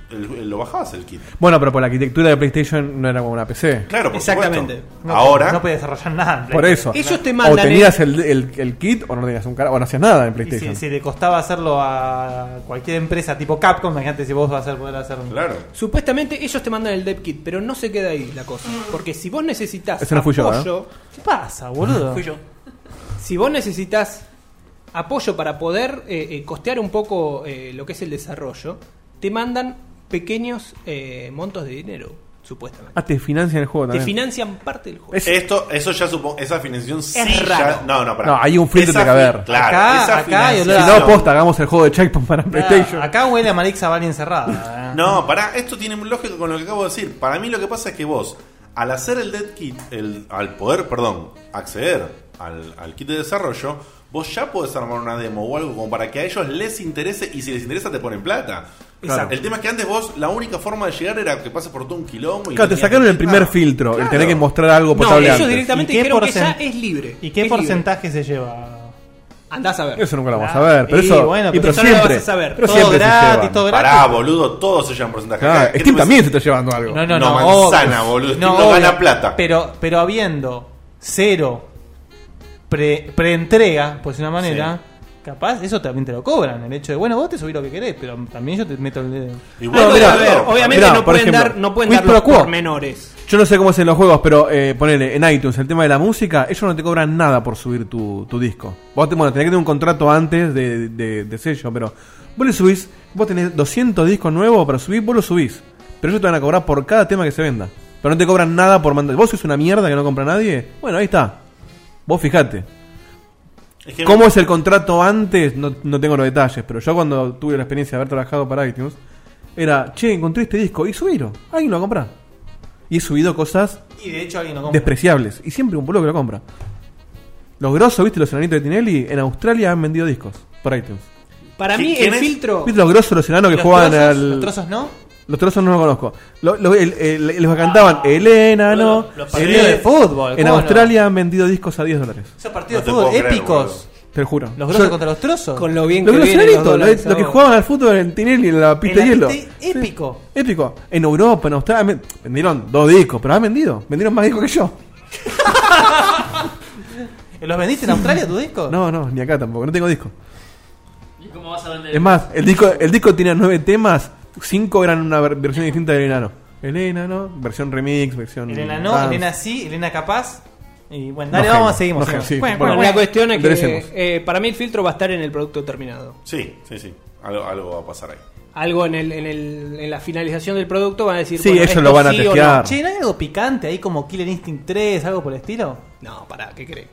A: el- el- lo bajabas el kit.
B: Bueno, pero por la arquitectura de PlayStation no era como una PC.
A: Claro, por
G: Exactamente.
A: supuesto.
E: No,
A: Ahora,
E: No puede desarrollar nada. en
B: Por
E: Play.
B: eso.
G: Ellos te mandan
B: O tenías el, el- el kit o no tenías un cara, o no hacías nada en
E: Y si,
B: PlayStation.
E: si le costaba hacerlo a cualquier empresa tipo Capcom, imagínate si vos vas a poder hacer un-
A: claro.
G: Supuestamente ellos te mandan el dev kit, pero no se queda ahí la cosa. Porque si vos necesitas
B: Ese no fui yo, ¿eh?
G: apoyo,
E: Mm. ¿Qué pasa, boludo?
H: Fui yo.
G: si vos necesitas apoyo para poder eh, eh, costear un poco eh, lo que es el desarrollo, te mandan pequeños eh, montos de dinero, supuestamente.
B: Ah, te financian el juego
G: te
B: también.
G: financian parte del juego.
B: Es-
A: Esto, eso ya supongo, esa financiación sí ya-
G: raro.
A: no, no, pará.
B: No, hay un filtro
A: Esa
B: que
A: fi-
B: haber.
A: Claro,
E: Acá-
A: esa
E: acá hay olor a-
B: si
A: financiación-
B: no, posta, hagamos el juego de Checkpoint para PlayStation.
E: Acá huele a Malik Zaval encerrada. ¿eh?
A: No, pará, esto tiene lógica con lo que acabo de decir. Para mí lo que pasa es que vos, al hacer el dead kit, el, al poder, perdón, acceder al, al kit de desarrollo, vos ya podés armar una demo o algo como para que a ellos les interese y si les interesa te ponen plata.
G: Exacto.
A: El tema es que antes vos, la única forma de llegar era que pases por todo un quilombo. y
B: Claro, te
A: tenías
B: sacaron
A: que-
B: el primer
A: Ah,
B: filtro, el
A: claro.
B: tener que mostrar algo
G: no,
B: potable
G: ellos
B: antes.
G: directamente
E: ¿Y qué
G: dijeron que ya
E: porcent-
G: es libre.
E: ¿Y qué
G: es libre.
E: porcentaje se lleva?
G: Andás a ver.
B: Eso nunca lo vamos a
E: Ah,
B: ver, pero
E: y
B: eso.
E: bueno,
B: y
E: pero
B: pero
G: eso no lo
B: siempre.
G: vas a saber.
B: Pero
E: todo
B: siempre se
E: gratis,
B: llevan.
E: todo gratis.
A: Pará, boludo, todos se llevan porcentaje.
B: Claro,
A: Acá, ¿qué
B: Steam
A: te
B: también se
A: parece?
B: está llevando algo.
E: No, no,
A: No,
E: no.
A: manzana,
E: obvio.
A: boludo, Steam no gana
E: obvio.
A: plata.
E: Pero, pero habiendo cero pre- preentrega, por decir una manera, capaz eso también te lo cobran. El hecho de, bueno, vos te subís lo que querés, pero también yo te meto el dedo.
A: Y
G: Algo
A: bueno,
B: No,
G: debe
B: mirá,
G: haber.
B: no,
G: obviamente
B: mirá,
G: no
B: por
G: pueden
B: ejemplo,
G: dar, no pueden dar
B: quid
G: los
B: pro quo.
G: pormenores.
B: Yo no sé cómo es en los juegos, pero eh, ponele en iTunes el tema de la música, ellos no te cobran nada por subir tu, tu disco. Vos te, bueno, tenés que tener un contrato antes de, de- de sello, pero vos le subís, vos tenés 200 discos nuevos para subir, vos lo subís. Pero ellos te van a cobrar por cada tema que se venda. Pero no te cobran nada por mandar. Vos sos una mierda que no compra nadie. Bueno, ahí está. Vos fijate.
A: es que-
B: ¿Cómo es el contrato antes? No, no tengo los detalles, pero yo cuando tuve la experiencia de haber trabajado para iTunes, era, che, encontré este disco y subilo. Alguien lo va a comprar. Y he subido cosas
E: Y de hecho alguien lo compra.
B: despreciables. Y siempre un pueblo que lo compra. Los grosos, ¿viste? Los enanitos de Tinelli en Australia han vendido discos por iTunes.
G: Para mí
A: ¿Quién
G: el
A: es?
G: filtro
B: ¿Viste los grosos, los enanos que
E: Los
B: jugaban
E: trozos,
B: al.
E: los trozos no.
B: Los trozos no los conozco. Lo- lo- el- el- el- los que cantaban el enano.
H: Los
B: el-
E: Ah. partidos de fútbol,
B: En
E: ¿cómo no?
B: Australia han vendido discos a 10 dólares.
E: Esos
A: No
E: partidos de
A: te
E: fútbol
A: puedo creer,
E: épicos.
B: Te lo juro.
E: Los grosos
B: Yo-
E: contra los trozos.
G: con lo bien
B: Los
G: que vienen
B: groseritos,
G: los
B: lo,
G: dólares
B: lo que
G: ahora.
B: jugaban al fútbol en Tinelli, en la pista
E: En
B: de
E: la
B: hielo.
E: pista-
B: Sí.
E: épico.
B: Épico. En Europa, en Australia. me- Vendieron dos discos, pero han vendido. Vendieron más discos que yo.
E: ¿Los vendiste en Australia tu disco?
B: No, no, ni acá tampoco. No tengo disco.
H: ¿Y cómo vas a vender?
B: Es más, el disco, el disco tenía nueve temas. Cinco eran una ver- versión distinta del enano. El enano, versión remix, versión.
E: Elena no,
B: dance.
E: Elena sí, Elena capaz. Y bueno,
B: No
E: dale,
B: genio,
E: vamos a seguir.
B: no genio, sí.
E: Bueno,
B: Bueno,
G: Bueno, la cuestión es que
B: enderecemos.
G: eh, para mí el filtro va a estar en el producto terminado.
A: Sí, sí, sí. Algo, algo va a pasar ahí.
G: Algo en, el, en, el, en la finalización del producto van a decir.
B: Sí,
G: bueno,
B: ellos
G: esto
B: lo van a
G: sí o no.
B: testear.
E: Che, ¿no hay algo picante ahí como Killer Instinct 3, algo por el estilo?
G: No, pará, ¿qué crees?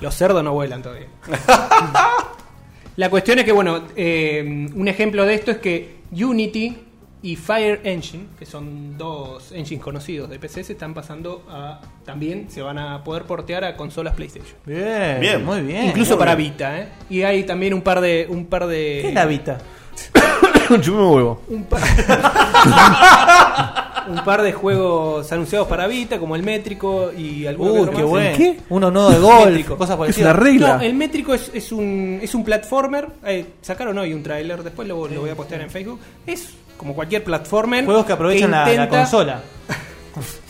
G: Los cerdos no vuelan todavía. La cuestión es que, bueno, eh, un ejemplo de esto es que Unity y Fire Engine, que son dos engines conocidos de PC, se están pasando a. También se van a poder portear a consolas PlayStation.
E: Bien,
A: Bien.
E: muy bien.
G: Incluso
A: muy
G: para
A: bien.
G: Vita, ¿eh? Y hay también un par de. Un par de
E: ¿Qué es la Vita?
B: Chupame huevo.
G: un par, un par de juegos anunciados para Vita, como el métrico y algún
E: Uy,
G: otro
E: Uh, qué
G: más.
E: bueno.
B: ¿Qué?
E: Un nodo de golf,
G: Métrico.
E: cosas por el
B: Es
E: estilo.
B: una regla.
G: No, el métrico es, es un, es un platformer. Eh, sacaron hoy un tráiler, después lo, lo voy a postear en Facebook. Es como cualquier platformer.
E: Juegos que aprovechan la, la
G: intenta-
E: consola.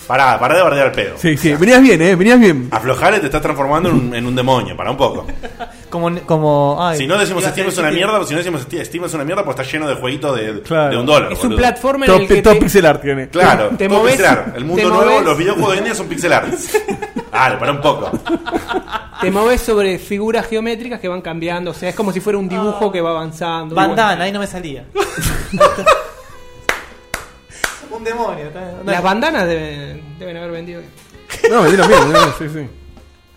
A: Pará, pará de bardear el pedo.
B: Sí, sí, venías bien, eh, venías bien.
A: Aflojale te estás transformando en un, en un demonio, pará un poco.
E: Como, como ay,
A: Si no decimos
E: iba a
A: Steam es
E: ser-
A: una mierda, si no decimos Steam es una mierda, pues está lleno de jueguitos de,
B: Claro.
A: de un dólar.
G: Es un
A: boludo.
G: platformer en
B: Todo,
G: el que
B: pi- todo
G: te-
B: pixel art tiene.
A: Claro,
G: Te
A: todo
G: movés,
A: pixel art. El
G: te
A: mundo nuevo,
G: movés.
A: los videojuegos de hoy en día son pixel art. Dale, pará un poco.
G: te mueves sobre figuras geométricas que van cambiando. O sea, es como si fuera un dibujo que va avanzando.
E: Ah. Bandana, ahí no me salía. un demonio. está- no
G: Las
E: es-
G: bandanas deben, deben haber vendido.
B: No, vendieron bien, vendieron bien, sí,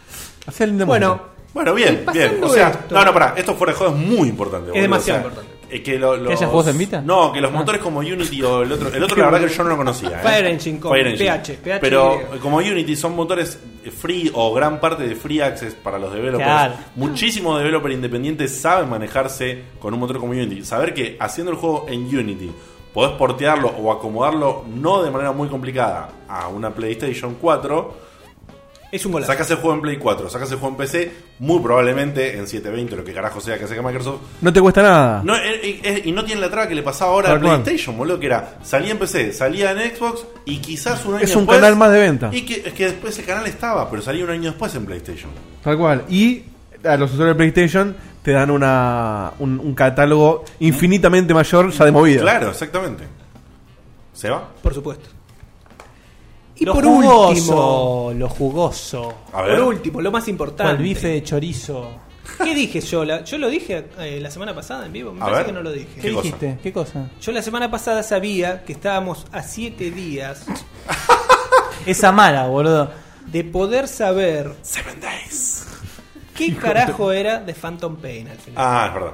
B: sí. Hacía el lindo
G: Bueno,
B: mundo.
A: Bueno, bien,
G: Y
A: bien. O
G: pasando
A: sea,
G: esto.
A: no, no, pará, esto fuera de juego es muy importante. boludo.
G: demasiado
A: O sea,
G: importante.
A: eh, que lo- los,
E: haya juegos en Vita? Ah.
A: No, que los motores como Unity o el otro, el otro la verdad que yo no lo conocía. ¿eh?
G: Fire Engine con PH, PH.
A: Pero eh, como Unity son motores eh, free o gran parte de free access para los developers.
E: Claro.
A: Muchísimos developers independientes saben manejarse con un motor como Unity. Saber que haciendo el juego en Unity podés portearlo o acomodarlo no de manera muy complicada a una PlayStation 4.
G: Es un golazo.
A: Sacas el juego en Play 4, sacas el juego en PC, muy probablemente en 720, lo que carajo sea que saque Microsoft.
B: No te cuesta nada.
A: No, eh, eh, y no tiene la traba que le pasaba ahora a
B: Tal cual.
A: PlayStation, boludo, que era salía en PC, salía en Xbox y quizás un año
B: Es un
A: después-
B: canal más de venta.
A: Y que, es que después el canal estaba, pero salía un año después en PlayStation.
B: Tal cual. Y a los usuarios de PlayStation te dan una, un, un catálogo infinitamente mayor ya de movida.
A: Claro, exactamente. ¿Se va?
G: Por supuesto. Y
E: lo
G: por
E: jugoso,
G: último,
E: Lo jugoso.
A: A ver.
G: por último, lo más importante.
E: Con el bife de chorizo.
G: ¿Qué dije yo? La- yo lo dije eh, la semana pasada en vivo. Me
A: A
G: parece
A: ver.
G: que no lo dije.
A: ¿Qué
E: ¿Qué,
A: cosa?
E: dijiste? ¿Qué cosa?
G: Yo la semana pasada sabía que estábamos a siete días
E: Esa mala, boludo.
G: de poder saber. ¿Qué carajo era de Phantom Pain al final?
A: Ah, es verdad.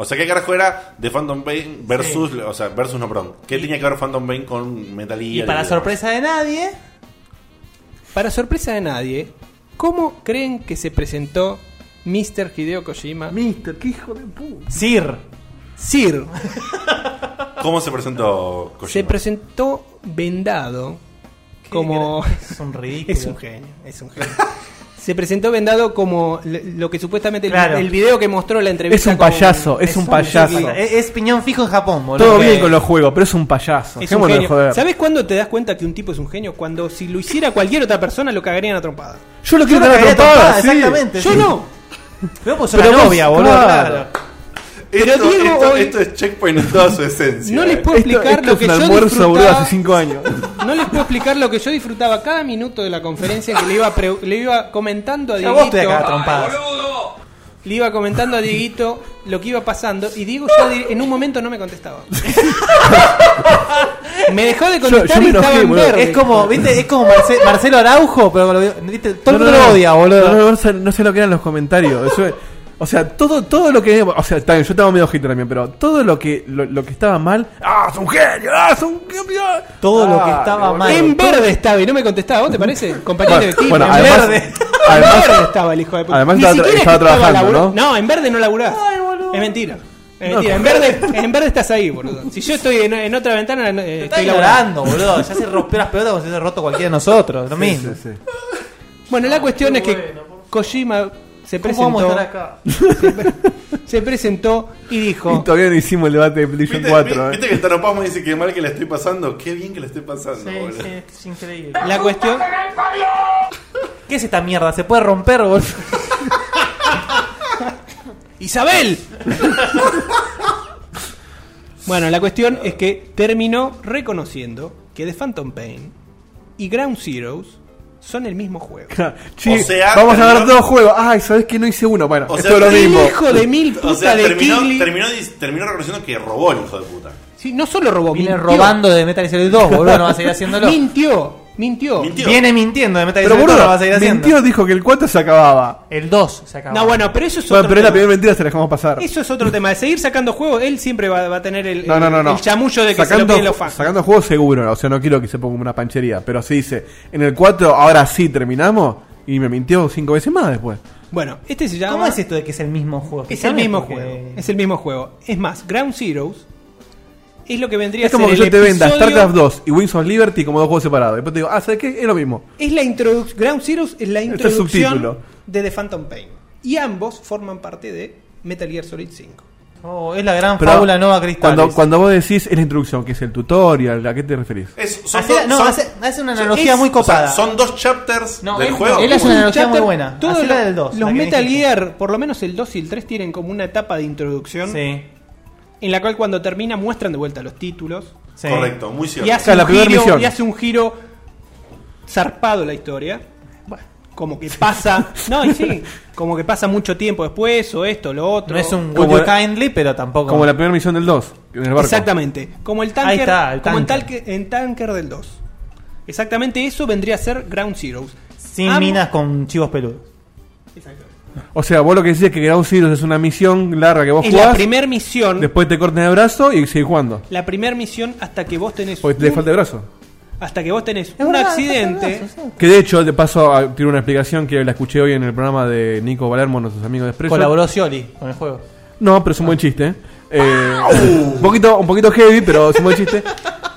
A: O sea, ¿qué carajo era de Phantom Pain versus, o sea, versus no, perdón. ¿Qué tenía que ver Phantom Pain con Metal Gear?
E: Y para
A: demás?
E: sorpresa de nadie,
G: Para sorpresa de nadie, ¿cómo creen que se presentó Mr. Hideo Kojima?
B: Mister, qué hijo de puta.
E: Sir.
G: Sir
A: ¿Cómo se presentó Kojima?
G: se presentó vendado como...
E: Es un ridículo.
G: Es un genio, es un genio. Se presentó vendado como le- lo que supuestamente el-
E: Claro.
G: el, video que mostró la entrevista.
B: Es un
G: con-
B: payaso, es un payaso.
E: Es, es piñón fijo en Japón, boludo.
B: Todo
E: Que-
B: bien con los juegos, pero es un payaso.
G: Eh, Es un
B: Dejémonos de
G: genio.
B: joder.
G: ¿Sabes cuándo te das cuenta que un tipo es un genio? Cuando si lo hiciera cualquier otra persona lo cagarían a trompada.
B: Yo lo quiero
E: Yo no
B: tener
E: quería
B: atrapado,
E: tapar,
B: sí.
E: exactamente.
G: Yo
E: sí.
G: no.
E: Pero pues
B: Pero
E: una
B: vos,
E: novia, boludo.
B: claro.
E: claro.
A: Esto,
G: Pero Diego
A: esto-
G: hoy-
A: esto es Checkpoint en toda su esencia.
G: No les
A: eh.
G: puedo
B: Esto,
G: explicar
B: esto
G: lo
B: es
G: que
B: un
G: yo
B: almuerzo, boludo,
G: disfrutaba.
B: hace 5 años.
G: No les puedo explicar lo que yo disfrutaba cada minuto de la conferencia que le iba, pre- le iba comentando a
E: Yo a vos
G: Dieguito.
E: te acá trompadas.
G: Le iba comentando a Dieguito lo que iba pasando y Diego ya di- en un momento no me contestaba. me dejó de
B: Yo- yo
G: contestar
B: me
G: y
B: enojé,
G: estaba en
B: boludo.
G: verde.
E: Es como, ¿viste? Es como Marce- Marcelo Araujo, pero lo- ¿viste? todo el
B: No, no,
E: mundo lo
B: no.
E: odia, boludo.
B: No, no, no sé, no sé lo que eran los comentarios. Eso es- o sea, todo, todo lo que. O sea, está bien, yo estaba medio ojito también, pero todo lo que, lo, lo que estaba mal. ¡Ah, es un genio! ¡Ah, es un genio!
E: Todo lo que
B: Dale,
E: estaba
B: boludo.
E: mal.
G: En verde estaba y no me contestaba, ¿vos te parece? Compañero de
B: Bueno,
G: equipo,
B: bueno,
G: en
B: además-
G: verde.
B: además-
G: en verde estaba el hijo de puta.
B: además
G: Ni
B: estaba tra-
G: siquiera es que
B: estaba trabajando,
G: labura-
B: ¿no?
G: en verde no laburás. es mentira. Es mentira. En, verde, en verde estás ahí, boludo. Si yo estoy en, en otra ventana, no- eh,
E: Te está
G: estoy laburando.
E: ignorando, boludo. Ya se rompió las pelotas como si se hubiese roto cualquiera de nosotros. Lo
B: Sí,
E: mismo.
B: sí, sí.
G: Bueno,
E: Ah,
G: la cuestión es que Kojima se
E: ¿Cómo vamos a
G: presentó,
E: estar acá?
G: se presentó y dijo...
B: Y todavía no hicimos el debate de PlayStation
A: ¿Viste,
B: 4.
A: vi- viste
B: eh.
A: que el Tano Paz me dice que mal que la estoy pasando? Qué bien que la estoy pasando, boludo.
E: es increíble.
G: La cuestión...
E: ¿Qué es esta mierda? ¿Se puede romper, boludo?
G: ¡Isabel! bueno, la cuestión es que terminó reconociendo que The Phantom Pain y Ground Zeroes son el mismo juego.
B: Che,
A: O sea,
B: vamos a
A: terminó-
B: ver dos juegos. Ay, ¿sabes que no hice uno? Bueno,
A: O
B: esto
A: sea,
B: es lo
A: el
B: mismo.
G: El hijo de mil puta
A: O sea,
G: de
A: terminó,
G: Kigli.
A: terminó, dis- terminó reconociendo que robó el hijo de puta.
G: Sí, no solo robó,
E: Viene
G: mintió.
E: robando de Metal Gear Solid 2, boludo. No va a seguir haciéndolo.
G: Mintió, mintió.
A: Mintió.
E: Viene mintiendo de Metal Gear
B: Pero
E: Solid 2,
B: boludo,
E: no va a seguir haciendo.
B: mintió, dijo que el 4 se acababa.
E: El 2 se acabó.
G: No, bueno, pero eso es
B: Bueno,
G: otro
B: pero es la
G: tema.
B: primera mentira, se la dejamos pasar.
G: Eso es otro tema. De seguir sacando juegos, él siempre va, va a tener el,
B: No, no, no,
G: el-
B: no.
G: el chamullo de que se lo
B: sacando,
G: piden los fans.
B: Sacando juegos seguro, o sea, no quiero que se ponga una panchería, pero si dice, en el 4 ahora sí terminamos y me mintió cinco veces más después.
G: Bueno, este se llama...
E: ¿Cómo es esto de que es el mismo juego?
G: Es el mismo
E: Porque-
G: juego. Es el mismo juego. Es más, Ground Zeroes es lo que vendría
B: Es como
G: a
B: que
G: ser.
B: yo
G: el
B: te venda
G: episodio-
B: Starcraft 2 y Wings of Liberty como dos juegos separados. Después te digo, ah, ¿sabes qué? Es lo mismo.
G: Es la introducción. Ground Zeroes es la
B: Este es
G: introducción
B: subtítulo.
G: de The Phantom Pain. Y ambos forman parte de Metal Gear Solid 5.
E: Oh, es la gran
B: Pero
E: fábula Nova Cristales.
B: Cuando, cuando vos decís es la introducción, que es el tutorial, ¿a qué te referís?
A: Es, son
E: Hace-
A: dos-
E: no,
A: son-
E: hace, hace una
A: o sea,
E: analogía
A: es-
E: muy
A: o sea,
E: copada.
A: son dos chapters
E: No,
A: del
E: él-
A: juego.
E: él hace una analogía muy
G: Chapter-
E: buena.
G: todos
E: Hacé la
G: los-
E: del 2.
G: Los
E: la que
G: Metal
E: dijiste.
G: Gear, por lo menos el 2 y el 3, tienen como una etapa de introducción
E: Sí,
G: en la cual cuando termina muestran de vuelta los títulos.
E: sí.
A: Correcto, muy
G: Y
A: cierto.
G: hace,
B: Claro, la
G: un
B: primera
G: giro,
B: misión.
G: y hace un giro zarpado la historia. Bueno, como que pasa. No, y sí. Como que pasa mucho tiempo después, o esto, lo otro.
E: No es un
B: Como
E: Would You
B: la-
E: Kindly, pero tampoco.
B: Como la primera misión del 2, en el barco.
G: Exactamente. Como el tanker.
E: Ahí está, el
G: como en
E: tanker.
G: talque- en tanker del 2. Exactamente eso vendría a ser Ground Zeroes.
E: Sin
G: Ambos-
E: minas con chivos peludos.
B: O sea, vos lo que decís es que Ground Zeroes es una misión larga que vos
G: Es la
B: jugás,
G: primera misión.
B: después te cortan el brazo y seguís jugando.
G: La primera misión hasta que vos tenés.
B: Porque Pues te
G: un-
B: falta el brazo.
G: Hasta que vos tenés
E: Es
G: un
E: verdad,
G: accidente.
E: es verdad,
B: Que de hecho, de paso, a- tiene una explicación que la escuché hoy en el programa de Nico Valermo, nuestros amigos de Expreso.
E: Colaboró Scioli con el juego.
B: No, pero es un buen chiste. ¿eh? Eh, un, poquito, un poquito heavy, pero es un buen chiste.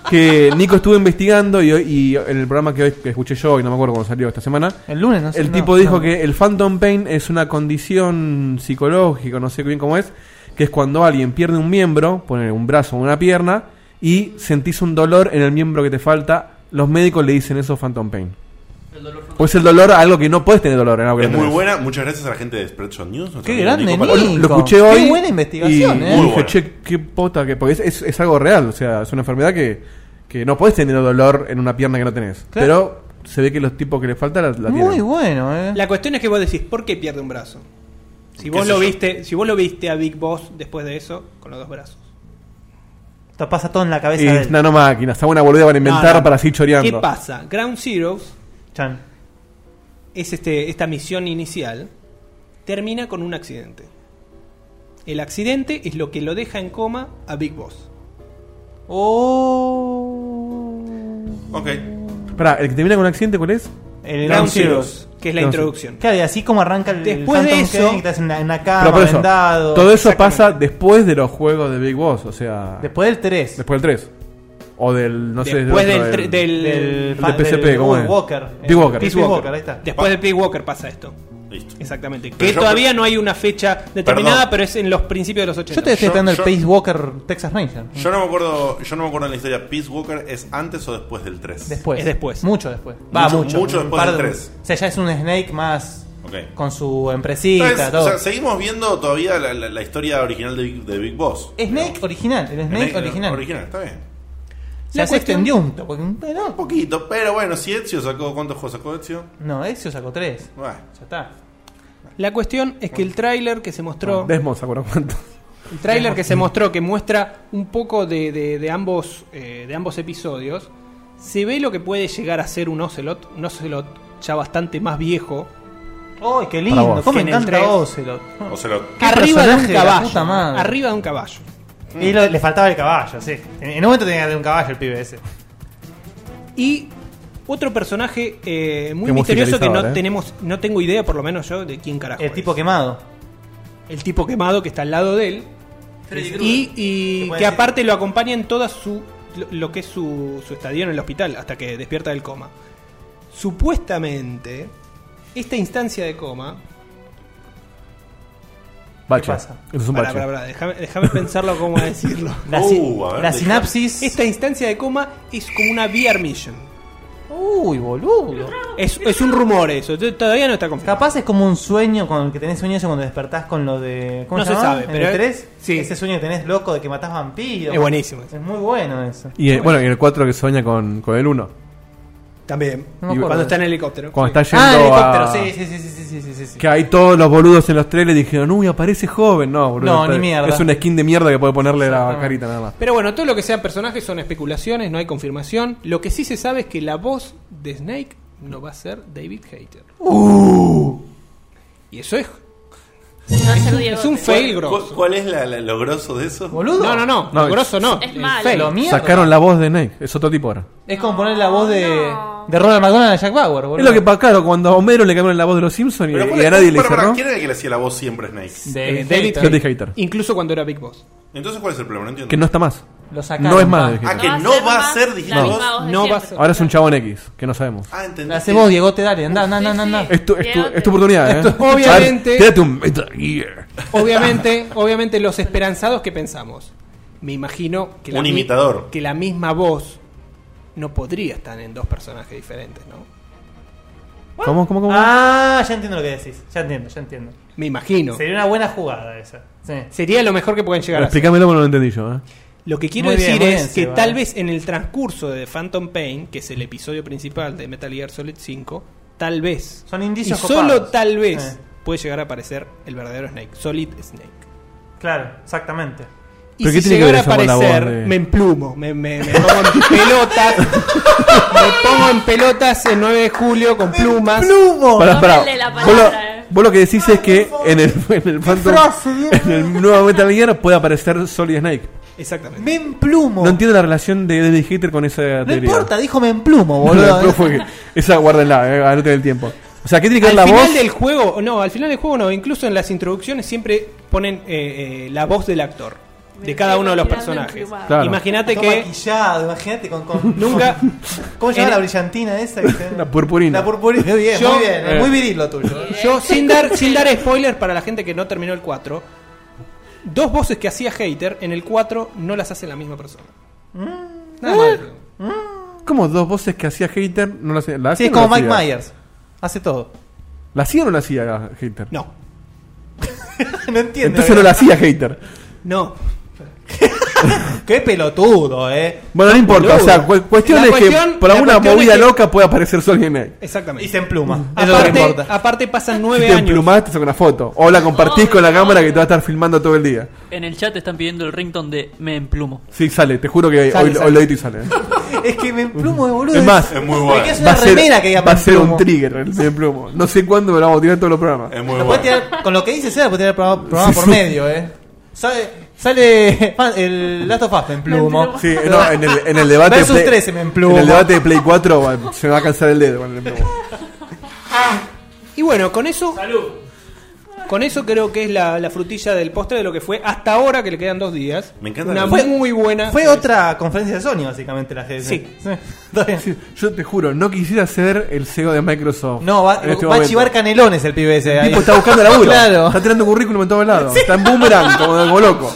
B: Que Nico estuvo investigando y, hoy- y en el programa que hoy que escuché yo, y no me acuerdo cuándo salió esta semana,
E: El lunes, no sé,
B: el
E: no,
B: tipo
E: no.
B: dijo que el Phantom Pain es una condición psicológica, no sé bien cómo es, que es cuando alguien pierde un miembro, pone un brazo o una pierna, y sentís un dolor en el miembro que te falta. Los médicos le dicen eso Phantom Pain.
H: El dolor fue-
B: Pues el dolor a algo que no puedes tener dolor en algo que
A: Es
B: no
A: muy
B: tenés.
A: buena. Muchas gracias a la gente de Spreadshot News. nuestro
E: Qué
A: amigo
E: grande,
A: Nico Palermo.
E: Nico.
B: Lo escuché hoy.
E: Qué buena investigación,
B: y
E: eh.
A: Muy
B: dije,
A: buena.
B: che, qué pota que. Porque es, es- es algo real, o sea, es una enfermedad que, que no puedes tener dolor en una pierna que no tenés.
E: Claro.
B: Pero se ve que los tipos que les falta la, la tienen.
E: Muy bueno, eh.
G: La cuestión es que vos decís, ¿por qué pierde un brazo? Si
A: ¿Qué
G: vos
A: sé
G: lo
A: yo?
G: viste, si vos lo viste a Big Boss después de eso, con los dos brazos.
E: Te pasa todo en la cabeza.
B: Y
E: de
B: es
E: él.
B: nanomáquinas, está buena volvida para inventar
G: No, no.
B: para seguir choreando.
G: ¿Qué pasa? Ground Zeroes
E: Chan.
G: es este, esta misión inicial, termina con un accidente. El accidente es lo que lo deja en coma a Big Boss.
E: Oh.
A: Ok.
B: Pará, el que termina con un accidente, ¿cuál es?
E: El
G: Ground
E: Ground
G: Zeroes, que es la
B: Ground
G: introducción.
E: Claro, y así como arranca el
G: Después de
E: Phantom
G: eso-
E: Pain, que estás en una, en una
B: Pero
E: cama,
B: por eso,
E: vendado.
B: todo eso pasa después de los juegos de Big Boss, o sea.
E: Después del 3.
B: después del 3. O del, no sé,
G: Después
B: del
G: del,
B: otro,
G: tre- del-
E: del-
B: de PSP, ¿cómo
E: Uy,
B: es?
E: Walker.
B: Big Walker.
E: Peace
G: Peace
E: Walker, ahí está.
G: Después del Big Walker pasa esto.
A: Listo.
G: Exactamente. Que
A: Pero yo-
G: todavía no hay una fecha determinada,
A: Perdón.
G: pero es en los principios de los 80.
E: Yo te estoy
A: Yo-
E: esperando el
A: yo-
E: Peace Walker Texas Ranger.
A: Yo no me acuerdo, yo no me acuerdo en la historia. Peace Walker es antes o después del 3.
E: Después.
G: Es después.
E: Mucho después. Va,
A: Mucho-
E: mucho.
A: mucho
E: un
A: después
E: par
A: del
E: de-
A: tres.
E: O sea, ya es un Snake más
A: Ok.
E: con su empresita,
A: Entonces,
E: todo.
A: o sea, seguimos viendo todavía la, la- la historia original de Big, de Big Boss.
E: Snake original, el Snake
A: En- en-
E: original.
A: Original, está bien.
E: O sea,
G: La
E: se este
G: cuestión-
E: extendió un poco. un-
A: Un
E: No,
A: poquito, pero bueno, si Ezio sacó, ¿cuántos juegos sacó Ezio?
E: no, Ezio sacó tres.
A: Bueno.
E: Ya está.
G: La cuestión es que el tráiler que se mostró,
B: Ah, Desmond, ¿se acuerdan cuánto?
G: el tráiler que se mostró que muestra un poco de, de- de ambos eh, de ambos episodios, se ve lo que puede llegar a ser un Ocelot, un Ocelot ya bastante más viejo,
E: ¡Ay, qué lindo!
B: vos.
E: ¿Cómo me
G: En el tres.
E: encanta Ocelot?
A: O sea, lo-
E: ¿Qué
G: arriba de un
E: personaje de la
G: caballo,
E: puta madre?
G: arriba de un caballo.
E: Y lo- le faltaba el caballo, sí. En, en un momento tenía que darle un caballo el pibe ese.
G: Y otro personaje eh, muy
B: Qué
G: misterioso que no
B: musicalizador, eh.
G: tenemos, no tengo idea, por lo menos yo, de quién carajo.
E: El
G: es.
E: tipo quemado.
G: el tipo quemado que está al lado de él
H: Freddy Krueger.
G: y, y
E: Se puede
G: que
E: decir.
G: aparte lo acompaña en toda su lo, lo que es su, su estadio en el hospital hasta que despierta del coma. Supuestamente esta instancia de coma
B: Bache.
E: pasa?
B: Eso es un
G: Pará,
B: bache.
G: pará, pará, déjame, déjame pensarlo cómo decirlo.
E: La,
A: Uh,
E: si-
A: a ver,
E: la
A: deja-
E: sinapsis.
G: Esta instancia de coma es como una VR mission.
E: Uy, boludo.
G: Es, es un rumor eso, t- todavía no está confirmado.
E: Capaz es como un sueño con el que tenés sueño eso cuando despertás con lo de. ¿Cómo
G: No se
E: llamaba?
G: sabe,
E: ¿En
G: pero-
E: el 3?
G: sí.
E: Ese sueño que tenés loco de que matás vampiros.
G: Es buenísimo eso.
E: Es muy bueno eso.
B: Y eh, bueno, y el 4 que sueña con, con el 1.
G: También.
E: No me
B: Y
E: acuerdo
G: Cuando
E: de
G: está en
E: eso.
G: el helicóptero.
B: Cuando
G: Sí.
B: está yendo
E: Ah, el helicóptero,
B: a-
E: sí, sí, sí, sí, sí, sí, sí, sí, sí.
B: Que ahí todos los boludos en los trailers dijeron, uy, aparece joven. No, boludo.
E: No,
B: está-
E: ni mierda.
B: Es una skin de mierda que puede ponerle la
E: Exactamente.
B: carita nada más.
G: Pero bueno, todo lo que sean personajes son especulaciones, no hay confirmación. Lo que sí se sabe es que la voz de Snake no va a ser David Hater. Y eso es.
C: No es el Diego.
G: Es un fail
A: ¿Cuál,
G: grosso.
A: cuál es la- la- lo grosso de eso?
E: Boludo.
G: No, no, no,
B: No, es-
G: grosso no.
C: es
G: el
C: malo.
G: fail.
E: Lo mierda.
B: Sacaron la voz de Snake, es otro tipo ahora.
E: Es como poner la voz de,
C: No.
E: de Ronald McDonald a Jack Bauer, boludo.
B: Es lo que pasa, claro, cuando a Homero le cambiaron la voz de los Simpsons y,
A: Pero
B: y
A: ¿cuál-
B: a nadie le
A: pará, pará,
B: cerró.
A: ¿Quién era el que le hacía la voz siempre a Snake?
G: Eh,
E: David
G: David
E: Hater.
B: Hater.
G: Hater. Incluso cuando era Big Boss.
A: Entonces, ¿cuál es el problema? No entiendo.
B: Que no está más.
E: Lo
B: No es más.
A: Ah, que no va a ser
B: No.
A: digital.
B: No va a ser. Ahora es un chabón X, que no sabemos.
A: Ah, entendí.
E: Lo hace vos, Diego, te dale, anda, anda, anda, anda.
B: Es tu, es tu- es tu oportunidad, ¿eh?
G: Esto- obviamente-
B: A ver, tírate un Metal Gear.
G: Obviamente, obviamente los esperanzados que pensamos. Me imagino que
A: Un
G: mi-
A: imitador.
G: que la misma voz no podría estar en dos personajes diferentes, ¿no?
B: ¿Cómo, cómo, cómo?
E: Ah, ya entiendo lo que decís. Ya entiendo, ya entiendo.
G: Me imagino.
E: Sería una buena jugada esa. Sí.
G: Sería lo mejor que pueden llegar a hacer.
B: Explícamelo porque no lo entendí yo, ¿eh?
G: Lo que quiero
E: Muy bien,
G: decir
E: muy
G: es
E: bien,
G: que
E: Seba,
G: tal
E: eh.
G: vez en el transcurso de Phantom Pain, que es el episodio principal de Metal Gear Solid 5, tal vez.
E: Son
G: Y
E: indicios
G: solo
E: copados.
G: tal vez
E: Eh,
G: puede llegar a aparecer el verdadero Snake, Solid Snake.
E: claro, exactamente.
G: Y
B: ¿Pero
G: si
B: qué tiene que ver
G: llegara a
B: eso con la
G: aparecer,
B: voz de-
G: me emplumo, me, me- me pongo en pelotas, me pongo en pelotas el 9 de julio con plumas.
E: ¡Plumo!
B: Pará, pará.
C: Cómprale la
B: Vos lo,
C: palabra, eh.
B: vos lo que decís es que en el, en el Phantom-
E: frase, Dios.
B: en el nuevo Metal Gear puede aparecer Solid Snake.
G: Exactamente.
E: Me emplumo.
B: No entiendo la relación de David Hater con esa
E: No
B: teoría.
E: importa, dijo me emplumo,
B: No, no,
E: boludo.
B: después fue que- esa guárdenla, eh, anoten el tiempo. O sea, ¿qué tiene que ver
G: Al
B: la
G: final
B: voz?
G: del juego, no, al final del juego no, incluso en las introducciones siempre ponen eh, eh, la voz del actor, de cada uno de los personajes.
B: Claro.
G: Imagínate
E: Todo
G: que
E: maquillado, imagínate con, con-
G: nunca...
E: con- ¿Cómo se llama
G: en-
E: la brillantina esa? que se-
B: La purpurina.
E: La purpurina, bien,
G: Yo-
E: muy bien.
B: Eh.
E: Muy viril lo tuyo. eh.
G: Yo, sin dar, sin dar spoiler para la gente que no terminó el 4, dos voces que hacía Hater en el 4 no las hace la misma persona. Nada más.
B: ¿Cómo dos voces que hacía Hater no la hacía? ¿La
E: Sí,
B: hacía
E: es
B: o no
E: como
B: la
E: Mike
B: hacía?
E: Myers. Hace todo.
B: ¿La hacía o no la hacía Hater?
G: No,
E: no entiendo.
B: Entonces no la hacía Hater.
G: no.
E: Qué pelotudo, eh.
B: Bueno, no importa, o sea, cu-
G: boludo.
B: cuestión
G: La
B: es que
G: cuestión-
B: por
G: la
B: alguna
G: cuestión
B: movida
G: es que-
B: loca puede aparecer Solid Snake.
G: Exactamente.
E: Y se empluma. Es lo que
G: aparte,
E: importa.
G: aparte pasan
B: Si
G: nueve
B: te
G: años.
B: emplumaste, te saca una foto. O la compartís con la cámara que te va a estar filmando todo el día.
H: En el chat están pidiendo el rington de me emplumo.
B: Sí, sale, te juro que
E: Sale,
B: hoy,
E: sale.
B: hoy lo edito y sale. ¿eh?
E: Es que me emplumo de boludo.
B: Es más,
A: Es muy
E: ¿Por qué
A: bueno.
E: es una remera que diga
B: va a
E: me
B: ser un
E: emplumo?
B: trigger el de plomo. No sé cuándo, pero lo vamos a tirar en todos los programas.
A: Es muy
E: Lo puede
A: bueno.
E: tirar- con lo que dice Seba, puede tirar el programa, programa por medio, eh. Sale, sale fan- el Last of Us, me emplumo.
B: Sí, Eh, no, en el, en el debate.
E: Versus
B: de Play-
E: 13 me emplumo.
B: En el debate de Play 4 va- se me va a cansar el dedo con el emplumo.
G: Y bueno, con eso. Con eso creo que es la, la frutilla del postre de lo que fue hasta ahora, que le quedan dos días.
A: Me encanta
G: Una
A: la-
E: Fue-
G: muy buena.
E: Fue otra conferencia de Sony, básicamente, la GDC.
G: Sí.
E: Está bien.
B: Sí, Yo te juro, no quisiera ser el CEO de Microsoft.
E: No, va,
B: en este
E: va a
B: momento.
E: chivar canelones el pibe ese.
B: El
E: ahí.
B: tipo está buscando laburo.
E: Claro.
B: Está tirando currículum en todos lados. Está en boomerang, como algo loco.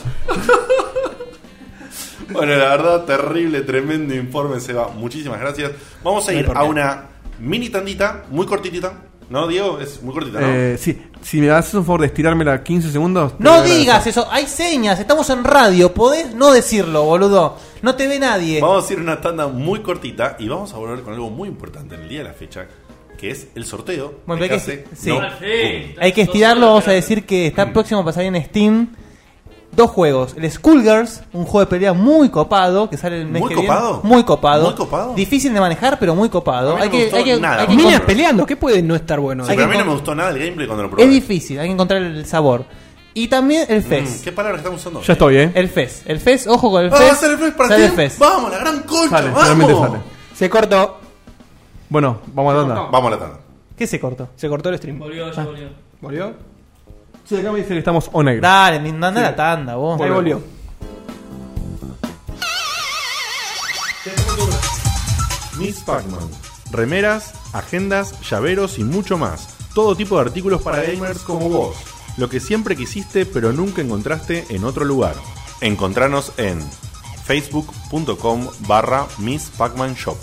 A: Bueno, la verdad, terrible, tremendo informe, Seba. Muchísimas gracias. Vamos a ir a una mini tandita, muy cortitita. ¿No, Diego? Es muy cortita, ¿no?
B: Eh, sí, si me haces un favor de estirármela 15 segundos. te lo
E: No
B: agradezco.
E: digas eso, hay señas, estamos en radio, podés no decirlo, boludo. No te ve nadie.
A: Vamos a ir a una tanda muy cortita y vamos a volver con algo muy importante en el día de la fecha, que es el sorteo.
E: Bueno,
A: de
E: pero hay
A: Case
E: que- sí.
A: No
E: Al
A: Boom. Mm.
E: Hay que estirarlo, vamos a decir que está próximo a pasar en Steam dos juegos. El Skullgirls, un juego de pelea muy copado, que sale el mes
A: ¿Muy
E: que viene.
A: copado?
E: Muy copado.
A: Muy copado.
E: Difícil de manejar, pero muy
A: A
E: copado.
A: mí no
E: Hay
A: me
E: que,
A: gustó
E: hay que-
A: nada.
E: hay que
A: Minas
G: Niñas
E: encontrar-
G: peleando, ¿qué puede no estar bueno?
A: Sí,
E: Hay
A: pero a
E: que
A: mí no
E: con-
A: me gustó nada el gameplay cuando lo probé.
E: Es difícil, hay que encontrar el sabor. Y también el
A: Mm,
E: Fez.
A: ¿Qué palabra están usando?
B: Ya estoy, eh.
E: El Fez. El Fez, ojo con el
A: Ah, va a
E: Fez.
A: ser el Fest para
E: Sale el
A: Steam.
E: Fez.
A: Vamos, la gran concha.
B: Sale,
A: vamos.
B: realmente sale.
G: Se cortó.
B: Bueno, vamos a andar.
A: Vamos a la tanda.
E: ¿Qué se cortó?
G: Se cortó el stream. Ah,
H: Volvió, ya volvió.
G: ¿Volvió?
B: Sí, acá me dice que estamos on air.
E: Dale, ni- anda la tanda, vos.
G: Ahí volvió.
A: Miss Pac-Man. Remeras, agendas, llaveros y mucho más. Todo tipo de artículos para gamers como vos. Lo que siempre quisiste pero nunca encontraste en otro lugar. Encontranos en facebook.com barra Miss Pac-Man Shop.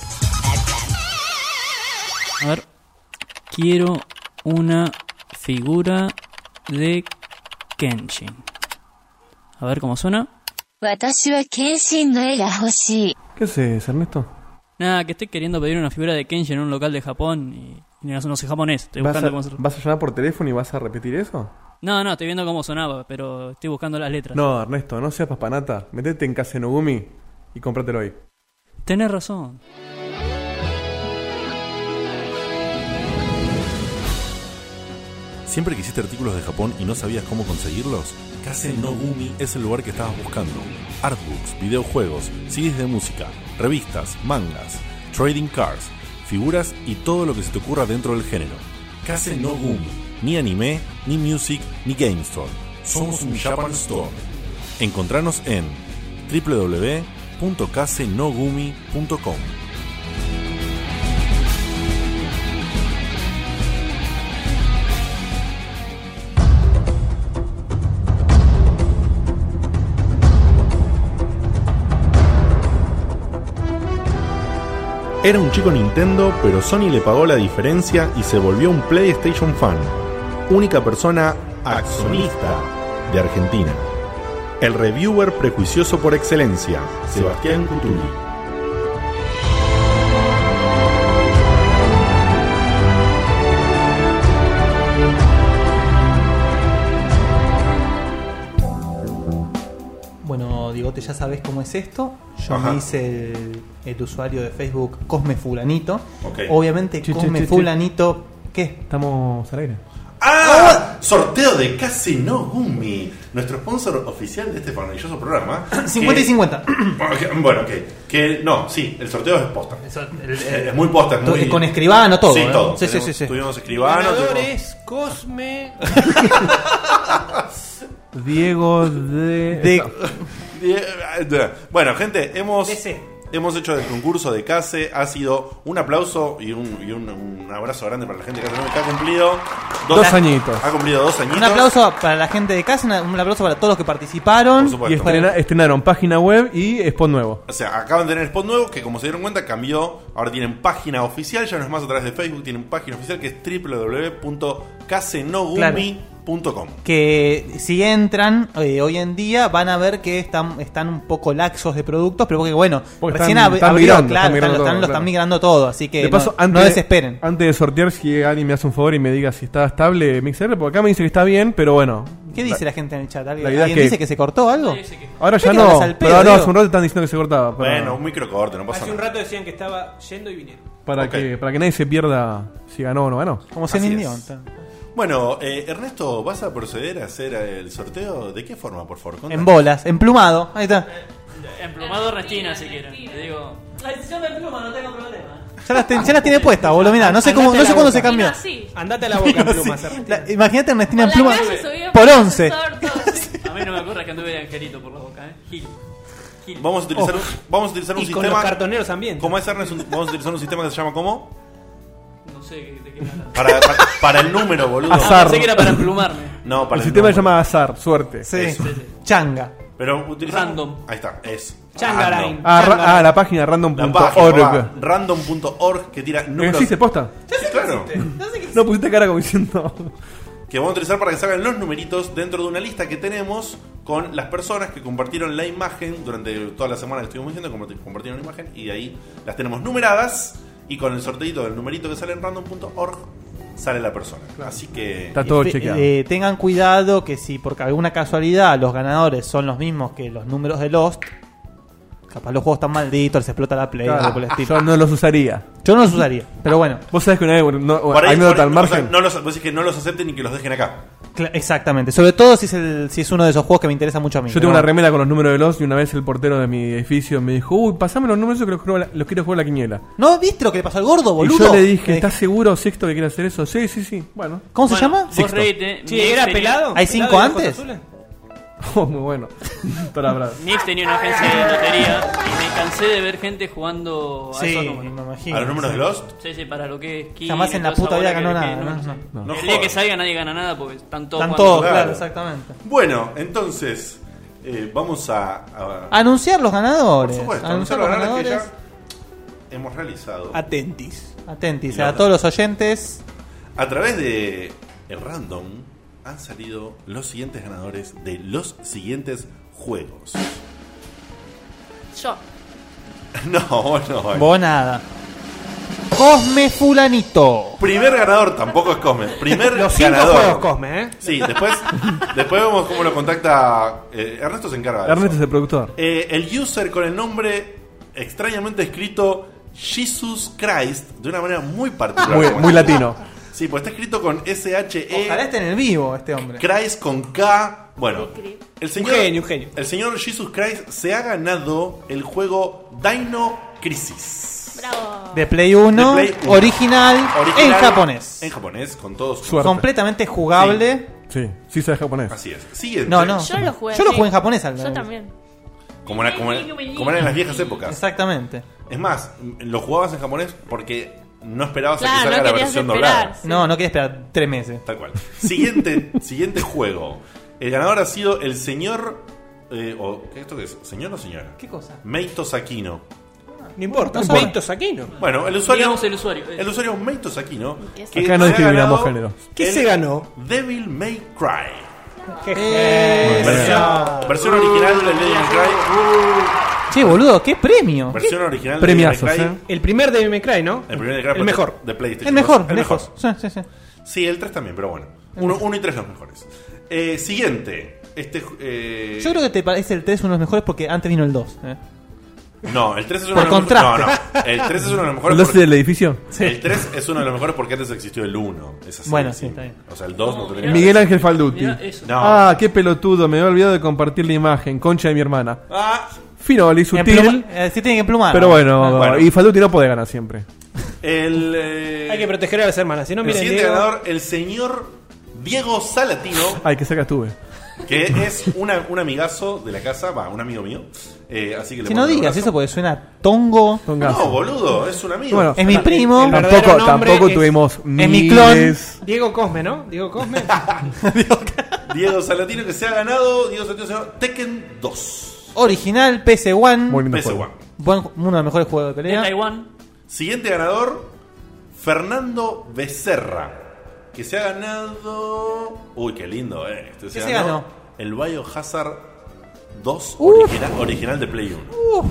H: A ver. Quiero una figura de Kenshin. A ver cómo suena.
M: 私は謙信の絵が欲しい。
B: ¿Qué haces, Ernesto?
H: Nada, que estoy queriendo pedir una figura de Kenshin en un local de Japón y, y no, no sé japonés. Estoy
B: ¿Vas
H: buscando
B: a,
H: cómo hacerlo.
B: vas a llamar por teléfono y vas a repetir eso?
H: No, no, estoy viendo cómo sonaba, pero estoy buscando las letras.
B: No, Ernesto, no seas papanata. Metete en Kazenogumi y cómpratelo ahí.
H: Tenés razón.
A: ¿Siempre quisiste artículos de Japón y no sabías cómo conseguirlos? Kase no Gumi es el lugar que estabas buscando. Artbooks, videojuegos, CDs de música, revistas, mangas, trading cards, figuras y todo lo que se te ocurra dentro del género. Kase no Gumi, ni anime, ni music, ni game store. Somos un Japan Store. Encontranos en www.casenogumi.com Era un chico Nintendo, pero Sony le pagó la diferencia y se volvió un PlayStation fan. Única persona accionista de Argentina. El reviewer prejuicioso por excelencia, Sebastián Cutuli.
E: Bueno, Digote, ya sabes cómo es esto. Yo
J: Ajá.
E: me hice el, el usuario de Facebook Cosme Fulanito.
A: Ok.
E: Obviamente,
A: Chu, chu,
E: Cosme
A: chu, chu.
E: Fulanito, ¿qué? Estamos al aire.
A: ¡Ah! Sorteo de Casi No Gumi, nuestro sponsor oficial de este maravilloso programa. Ah,
E: 50 y 50.
A: Bueno, ok. Que, no, sí, el sorteo es posta. es muy posta. es
E: To-
A: muy-
E: con escribano, todo,
A: Sí,
E: ¿eh?
A: todo.
E: Sí, sí,
A: Tenemos-
E: sí, sí.
A: Tuvimos escribano.
G: Ganador
A: tuvimos-
G: es Cosme.
B: Diego de.
A: Die- eh, Bueno, gente, hemos, hemos hecho el concurso de CASE. Ha sido un aplauso y un, y un- un abrazo grande para la gente de CASE que ha cumplido
B: Dos añitos.
A: Ha cumplido Ah, dos añitos.
E: Un aplauso para la gente de casa, una- un aplauso para todos los que participaron.
B: Y estrena- estrenaron página web y spot nuevo.
A: O sea, acaban de tener spot nuevo que como se dieron cuenta cambió. Ahora tienen página oficial, ya no es más a través de Facebook, tienen página oficial que es www.casenogumi.com.
E: que si entran eh, hoy en día van a ver que están, están un poco laxos de productos, pero porque bueno,
B: Porque
E: recién
B: están-
E: ab-
B: están
E: abrió,
B: migrando,
E: claro,
B: están migrando
E: están-
B: todo,
E: están- lo
B: claro.
E: están migrando todo, así que
B: De paso,
E: no,
B: antes,
E: no desesperen.
B: Antes de sortear, si alguien me hace un favor y me diga si está estable Mixer, porque acá me dice que está bien, pero bueno.
E: ¿Qué dice la, gente en el chat? ¿Alguien,
B: la idea es
E: alguien
B: que-
E: dice que se cortó algo?
B: Ahora ya
E: ¿Qué
B: no,
E: hablas al
B: pero
E: pedo,
B: ahora hace
E: Diego?
B: un rato están diciendo que se cortaba. Para,
A: Bueno, un micro corte, no pasa
G: Hace
A: nada.
G: un rato decían que estaba yendo y viniendo.
B: para, que, para que nadie se pierda si ganó o no ganó.
E: Como
A: Así es. Bueno, eh, Ernesto, ¿vas a proceder a hacer el sorteo? ¿De qué forma, por favor? Contanos.
E: En bolas, emplumado, ahí está.
H: Emplumado Ernestina, si quieren. Le digo.
I: Yo me plumo, no tengo problema.
E: Ya las, ten- ya las tiene puesta, boludo, mirá, no sé, cómo, no sé cuándo se cambió.
G: Andate a la boca, pluma,
E: Sí.
G: Ernestina.
E: La- imagínate a Ernestina en
H: Por la
E: pluma
H: calle subía
E: por
H: por
E: 11.
H: A mí no me ocurra que anduve de angelito por la boca, ¿eh? Gil. Gil.
A: Vamos a utilizar,
B: Oh.
A: un- vamos a utilizar un
H: Y con
A: sistema.
H: los
G: cartoneros también.
A: ¿Cómo es Ernesto? Un- Vamos a utilizar un sistema que se llama ¿cómo?
H: No sé de qué hablas.
A: Para, para, para el número, boludo.
B: Azar.
A: No, para
B: el sistema se llama azar, suerte.
A: Eso.
E: Changa.
A: Pero utilizamos. Random. Ahí está, eso.
B: Changaline.
A: Random.
B: Ah, ra- Changaline. ah, la página random.org.
A: La página, va, Random.org que tira números.
B: Eh, ¿Existe posta?
A: Sí, claro.
B: No pusiste cara como diciendo.
A: que vamos a utilizar para que salgan los numeritos dentro de una lista que tenemos con las personas que compartieron la imagen durante toda la semana que estuvimos diciendo, comparti- compartieron la imagen y de ahí las tenemos numeradas y con el sorteito del numerito que sale en random.org sale la persona. Así que...
E: Y fe- eh, tengan cuidado que si por alguna casualidad los ganadores son los mismos que los números de Lost, capaz los juegos están malditos, se explota la play,
B: Claro,
E: algo por el estilo.
B: yo no los usaría.
E: Yo no los usaría, pero bueno.
B: Vos sabés que una vez, bueno, no,
A: Por ahí-
B: anécdota
A: por ahí-
B: al margen.
A: o sea, no los, vos decís que no los acepten y que los dejen acá.
E: Cla- Exactamente, sobre todo si es, el- si es uno de esos juegos que me interesa mucho a mí.
B: Yo tengo una remera con los números de los y una vez el portero de mi edificio me dijo, uy, pasame los números esos que los, quiero- los quiero jugar a la quiniela.
E: ¿No viste lo que le pasó al gordo,
B: Y
E: boludo?
B: yo le dije, ¿estás seguro, Sixto, que quiere hacer eso? Sí, sí, sí. Bueno.
E: ¿Cómo se llama?
B: Sixto.
G: Sí, era pelado. ¿Pelado
E: ¿Hay cinco
G: de ojos
E: antes?
G: azules?
B: Oh, muy bueno. Pará, pará.
H: Nix tenía una agencia de lotería y me cansé de ver gente jugando a
E: Sí,
H: esos números.
E: me imagino. ¿A los números
A: de Lost?
H: Sí, sí, para lo que es King.
E: Jamás en la
H: y toda
E: puta vida
H: esa bola
E: ganó
H: que- que
E: nada,
H: no,
E: ¿no?
H: sí.
E: No.
A: No
H: El
A: jodas.
H: día que salga nadie gana nada porque están todos
E: Están
H: jugando.
E: todos, claro, exactamente.
A: Bueno, entonces, eh, vamos a, a-
E: Anunciar los ganadores.
A: Por supuesto, anunciar
E: anunciar los
A: los ganadores que
E: ganadores.
A: ya hemos realizado.
G: Atentis.
E: Atentis,
A: Y la
E: a
A: otra.
E: todos los oyentes.
A: A través de el random han salido los siguientes ganadores de los siguientes juegos.
C: Yo.
A: No, vos no. vale.
E: Vos nada. Cosme Fulanito.
A: Primer ganador tampoco es Cosme. Primer
G: Los cinco
A: ganador.
G: juegos Cosme, ¿eh?
A: Sí, después, después vemos cómo lo contacta. eh, Ernesto se encarga de
B: Ernesto
A: eso.
B: es el productor.
A: Eh, el user con el nombre extrañamente escrito Jesus Christ de una manera muy particular.
B: Muy,
A: Como
B: muy
A: es.
B: latino.
A: Sí, pues está escrito con S-H-E.
E: Ojalá esté en el vivo este hombre.
A: Christ con K. Bueno, el señor,
G: Un genio, un genio.
A: el señor Jesus Christ se ha ganado el juego Dino Crisis.
C: Bravo.
E: De Play 1,
A: De Play uno.
E: original, en
A: Original,
E: japonés.
A: En japonés, con todos sus-
B: Suerte.
E: Completamente jugable.
B: Sí, sí sabe japonés.
A: Así es. Siguiente.
E: No, no.
C: Yo lo jugué.
E: Yo lo
C: sí.
E: jugué en japonés al
C: Yo también.
A: Como, era, como, era- como eran en las viejas épocas.
E: Exactamente.
A: Es más, lo jugabas en japonés porque no esperabas a que
E: Claro, no
A: salga la
E: querías
A: versión
E: esperar,
A: doblada.
E: sí. No, no quería esperar tres meses.
A: Tal cual. Siguiente, siguiente juego. El ganador ha sido el señor. eh, o, ¿qué ¿Esto qué es? ¿Señor o señora?
G: ¿Qué cosa?
A: Meito Sakino.
G: No importa,
A: No
G: no
A: importa.
G: Aquino.
A: Bueno, el usuario.
H: Digamos el usuario.
A: El usuario Meito Sakino.
H: ¿Qué es?
A: que
B: Acá
A: se
B: no
A: ha
B: discriminamos
A: ganado
B: género.
G: ¿Qué
A: el
G: se ganó?
A: Devil May Cry.
G: ¿Qué
E: Eh,
A: Versión, versión original del Devil May
G: Uh.
A: Cry.
E: Che, boludo, qué premio.
A: Versión original de
E: Premiazos, eh.
A: Devil May Cry.
G: El primer de May Cry, ¿no?
A: El primer de Cry
G: El mejor.
A: de PlayStation.
E: El mejor,
A: El mejor. Eh.
E: lejos. Sí, sí, sí.
A: Sí, el 3 también, pero bueno. 1 y 3 los mejores. Eh, siguiente. Este, ju- eh,
E: Yo creo que te parece el 3 uno de los mejores porque antes vino el 2. eh.
A: No, el 3 es uno
E: Por
A: de los mejo-
E: contraste.
A: No, no. El 3 es uno de los mejores.
B: ¿El 12 del edificio?
A: Sí. El 3 es uno de los mejores porque antes existió el 1. Es así,
B: Bueno,
A: sí.
B: sí, está bien.
A: O sea, el 2 no, tenía.
B: Miguel Ángel Falduti.
A: No.
B: Ah, qué pelotudo, me había olvidado de compartir la imagen. Concha de mi hermana.
A: Ah.
B: Fino y
E: Empluma-
B: sutil.
E: eh, sí tiene que emplumar.
B: Pero bueno,
A: Bueno.
B: y Falduti no puede ganar siempre.
A: El, eh,
G: Hay que proteger a las hermanas. Si no,
A: el
G: miren,
A: siguiente
G: Diego-
A: ganador, el señor Diego Salatino,
B: Ay, que cerca estuve.
A: que es una- un amigazo de la casa, va, un amigo mío. Eh, así que le
E: Si no
A: mando un
E: digas
A: abrazo.
E: eso porque suena tongo.
A: No, boludo, es un amigo.
E: Bueno, es mi primo.
G: el verdadero
B: Tampoco,
G: nombre
B: tampoco
G: es-
B: tuvimos
E: es
B: miles.
E: mi clon.
G: Diego Cosme, ¿no? Diego Cosme.
A: Diego Salatino que se ha ganado, Diego Salatino se ha ganado Tekken 2.
E: Original, PC1.
A: Muy lindo PS1. juego.
E: Buen- uno de los mejores juegos de
A: De
E: pelea.
H: Taiwán.
A: Siguiente ganador, Fernando Becerra, que se ha ganado... Uy, qué lindo, eh. Este
E: ¿Qué se ganó?
A: El Biohazard 2 original, original de Play 1.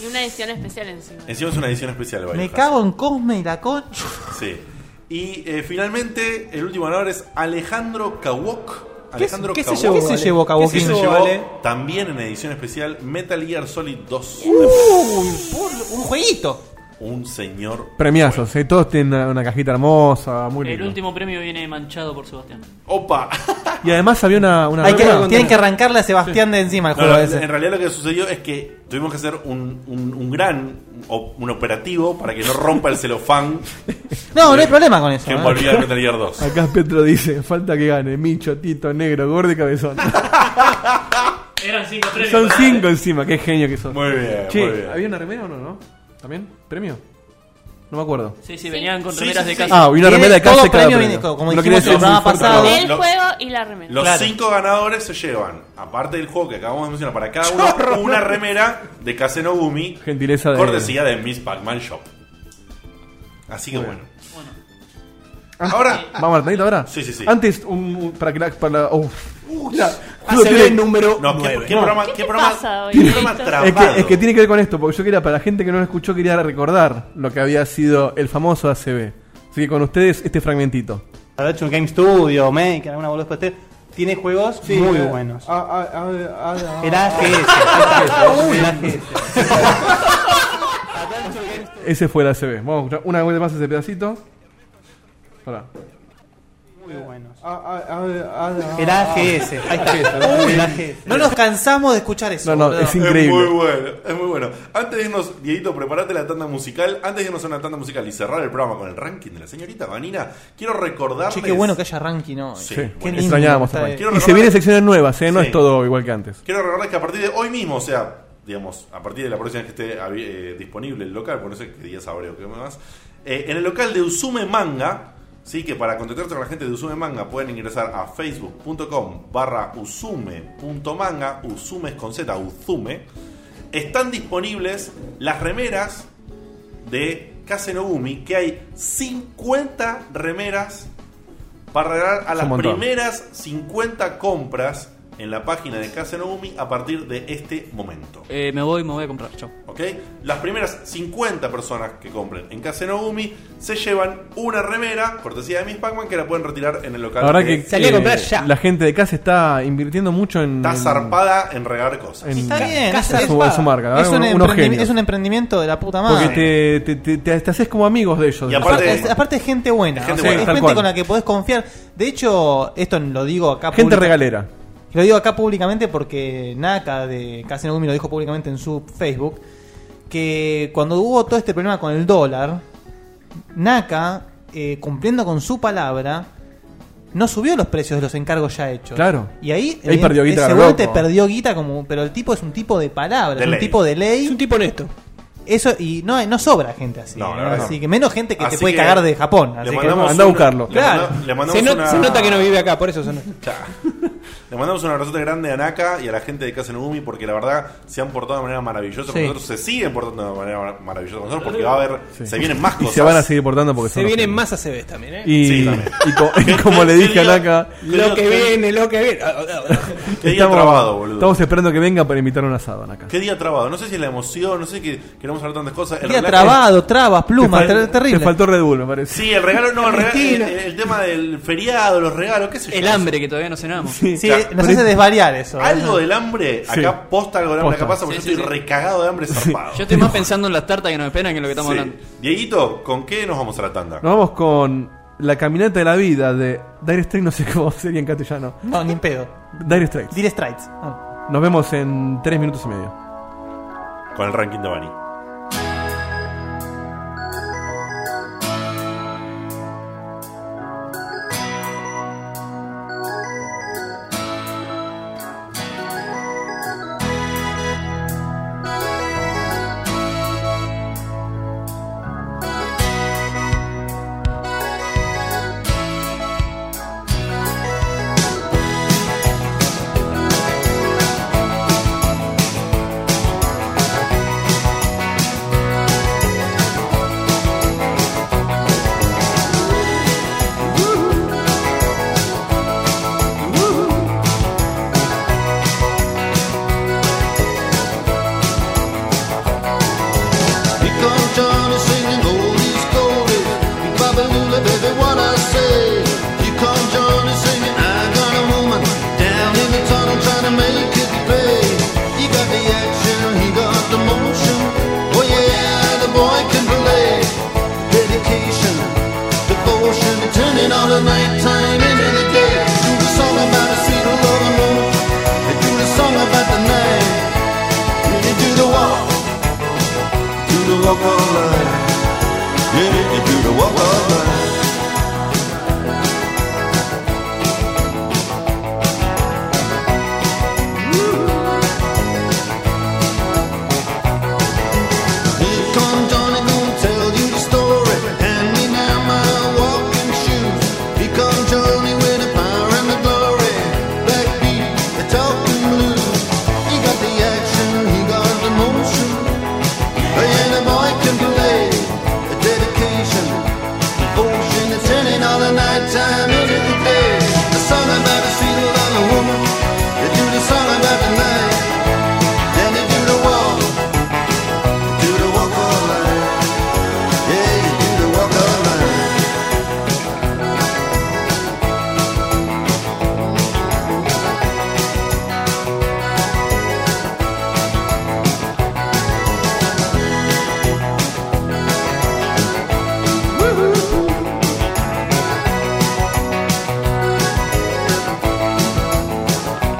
C: Y una edición especial encima.
A: Encima es una edición especial de
E: Me
A: Biohazard.
E: cago en Cosme y la concha.
A: Sí. Y eh, finalmente, el último ganador es Alejandro Kawok. Alejandro
E: qué se
A: Kawok.
E: llevó, ¿Qué se Ale? llevó, Kawok?
A: Que se
E: ¿Qué se
A: llevó
E: llevó, Ale?
A: también en edición especial Metal Gear Solid 2.
E: un jueguito.
A: Un señor.
B: Premiazos, eh, todos tienen una, una cajita hermosa, muy
H: El
B: lindo.
H: último premio viene manchado por Sebastián.
A: ¡Opa!
B: Y además había una. una
E: Hay que-
B: rueda.
E: tienen que arrancarle a Sebastián de encima el
A: No,
E: juego
A: no,
E: ese.
A: en realidad lo que sucedió es que tuvimos que hacer un, un- un gran o- un operativo para que no rompa el celofán
E: No, no hay problema con eso.
A: que
E: ¿eh?
A: envolvía el Metal Gear 2.
B: Acá Petro dice: falta que gane Micho, Tito, Negro, Gordo y Cabezón.
H: Eran cinco premios.
B: Son cinco encima, qué genio que son.
A: Muy bien,
B: Che,
A: muy bien.
B: ¿había una remera o no, no? ¿También? ¿Premio? No me acuerdo.
H: Sí, sí, venían con
A: Sí,
H: remeras
A: sí,
H: de
A: sí.
H: casa.
B: Ah, y una
E: Viene
B: remera de
E: todo
B: casa y cada
E: premio
B: premio.
E: viene co- como
B: Lo
E: dijimos
B: quería
E: en el
B: decir muy
E: programa
B: fuerte.
E: pasado.
A: No,
C: El
A: lo-
C: juego y la remera.
A: Los
E: Claro.
A: cinco ganadores se llevan, aparte del juego que acabamos de mencionar, para cada uno una remera de Kazenogumi
B: Gentileza de.
A: Cortesía de Miss Pac-Man Shop. Así que
B: Muy
A: bueno.
H: Bueno.
A: Ahora,
B: Vamos al planeta ahora.
A: Sí, sí, sí.
B: Antes, un, un- para que la. Para la oh. Mira, justo
G: ACB
B: tiene-
G: número
A: no, ¿qué,
G: 9.
A: qué programa,
C: ¿Qué
A: qué
C: te
A: programa,
C: pasa hoy,
A: qué programa
C: Víctor?
B: es,
A: trabado?
B: que, es que tiene que ver con esto, porque yo quería, para la gente que no lo escuchó, quería recordar lo que había sido el famoso ACB. Así que con ustedes, este fragmentito.
N: Habrá hecho un Game Studio, Maker, alguna boludez pastel. Tiene juegos muy
E: eh,
N: buenos. El AGS. ahí está. El AGS.
B: Ese fue el ACB. Vamos a escuchar una vez más ese pedacito. Pará.
N: Muy buenos. El AGS. Ahí está. El AGS.
E: No nos cansamos de escuchar eso.
B: No, no,
E: boludo.
B: es increíble.
A: Es muy bueno, es muy bueno. Antes de irnos, Dieguito, preparate la tanda musical. Antes de irnos a una tanda musical y cerrar el programa con el ranking de la señorita Vanina, quiero recordarles...
E: Che, qué bueno que haya ranking hoy.
A: Sí,
B: Sí,
A: bueno.
E: lindo
B: extrañábamos.
E: está
B: a Frank.
E: bien.
A: Quiero
B: Y
A: recordar-
B: se vienen secciones nuevas, ¿eh? No
A: Sí.
B: es todo igual que antes.
A: Quiero recordarles que a partir de hoy mismo, o sea, digamos, a partir de la próxima vez que esté abi- eh, disponible el local, porque no sé qué día sabré o qué más, eh, en el local de Usume Manga, sí, que para contactarse con la gente de Usume Manga pueden ingresar a facebook.com barra usume.manga, usume es con Z, usume, están disponibles las remeras de Kazenogumi, que hay 50 remeras para regalar a
B: un
A: las
B: montón.
A: primeras 50 compras en la página de Kazenogumi a partir de este momento.
H: Eh, me voy, me voy a comprar. Chao.
A: ¿ok? Las primeras 50 personas que compren en Kazenogumi se llevan una remera, cortesía de Miss Pac-Man, que la pueden retirar en el local.
B: La verdad
A: de-
B: que
G: Salí a
B: eh,
G: comprar ya.
B: la gente de casa está invirtiendo mucho en.
A: está
B: en-
A: zarpada en regalar cosas.
B: en-
E: Está bien.
G: Casa
E: es-
B: en su, en su marca, ¿verdad?
E: Es un,
B: Unos
E: emprendi-
B: genios.
E: es un emprendimiento de la puta madre.
B: Porque te, te, te, te- te haces como amigos de ellos.
A: Y
B: de la
A: aparte-
B: gente.
E: Es- aparte es gente buena,
A: Es gente
E: o sea,
A: buena.
E: es
B: Tal
E: gente
B: cual.
E: con la que podés confiar. De hecho, esto lo digo acá
B: gente
E: pública-
B: regalera.
E: Lo digo acá públicamente porque Naka de Casino Gumi lo dijo públicamente en su Facebook. Que cuando hubo todo este problema con el dólar, Naka, eh, cumpliendo con su palabra, no subió los precios de los encargos ya hechos.
B: Claro.
E: Y ahí,
B: Ahí perdió guita a lo
E: seguramente
B: loco.
E: perdió guita como, pero el tipo es un tipo de palabra,
B: De
E: es un
B: ley.
E: tipo de ley. Es un
G: tipo honesto.
E: Eso y no no sobra gente así.
A: No, la
E: ¿no?
A: verdad
E: Este, así
A: no.
E: que menos gente que
A: Así
E: te puede
A: que
E: cagar de Japón,
A: le
E: así que
A: mandamos
E: no,
A: una- le
E: Claro.
A: manda- le mandamos
G: se, no-
A: una-
G: se nota que no vive acá, por eso se nota.
A: Le mandamos un abrazote grande a Naka y a la gente de Casa Nugumi porque la verdad se han portado de manera maravillosa con
G: Sí.
A: nosotros, se siguen portando de manera mar- maravillosa con nosotros porque va a haber,
B: Sí.
A: se vienen más
B: Y
A: cosas.
B: se van a seguir portando porque
G: Se
B: son los
G: vienen
B: genios.
G: más ACBs también, ¿eh?
B: Y,
G: Sí, también.
B: y co- y como le dije a Naka,
G: Lo que viene, lo que viene.
A: Qué día trabado, boludo.
B: estamos esperando que venga para invitar a un asado, Naka.
A: Qué día trabado, no sé si es la emoción, no sé que queremos hablar tantas cosas. El
E: Día
A: relato-
E: trabado, trabas, plumas,
B: Te fal-
E: ter- terrible.
B: Te faltó Red Bull, me parece.
A: Sí, el regalo, no, el, regalo- el- el tema del feriado, los regalos, qué sé yo.
H: El hambre que todavía no cenamos.
E: Sí, nos hace desvariar eso.
A: Algo del hambre,
H: Sí.
A: acá posta algo del hambre,
H: Posta.
A: acá pasa porque
H: Sí,
A: yo
H: sí,
A: estoy
H: sí.
A: recagado de hambre zarpado.
H: Yo estoy más pensando en las tartas que nos esperan que en lo que estamos
A: Sí.
H: hablando.
A: Dieguito, ¿con qué nos vamos a la tanda?
B: Nos vamos con la caminata de la vida de Dire Straits, no sé cómo sería en castellano.
E: No, ni en pedo.
B: Dire Straits.
E: Dire Straits.
B: Nos vemos en 3 minutos y medio.
A: Con el ranking de Bani.
O: Here come Johnny singing Goldie's Goldie. Bobby Mooley, baby, what I say. Here come Johnny singing I got a woman down in the tunnel trying to make it pay. He got the action, he got the motion. Oh yeah, the boy can play. Dedication, devotion, turning all the nighttime into the day. Do the song about a sweet love and moon. Do the song about the night. Really do the walk do the walk of life. Yeah, did you do the walk of life? Here come Johnny, gonna tell you the story. Hand me now my walking shoes. Here come Johnny with the power and the glory. Blackbeat, the talking blues. He got the action, he got the motion. Oh, yeah, the boy can play. The dedication, devotion, the turning all the night time into the day. The song about the sweet love of woman. They do the song about the night. Then they do the walk. Do the walk of life. Yeah, you do the walk of life.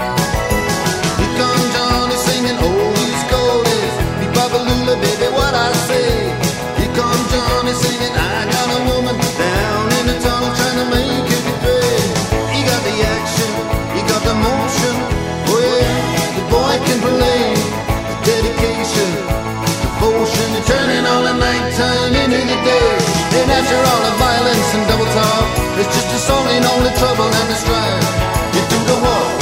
O: Here come Johnny singing oldies goldies. Me babalula, baby, what I say. Here come Johnny singing I got a woman down in the tunnel trying to make it great. He got the action, he got the motion. Oh yeah, the boy can play. The dedication, devotion, and turning all the nighttime into the day. And after all the violence and double talk, it's just a song and all the trouble and the strife. You do the walk.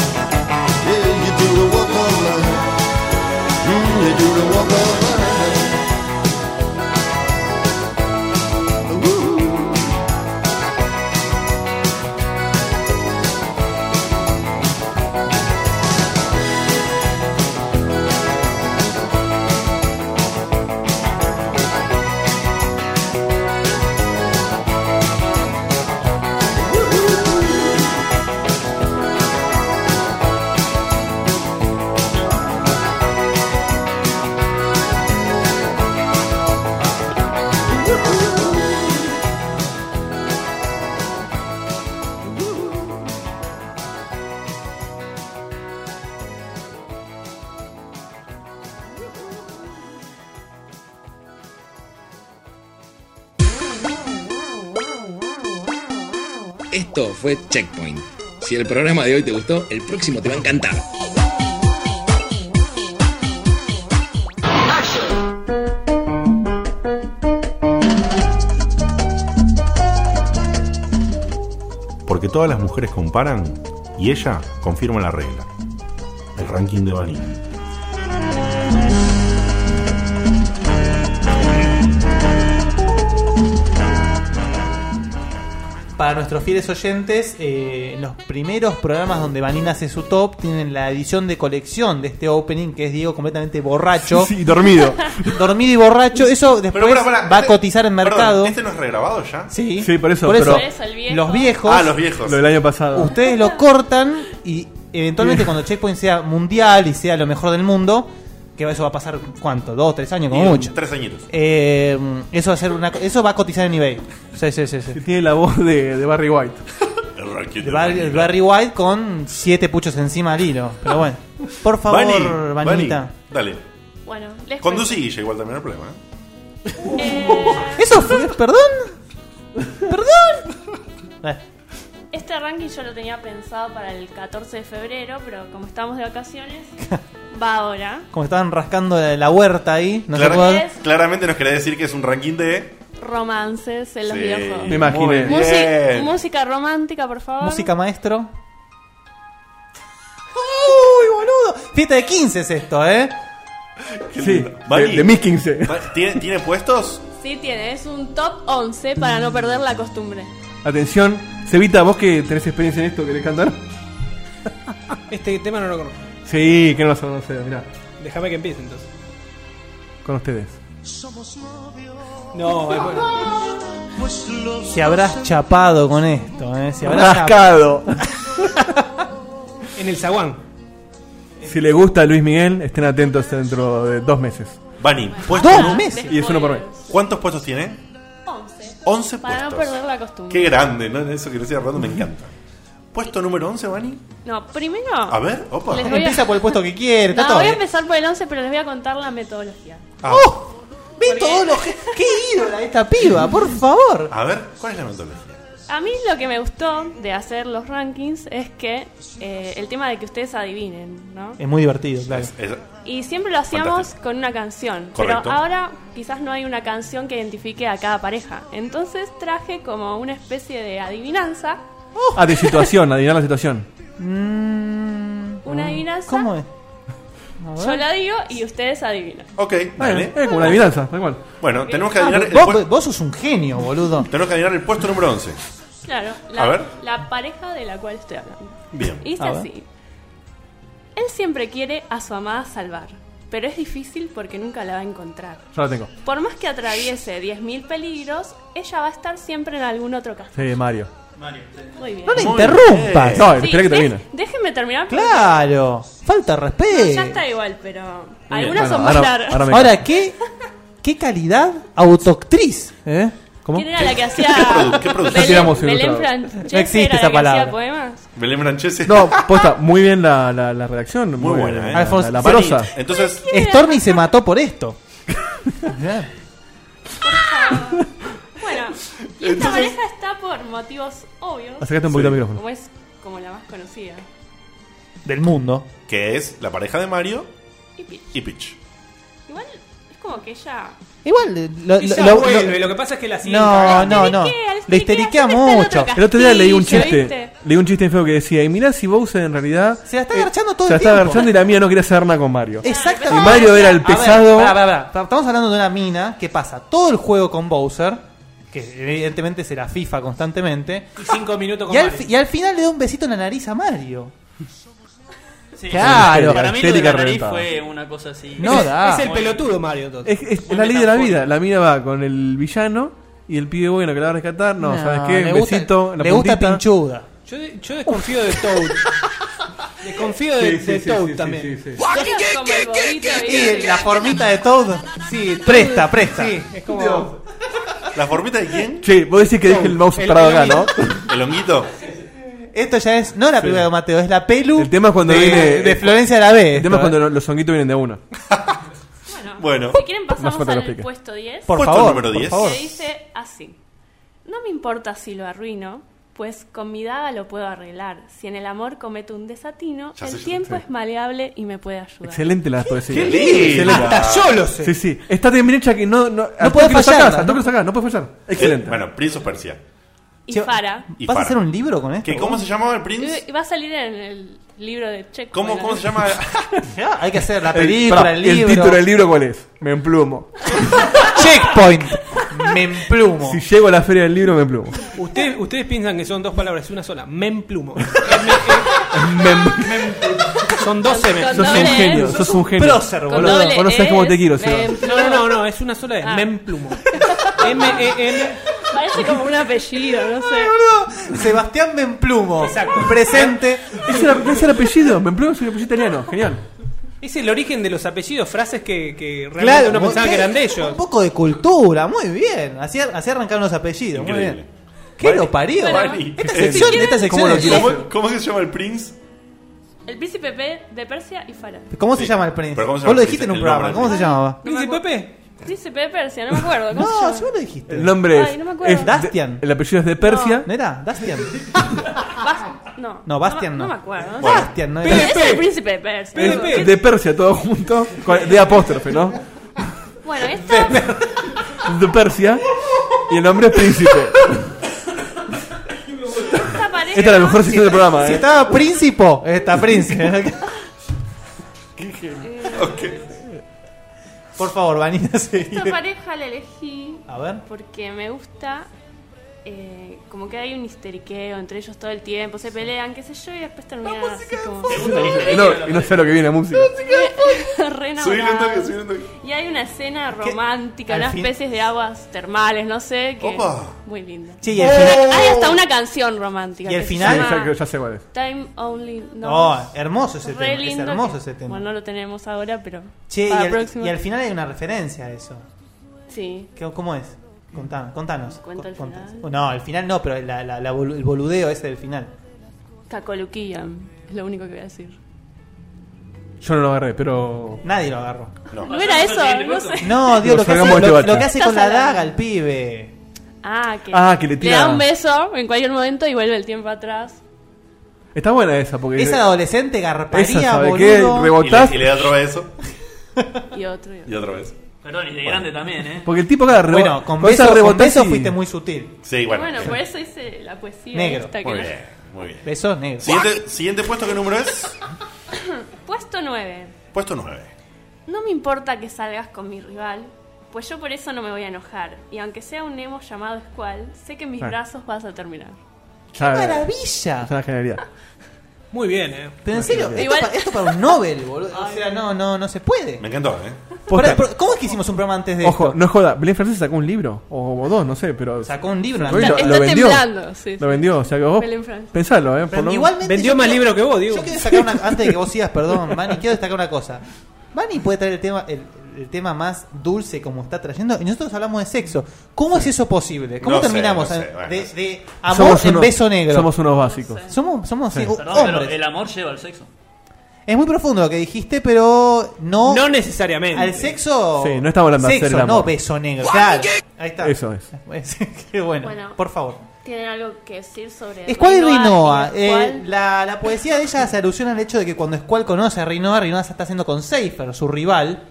O: Yeah, you do the walk of life. Mm, you do the walk of life.
P: Esto fue Checkpoint. Si el programa de hoy te gustó, el próximo te va a encantar.
A: Porque todas las mujeres comparan y ella confirma la regla. El ranking de Vanilla.
E: Para nuestros fieles oyentes, eh, los primeros programas donde Vanina hace su top tienen la edición de colección de este opening, que es Diego completamente borracho.
B: Sí, sí, dormido.
E: dormido y borracho. Eso después
A: Pero, pará, pará,
E: va a
A: este-
E: cotizar en
A: perdón,
E: mercado.
A: ¿Este no es regrabado ya?
E: Sí.
B: Sí, por eso, pero- Por eso, el viejo.
E: los viejos.
A: Ah, los viejos.
B: Lo del año pasado.
E: Ustedes lo cortan y eventualmente cuando Checkpoint sea mundial y sea lo mejor del mundo, que eso va a pasar cuánto, dos, tres años como
A: Y
E: mucho.
A: Tres añitos.
E: Eh, eso va a ser una, eso va a cotizar en eBay. Sí, sí, sí, sí.
B: Tiene la voz de, de Barry White.
A: El ranking
E: El Barry, el Barry White con siete puchos encima al hilo. Pero bueno, por favor,
A: Vani, Vani,
E: Vanita.
A: Dale.
C: Bueno, les
A: Conducí
C: cuento.
A: igual también el problema. ¿eh?
C: Eh.
E: Eso fue, perdón. Eh.
C: Este ranking yo lo tenía pensado para el 14 de febrero, pero como estamos de vacaciones, va ahora.
E: Como estaban rascando la, la huerta ahí, no
A: Clara-
E: se puede.
A: Claramente nos querés decir que es un ranking de.
C: Romances en los
A: Sí,
C: videojuegos.
A: Me imaginé.
E: Muy bien.
C: Música, música romántica, por favor.
E: Música maestro. Uy, boludo. Fiesta de 15 es esto, ¿eh?
B: Sí, de, de mis 15.
A: ¿Tiene, tiene puestos?
C: Sí, tiene, es un top 11 para no perder la costumbre.
B: Atención, Cevita, vos que tenés experiencia en esto, ¿querés cantar?
G: Este tema no lo conozco.
B: Sí, que no lo vas a conocer, mirá,
G: Déjame que empiece entonces.
B: con ustedes.
G: No, es bueno.
E: Si habrás chapado con esto, ¿eh? Si habrás
B: Rascado.
G: En el zaguán.
B: Si le gusta a Luis Miguel, estén atentos dentro de dos meses.
A: Vani, puesto.
B: ¿Dos meses? Y es uno por mes.
A: ¿Cuántos puestos tiene?
C: 11.
A: 11
C: Para no
A: puestos.
C: perder la costumbre.
A: Qué grande, ¿no? Eso que decía Rolando me encanta. ¿Puesto número 11, Vani?
C: No, primero.
A: A ver, opa.
C: les voy a-
E: Empieza por el puesto que quiere, está
C: No,
E: todo
C: voy a
E: bien.
C: empezar por el 11, pero les voy a contar la metodología.
A: Ah,
E: Metodología. ¡Qué ídola eh. esta piba, por favor!
A: A ver, ¿cuál es la metodología?
C: A mí lo que me gustó de hacer los rankings es que eh, el tema de que ustedes adivinen, ¿no?
E: Es muy divertido, claro.
C: Y siempre lo hacíamos con una canción.
E: Correcto.
C: Pero ahora quizás no hay una canción que identifique a cada pareja. Entonces traje como una especie de adivinanza.
B: Ah, de situación, adivinar la situación.
C: Una
E: Mm.
C: adivinanza.
E: ¿Cómo es?
C: Yo la digo y ustedes adivinan.
A: Ok, dale.
B: Es Eh, como una adivinanza, tal cual.
A: Bueno, tenemos que adivinar el
E: Ah, vos,
A: puesto.
E: vos sos un genio, boludo.
A: Tenemos que adivinar el puesto número 11.
C: Claro. La,
A: A ver.
C: la pareja de la cual estoy hablando.
A: Bien.
C: Dice
A: A ver.
C: así. Él siempre quiere a su amada salvar, pero es difícil porque nunca la va a encontrar.
B: Yo la tengo.
C: Por más que atraviese 10.000 peligros, ella va a estar siempre en algún otro caso.
B: Sí, Mario.
C: Muy bien.
E: No le
C: Muy
E: interrumpas.
B: bien. No, espera que
C: dej-
B: termine.
C: Déjenme terminar. porque-
E: Claro, falta de
C: No,
E: respeto.
C: ya está igual, pero
E: Muy bien,
C: algunas
E: bueno,
C: son más
E: ahora-
C: largas.
E: Ahora, ¿qué, ¿qué calidad autoctriz? ¿Eh? ¿Cómo?
C: ¿Quién era la que hacía?
B: produ- qué producción? Ya tiramos el
C: Belén
B: otro.
C: Francesca
B: No existe
C: era
B: esa
C: la que hacía
B: palabra.
C: poemas.
A: Belén Branchese.
B: No, posta, muy bien la, la, la redacción. Muy,
A: buena,
B: bien.
A: ¿eh?
B: La-
A: Alfonso-
B: La, la parosa.
A: Sí, entonces-
E: Stormy se mató por esto.
C: Bueno, y esta
B: Entonces-
C: pareja está por motivos obvios.
B: Acércate un poquito al micrófono.
C: Como es como la más conocida.
E: Del mundo.
A: Que es la pareja de Mario
C: Y Peach.
A: y Peach.
C: Igual es como que ella.
E: Igual, lo,
G: Ella vuelve, lo que pasa es que la siguen
E: No,
G: cagando.
E: no, no.
G: histeriquea, la
E: La histeriquea
G: siempre está en
E: mucho.
G: otro
B: El otro día leí un
G: Castillo,
B: chiste.
G: ¿viste?
B: Leí un chiste feo que decía: Y mirá si Bowser en realidad.
E: Se la
G: Eh,
E: está agarchando todo
B: se la
E: el
B: estaba
E: tiempo.
B: agarchando y la mía no quería hacer nada con Mario.
E: Exacto.
B: Y Mario era el
E: A ver,
B: pesado.
E: pará, pará, pará. Estamos hablando de una mina que pasa todo el juego con Bowser, que evidentemente se la FIFA constantemente,
G: Y cinco minutos con
E: y al,
G: Mario.
E: fi- y al final le da un besito en la nariz a Mario.
H: Sí.
E: Claro.
H: Para mí lo de
B: Angélica
H: la nariz
B: reventada.
H: fue una cosa así.
E: No, da.
G: Es el pelotudo Mario entonces.
B: Es, es la ley de la vida. La mina va con el villano y el pibe bueno que la va a rescatar. No,
E: No,
B: ¿sabes qué?
E: le
B: Un
E: gusta-
B: besito. en la
E: le gusta
B: puntita.
E: pinchuda.
G: Yo, yo desconfío de Toad. Desconfío de,
B: Sí, sí,
G: de
B: sí,
G: Toad
B: sí,
G: también.
C: Es como el bobito,
E: Y
C: ¿viste?
E: la formita de Toad.
G: Sí,
E: presta, presta.
G: Sí, es como.
A: ¿La formita de quién?
B: Che, vos decís que deje el mouse
A: El-
B: parado acá,
A: el-
B: ¿no?
A: ¿El honguito?
E: Esto ya es no la primera de Mateo, es la pelu.
B: El tema es cuando
E: de,
B: viene.
E: de Florencia de la B.
B: El tema es
E: esto, ¿eh?
B: cuando los honguitos vienen de uno.
A: Bueno.
C: Si quieren pasamos
B: Más falta que
C: al
B: lo explique.
C: puesto 10.
B: Por Puesto favor, número por 10. favor.
C: Que dice así. No me importa si lo arruino, Pues con mi daga lo puedo arreglar. Si en el amor cometo un desatino,
B: Ya sé,
C: el
B: ya
C: tiempo
B: sé.
C: es maleable y me puede ayudar.
B: Excelente la poesía.
G: ¡Qué lindo!
B: Excelente.
G: Hasta yo lo sé.
B: Sí, sí. Está tan bien hecha que no. No, al
E: podés
B: toque lo
E: fallarla,
B: sacás, al
E: ¿no?
B: toque lo sacás, no puedes fallar. Excelente.
A: Eh, bueno, Prince of Persia.
C: Y
E: Che,
C: Fara.
A: Y
E: ¿Vas a
A: para.
E: hacer un libro con esto?
A: ¿Qué, cómo se llamaba el Prince?
C: Y va a salir en el libro de Checo.
A: ¿Cómo- cómo se llama?
E: Hay que hacer la
B: El-
E: película,
B: pará,
E: el, libro.
B: ¿El título del libro cuál es? Me emplumo.
E: Checkpoint. Me emplumo.
B: Si llego a la feria del libro, me emplumo.
G: Ustedes, ustedes piensan que son dos palabras, es una sola. Memplumo. son dos M.
B: Con Sos un doble E. genio, sos un genio.
G: Prócer,
B: Con
G: boludo.
B: doble Vos no sabés E cómo te es quiero, Seba.
G: No, no, no, no, es una sola E.
C: Ah.
G: Memplumo. M-E-M.
C: Parece como un apellido, no sé.
E: Sebastián Benplumo.
G: Exacto.
E: Presente.
B: Ese era, ese era el apellido. Benplumo es un apellido italiano. Genial.
G: Es el origen de los apellidos, frases que, que realmente
E: Claro,
G: uno
E: vos-
G: pensaba que eran de ellos.
E: Un poco de cultura, muy bien. Así, así arrancaron los apellidos,
A: Increíble.
E: muy bien. ¿Qué lo parió?
A: Bali.
E: Esta
A: Eh,
E: sección, esta sección
A: ¿Cómo,
E: es-
A: lo- cómo- cómo es que se llama el Prince?
C: El príncipe Pe- de Persia y Fara.
E: ¿Cómo se llama el príncipe?
A: Pero ¿cómo se
E: Vos
A: llama
E: lo
A: el
E: dijiste en un
A: príncipe?
E: programa,
A: El
E: ¿cómo
A: nombre
E: se llamaba?
G: ¿Príncipe Pepe?
C: Príncipe de Persia, no me acuerdo. ¿Cómo se
E: No,
C: llama?
E: vos lo dijiste.
B: El nombre es.
C: Ay, no me acuerdo.
B: es de-
E: Dastian.
B: el apellido es de Persia.
E: ¿No era? ¿Dastian?
C: Bas- no.
E: No, Bastian
C: me-
E: no.
C: No me acuerdo. no sé.
E: Bastian, no
C: Pero
E: era.
C: es el príncipe de Persia.
B: Es de Persia, todo junto. con- De apóstrofe, ¿no?
C: Bueno, esta.
B: De Persia. Y el nombre es Príncipe.
C: Esta pareja.
B: Esta es la mejor sección del programa,
E: Si
B: ¿eh?
E: estaba príncipe, está príncipe. Por favor, Vanina, seguí.
C: Esta pareja la elegí.
E: A ver.
C: Porque me gusta. eh, como que hay un histeriqueo entre ellos todo el tiempo, se pelean, qué sé yo, y después terminan así como.
B: Y no, y no sé lo que viene la música.
C: re
A: Subile un toque,
C: enamorados.
A: subile un toque.
C: Y hay una escena romántica,
E: Al
C: unas
E: fin-
C: especies de aguas termales, no sé, que
E: Opa.
C: muy linda.
E: Sí, y al final-
C: Hay hasta una canción romántica.
E: Y al
C: que
E: final-
C: se
E: Sí,
C: llama
B: ya- ya sé cuál es.
C: Time Only Knows.
E: Oh, hermoso ese
C: Re
E: tema, es
C: lindo
E: hermoso
C: que-
E: ese tema.
C: Bueno, no lo tenemos ahora, pero
E: Che, y
C: para la
E: al,
C: próxima.
E: y al final hay una referencia a eso.
C: Sí.
E: ¿Qué- ¿Cómo es? Contá- contanos.
C: Cuento el
E: Contanos.
C: final.
E: No, al final no, pero la- la- la bolu- el boludeo ese del final.
C: Cacoluquían, es lo único que voy a decir.
B: Yo no lo agarré, pero.
E: Nadie lo agarró.
C: ¿No era eso? No sé.
E: No, Dios, lo,
B: Nos
E: que hace,
B: salgamos de
E: lo-
B: este bache.
E: lo que hace con la
C: Estás hablando.
E: daga al pibe.
C: Ah, que,
B: Ah, que le tira-
C: da un beso en cualquier momento y vuelve el tiempo atrás.
B: Está buena esa, porque.
E: Esa adolescente garparía,
B: Esa, ¿sabe qué?
E: boludo.
B: Rebotás.
A: Y le, y le da otro beso.
C: Y otro. y otro.
A: Y otra vez.
H: Perdón, y de grande también, ¿eh?
B: Porque el tipo acá rebo-
E: Bueno, con
B: esa
E: beso, con
B: rebotás
E: beso
B: y-
E: fuiste muy sutil.
A: Sí,
C: Bueno, pues,
A: bueno.
C: por eso hice la poesía
E: Negro.
C: esta que
A: Muy
C: no-
A: bien, muy bien.
E: Beso negro.
A: Siguiente, siguiente puesto, ¿qué número es?
C: Puesto 9.
A: Puesto 9.
C: No me importa que salgas con mi rival, pues yo por eso no me voy a enojar. Y aunque sea un emo llamado Squall, sé que en mis
B: Ah.
C: brazos vas a terminar.
B: Ya-
E: ¡Maravilla!
B: Es una genialidad.
G: Muy bien, ¿eh?
E: Pero en serio, esto,
C: Igual-
E: pa- esto para un Nobel, boludo. O sea, no, no, no se puede.
A: Me encantó, ¿eh?
B: Posta.
E: Pará, pero ¿Cómo es que hicimos un programa antes de
B: Ojo,
E: esto?
B: no es joda. Belén Francés sacó un libro, o, o dos, no sé, pero.
E: Sacó un libro. una
B: Lo-
C: Está,
E: mierda.
B: lo
C: está
B: vendió.
C: temblando. Sí, sí.
B: Lo vendió, o sea que vos.
C: Belén Francés.
B: Pensalo, ¿eh?
E: Pero
B: por lo-
E: igualmente
G: Vendió
E: yo
G: más
E: quiero-
G: libro que vos, Diego.
E: Yo quiero destacar una, antes de que vos sigas, perdón, Mani, quiero destacar una cosa. Mani puede traer el tema, el, el tema más dulce como está trayendo, y nosotros hablamos de sexo. ¿Cómo es eso posible? ¿Cómo
A: No sé,
E: terminamos
A: no sé, bueno,
E: de,
A: no sé.
E: de amor en
B: unos-
E: beso negro?
B: Somos unos básicos.
E: somos, somos eh,
H: Perdón, pero
E: hombres.
H: el amor lleva al sexo.
E: Es muy profundo lo que dijiste, pero no,
G: No necesariamente.
E: al sexo.
B: Sí, no estamos hablando de
E: sexo,
B: hacer el amor.
E: no beso negro. Claro. Ahí está.
B: Eso es.
E: Qué bueno.
C: Bueno.
E: Por favor.
C: ¿Tienen algo que decir sobre
E: Escual y
C: Eh, Rinoa
E: Rinoa.
C: y
E: Eh,
C: Squall?
E: la, la poesía de ella se alusiona al hecho de que cuando Squall conoce a Rinoa, Rinoa se está haciendo con Seifer, su rival.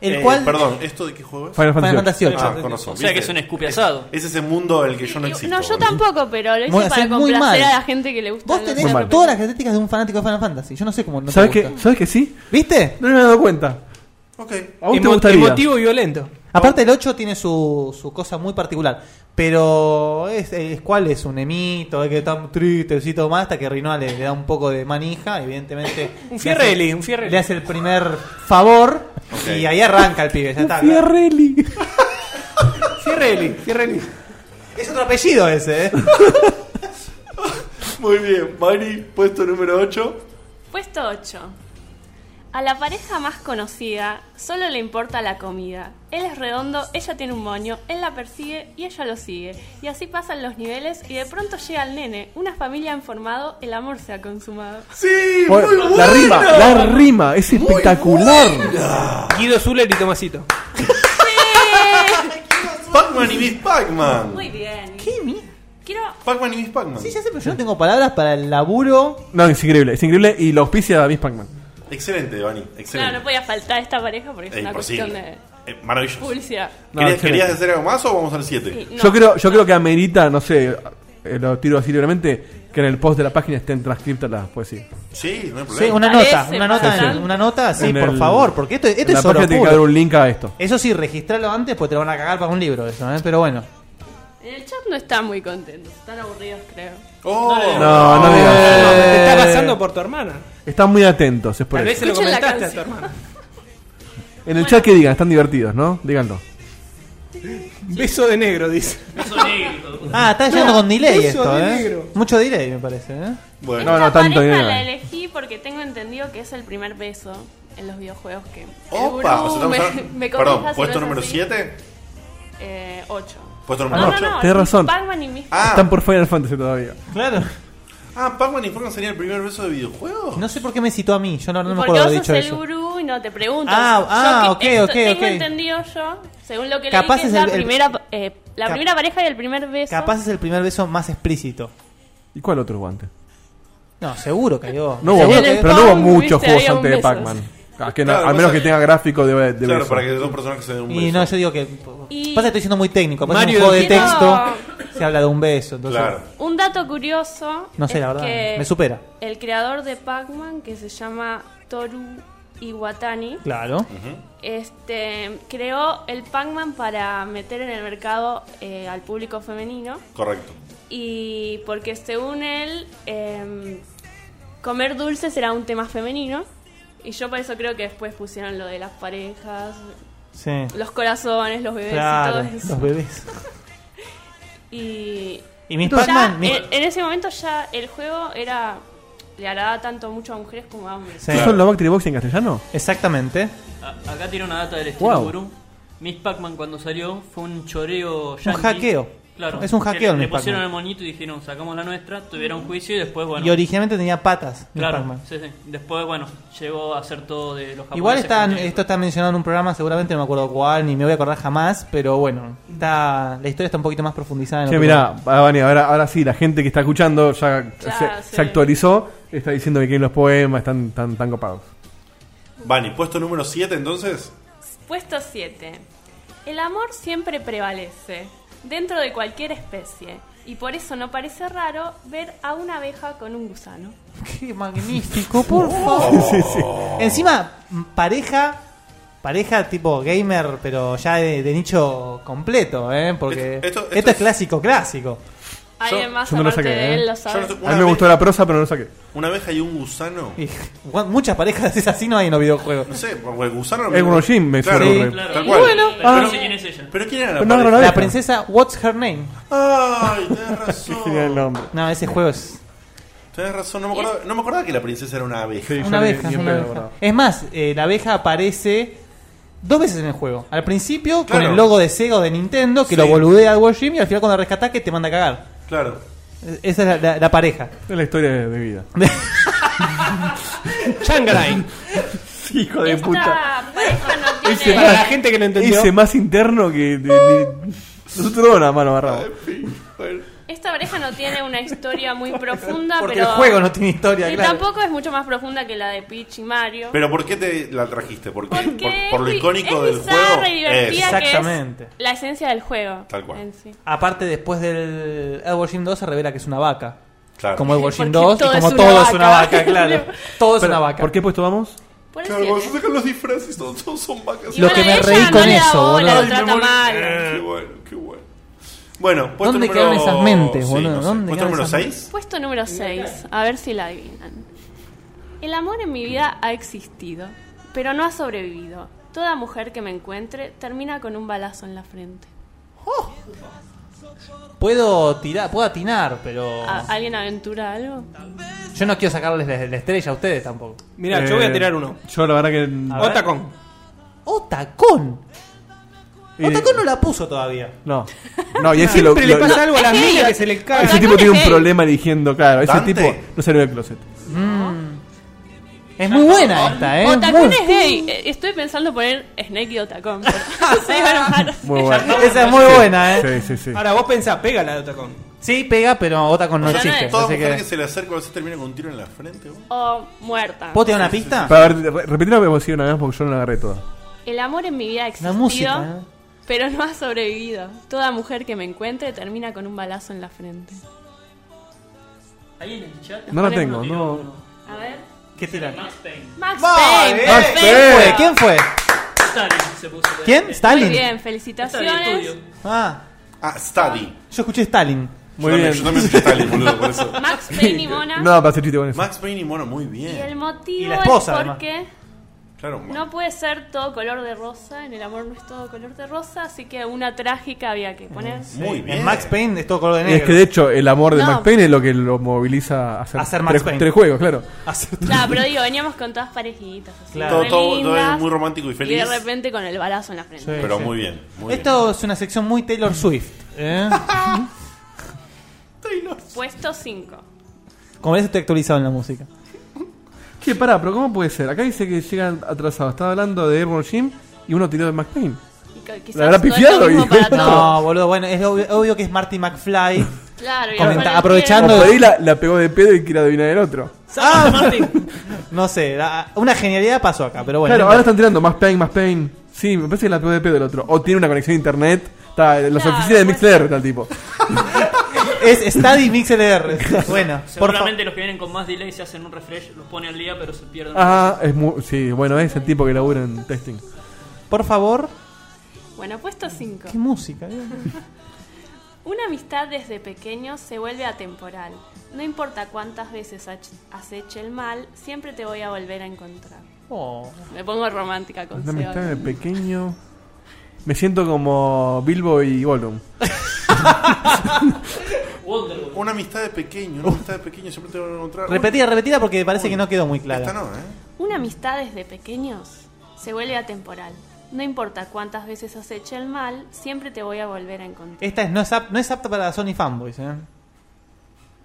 E: El
A: Eh,
E: cual.
A: Perdón, ¿esto de qué juego es?
B: Final
E: Final Fantasy VIII.
A: Ah, con razón,
H: O sea que
A: ¿viste?
H: es un escupiazado.
A: Es ese mundo en el que yo no
C: Y-
A: existo.
C: Eh, no, yo
A: boludo.
C: tampoco, pero lo hice
E: Bueno,
C: para
E: haces muy
C: complacer
E: mal.
C: a la gente que le gusta.
E: Vos tenés todas las características de un fanático de Final Fantasy. Yo no sé cómo no te
B: ¿Sabes qué?
E: gusta.
B: ¿Sabes que sí?
E: ¿Viste?
B: No me he dado cuenta.
A: Ok.
B: ¿A vos te
G: Emo-
B: gustaría?
G: Emotivo y violento.
E: Aparte, el 8 tiene su, su cosa muy particular. Pero es, el Squall es un emito, es que tan tristecito más, hasta que Rinoa le, le da un poco de manija, evidentemente.
G: Un
E: le
G: Fierrelli,
E: hace-
G: un Fierrelli.
E: Le hace el primer favor
A: Ok.
E: y ahí arranca el pibe. Ya está.
B: Fierrelli.
G: Fierrelli, Fierrelli.
E: Es otro apellido ese, ¿eh?
A: Muy bien, Mari, puesto número 8.
C: Puesto 8. A la pareja más conocida solo le importa la comida. Él es redondo, ella tiene un moño, él la persigue y ella lo sigue. Y así pasan los niveles y de pronto llega el nene. Una familia han formado, el amor se ha consumado.
A: Sí,
B: Bueno,
A: muy
B: la
A: buena.
B: rima, la rima, es espectacular.
G: Guido Zuller y Tomasito.
A: Pac-Man y Miss Pac-Man.
C: Muy bien.
E: ¿Qué mierda?
C: Quiero.
A: Pac-Man y Miss Pac-Man.
E: Sí, ya sé, pero yo no tengo palabras para el laburo.
B: No, es increíble, es increíble. Y la auspicia Miss Pac-Man.
A: Excelente, Vani. Excelente.
C: Claro, no podía faltar esta pareja porque es
A: Eh,
C: una
A: imposible.
C: cuestión de
A: Eh, maravilloso.
C: publicidad.
B: No,
A: ¿Querías,
B: excelente.
A: querías hacer algo más o vamos al 7?
C: Sí, no.
B: yo creo, yo creo que amerita, no sé, eh, lo tiro así libremente, que en el post de la página estén transcriptas las poesías.
A: Sí, no hay problema.
E: Sí,
C: Parece
E: una nota, una nota,
B: bastante.
E: en- una nota, sí,
B: En
E: por
B: el-
E: favor, porque esto, esto
B: en la
E: es oro
B: página tiene que
E: puro.
B: haber un link a esto.
E: Eso sí, registralo antes, pues te lo van a cagar para un libro eso, ¿eh? pero bueno.
C: En el chat no están muy contentos, están aburridos, creo.
A: Oh. Eh.
C: le digo.
B: No, Eh, no digas.
G: te está pasando por tu hermana.
B: Están muy atentos, es por
G: Tal vez
B: eso.
G: se lo
C: Escuchen la
G: comentaste a tu
C: canción.
G: hermana.
B: En el chat que digan, están divertidos, ¿no? Díganlo.
G: Beso de negro, dice.
E: Ah, está llegando con delay
G: eso
E: esto,
G: de
E: ¿eh?
G: negro.
E: Mucho delay me parece, ¿eh?
A: Bueno,
B: No, no,
C: Esta
B: tanto
C: pareja
B: dinero.
C: la elegí porque tengo entendido que es el primer beso en los videojuegos que. el
A: Opa,
C: gurú
A: o sea, estamos
C: me-
A: hablando-
C: me
A: Perdón,
C: comenta si no
A: puesto
C: es
A: número
C: así.
A: 7.
C: Eh, 8.
A: Puesto
B: Ah,
A: número
B: no,
A: 8.
B: no. tenés razón.
C: Pac-Man y Miss
A: Ah.
B: Están por Final Fantasy todavía.
E: Claro.
A: Ah, Pac-Man y Pac-Man sería el primer beso de videojuego.
E: No sé por qué me citó a mí, yo no, no me
C: Porque
E: acuerdo
C: vos
E: haber
C: sos
E: dicho
C: el
E: eso.
C: gurú y no te preguntas.
E: Ah, ah,
C: Yo
E: ok,
C: que- esto
E: ok,
C: Tengo
E: ok.
C: entendido yo, según lo que
E: Capaz
C: leí, que es
E: es
C: la,
E: el- el-
C: primera, eh, la
E: Cap-
C: primera pareja y el primer beso.
E: Capaz es el primer beso más explícito.
B: ¿Y cuál otro guante?
E: No, seguro cayó.
B: No hubo,
E: Seguro
C: En
E: que-
C: el
B: pero no hubo
C: Pong,
B: muchos
C: viste,
B: juegos
C: había un
B: antes de
C: besos.
B: Pac-Man. Ah, que no-
A: Claro,
B: al menos
A: pasa-
B: que tenga gráfico de, de
A: Claro,
B: beso.
A: para que dos personas que se den un beso.
E: Y no, yo digo que.
C: Y-
E: Pasa que estoy siendo muy técnico. Pasa que
G: Mario
E: en un juego de
C: del
E: texto
C: Quiero-
E: se habla de un beso. Entonces,
A: Claro.
C: Un dato curioso.
E: No sé,
C: es
E: la verdad,
C: que
E: me supera.
C: El creador de Pac-Man, que se llama Toru Iwatani,
E: Claro.
C: este, creó el Pac-Man para meter en el mercado eh, al público femenino.
A: Correcto.
C: Y porque según él, em, comer dulces era un tema femenino. Y yo por eso creo que después pusieron lo de las parejas,
E: Sí.
C: los corazones, los bebés
E: Claro,
C: y todo eso.
E: los bebés.
C: Y,
E: Y Miss
C: ya
E: Pac-Man, Miss-
C: en, en ese momento ya el juego era le agradaba tanto mucho a mujeres como a hombres.
E: Sí.
B: ¿Esos son los Backstreet Boys en castellano?
E: Exactamente.
H: A- acá tiene una data del estilo
B: Wow.
H: gurú. Miss Pac-Man cuando salió fue un choreo yankee.
E: hackeo.
H: Claro.
E: Es un
H: Que
E: hackeo el
H: Le,
E: Miss
H: pusieron
E: Pac-Man. Mm.
H: el monito y dijeron, sacamos la nuestra, tuvieron juicio y después, bueno.
E: Y originalmente tenía patas. Miss
H: Claro,
E: Pac-Man.
H: sí, sí. Después, bueno, llegó a ser todo de los japoneses.
E: Igual está,
H: con-
E: esto está mencionado en un programa, seguramente no me acuerdo cuál, ni me voy a acordar jamás, pero bueno, está, la historia está un poquito más profundizada. En
B: Che,
E: otro
B: mirá, ah, Vani, ahora, ahora sí, la gente que está escuchando ya se,
C: sí.
B: se actualizó, está diciendo que quieren los poemas, están tan, tan copados.
A: Vani, puesto número 7 entonces.
C: Puesto 7. El amor siempre prevalece dentro de cualquier especie y por eso no parece raro ver a una abeja con un gusano.
E: Qué magnífico,
C: Oh.
E: por favor. Encima, m- pareja, pareja tipo gamer, pero ya de, de nicho completo, ¿eh? Porque
A: Esto-
E: esto,
A: esto- esto
E: es,
A: es-
E: clásico, clásico.
C: Alguien más
B: yo me lo
C: aparte
B: saqué,
C: de él
B: ¿eh?
C: lo
A: Yo
C: sabe.
A: no sé-
B: A
A: una,
B: mí me
A: abe-
B: gustó la prosa, pero no la saqué.
A: una abeja y un gusano.
E: Y, gu- muchas parejas es así, no hay en los videojuegos.
A: No sé, porque el gusano
B: Es uno Jim, me
A: claro,
B: ocurre.
A: tal
H: Claro.
A: cual.
H: Bueno,
A: Pero-
H: pero no sé quién es ella.
A: Pero quién era la
B: Pero no era
A: pareja?
B: una
E: La
B: abeja.
E: princesa, what's her name?
A: Ay, tenés
B: Qué
A: razón.
B: genial el nombre.
E: No, ese juego es
A: Tenés razón, no me, acordaba, no me acordaba que la princesa era una abeja.
B: Sí, yo
E: una
B: ni-
E: abeja.
B: ni en
E: una
B: pedo,
E: abeja.
B: bro.
E: Es más, eh, la abeja aparece dos veces en el juego. Al principio con
A: Claro.
E: el logo de Sega o de Nintendo, que
A: Sí.
E: lo boludea al Jim y al final cuando rescata que te manda a cagar.
A: Claro.
E: Eh, Esa es la- la- la pareja.
B: Es la historia de, de vida.
G: Shangarai.
B: Hijo de
C: Esta
B: puta.
C: Ah, pareja no
B: Ese
C: tiene
G: Para la gente que no entendió.
B: Ese más interno que. de- de- Nosotros una mano barrada.
C: Esta pareja no tiene una historia muy profunda,
E: Porque
C: pero
E: el juego no tiene historia,
C: y
E: claro.
C: tampoco es mucho más profunda que la de Peach y Mario.
A: Pero ¿por qué te la trajiste? Porque,
C: porque
A: por, por lo
C: es- es
A: icónico del
C: bizarra
A: juego.
C: y divertida
A: es.
C: que es
E: Exactamente.
C: la esencia del juego.
A: Tal cual.
C: en sí.
E: Aparte, después del Edward Jim 2 se revela que es una vaca.
A: Claro.
E: Como Edward
C: Porque
E: Jim 2 y
C: todo
E: como
C: es una
E: todo es
C: vaca.
E: una vaca, claro. Todo es
B: Pero,
E: una vaca.
B: ¿Por qué puesto vamos?
C: Por el
A: Claro, cuando se
C: siete.
A: sacan los disfraces, todos, todos son vacas. Eh,
C: Y
E: Lo
C: bueno,
E: que me
C: ella
E: reí
C: no
E: con
C: le da
E: eso,
C: bola,
E: boludo.
C: lo trata mal.
A: Qué bueno, qué bueno. Bueno, puesto
E: ¿Dónde
A: número...
E: quedaron esas mentes,
A: Sí,
E: boludo?
A: no sé.
E: ¿Dónde
A: ¿Puesto
E: quedaron
A: número
E: esas
A: 6?
C: Puesto número 6. A ver si la adivinan. El amor en mi vida ha existido, pero no ha sobrevivido. Toda mujer que me encuentre termina con un balazo en la frente.
E: Puedo tirar, puedo atinar, pero.
C: ¿A- ¿Alguien aventura algo?
E: Yo no quiero sacarles la, la estrella a ustedes tampoco.
G: Mira,
B: Eh,
G: yo voy a tirar uno.
B: Yo la verdad que.
E: A ver.
G: Otacón.
E: ¡Otacón!
B: y-
E: Otacón no la puso todavía.
B: No. No, y ese lo-
G: Siempre le
B: lo-
G: pasa algo a las
C: Es
G: minas
C: gay,
G: que se le cae.
C: Otacón.
B: Ese tipo tiene un
C: Gay.
B: problema eligiendo, claro. Ese
A: Dante.
B: tipo no salió del closet.
E: Mm. Es muy buena esta, ¿eh?
C: Otacón
E: Muy-
C: es gay. Eh, Estoy pensando poner Snake y Otacón. pero- Sí, bueno,
B: Muy bueno.
E: Esa es muy buena, ¿eh?
B: Sí, sí, sí.
G: Ahora vos pensás, pégala de Otacón.
E: Sí, pega, pero Otacon no
A: O sea,
E: existe.
A: Toda
E: así
A: mujer que...
E: que-
A: se le acerca o se termina con un tiro en la frente. vos.
C: O muerta.
E: ¿Puedo tirar una pista?
B: Para ver, re- repetí lo que vos decís una vez porque yo no la agarré toda.
C: El amor en mi vida ha existido,
E: ¿eh?
B: música,
C: pero no ha sobrevivido. Toda mujer que me encuentre termina con un balazo en la frente.
H: Ahí en el chat.
B: No la tengo, no.
C: A ver.
E: ¿Qué tiran?
H: Max Payne.
C: Max
E: Vale.
C: Payne.
E: Max Payne. ¿Quién fue?
H: Stalin se puso.
E: ¿Quién? Stalin.
C: Muy bien, felicitaciones.
E: Ah.
A: Ah, Stadi.
E: Yo escuché Stalin.
B: Muy bien.
A: Yo también soy Stalin, boludo, por eso.
C: Max Payne y Mona.
B: No, para hacer chiste con eso.
A: Max Payne y Mono, muy
C: Y
A: bien.
C: el motivo
B: Y la esposa,
C: es
B: además.
C: porque
A: Claro,
C: no puede ser todo color de rosa, en el amor no es todo color de rosa, así que una trágica había que poner.
E: Muy bien. Max Payne es todo color de
B: Y
E: negro.
B: es que de hecho el amor de
C: No.
B: Max Payne es lo que lo moviliza a hacer,
E: A hacer Max
B: tres,
E: Payne.
B: tres juegos, claro.
E: Ah,
C: Claro, pero digo, veníamos con todas parejitas. Así,
A: Claro. Todo-
C: re
A: todo- todo
C: lindas,
A: es muy romántico y feliz.
C: Y de repente con el balazo en la frente.
A: Pero muy bien. Muy
E: Esto es una sección muy Taylor Swift. ¿eh?
C: Puesto 5.
E: Como ves, estoy actualizado en la música.
B: Che, pará, pero ¿cómo puede ser? Acá dice que llegan atrasados. Estaba hablando de Airborne Jim y uno tiró de Max Payne.
C: quizás
B: La habrá
C: no es lo
B: pifiado
C: mismo
B: hijo.
C: para todos.
E: No, boludo, bueno, es obvio, obvio que es Marty McFly.
C: Claro, y
E: Comenta-
C: ahora el
E: aprovechando.
B: O por ahí la, la pegó de pedo y quiere adivinar el otro.
E: Ah, no sé, la- una genialidad pasó acá, pero bueno.
B: claro, ahora están tirando Max Payne, Max Payne. Sí, me parece que la pegó de pedo el otro. O tiene una conexión a internet. Está en las oficinas de Mixler, tal tipo.
E: es Study MixLR. Bueno, por favor.
H: Seguramente los que vienen con más delay se hacen un refresh, los pone al día, pero se pierden.
B: Ah, es muy, sí, bueno, es el tipo que labura en testing.
E: Por favor.
C: Bueno, puesto 5.
E: ¿Qué música? eh.
C: Una amistad desde pequeño se vuelve atemporal. No importa cuántas veces hach- aceche el mal, siempre te voy a volver a encontrar.
E: Oh.
C: Me pongo romántica con
B: Una amistad
C: Seba.
B: de pequeño. Me siento como Bilbo y Gollum.
A: Una amistad de pequeño, una amistad de pequeño, siempre te voy a encontrar.
E: Repetida, repetida porque parece
A: Uy.
E: que no quedó muy clara.
A: Esta no, ¿eh?
C: Una amistad desde pequeños se vuelve atemporal. No importa cuántas veces aceche el mal, siempre te voy a volver a encontrar.
E: Esta es, no, es apta, no es apta para Sony fanboys. ¿eh?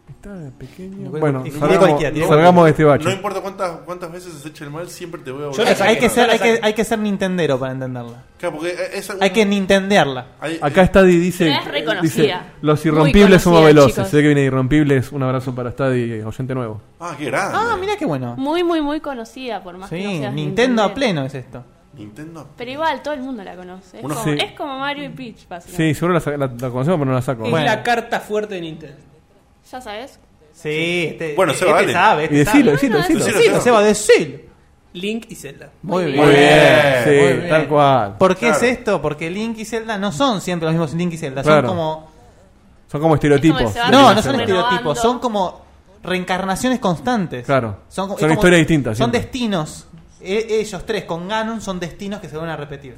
B: Amistad de pequeño.
E: Bueno,
B: Bueno,
E: y- y
B: salgamos,
E: cualquiera, ¿eh? tiene
B: salgamos de este bache.
E: cualquiera.
A: No importa cuántas, cuántas veces se eche el mal, siempre te voy a
E: Hay,
A: volver.
E: hay que ser, hay, que, hay que ser Nintendero para entenderla.
A: Claro, porque e, es
E: Hay que nintendearla.
A: eh,
B: Acá Stadi dice,
C: Pero es reconocida.
B: dice, los
C: Muy
B: irrompibles somos
C: conocida,
B: veloces.
C: chicos.
B: Sé que viene irrompibles. Un abrazo para Stadi, oyente nuevo.
A: Ah, qué grande.
E: Ah, mira qué bueno.
C: Muy, muy, muy conocida, por más
E: Sí,
C: que no seas
E: Nintendo, a
C: Nintendero.
E: pleno es esto.
A: Nintendo.
C: Pero igual, todo el mundo la conoce. Es,
B: Uno-
C: como,
B: Sí.
C: es como Mario y Peach, básicamente.
B: Sí, seguro la, sa- la- la conocemos, pero no la saco.
G: Es la carta fuerte de Nintendo.
C: ¿Ya sabes?
E: Sí, este,
B: Bueno,
E: este
B: Seba, dale.
E: sabe. Este
B: Y decilo,
E: sabe.
B: decilo, decilo.
E: Decilo, Seba, decilo.
G: Link y Zelda.
E: Muy bien.
B: bien. Sí, tal cual.
E: ¿Por qué
B: Claro.
E: es esto? Porque Link y Zelda no son siempre los mismos Link y Zelda.
B: Claro.
E: Son como.
B: Son como estereotipos.
E: No,
B: de lo que
E: no
B: hacemos.
E: son estereotipos. Son como reencarnaciones constantes.
B: Claro.
E: Son,
B: Son
E: es como-
B: historias distintas,
E: Son
B: siempre.
E: destinos. E- ellos tres con Ganon son destinos que se van a repetir.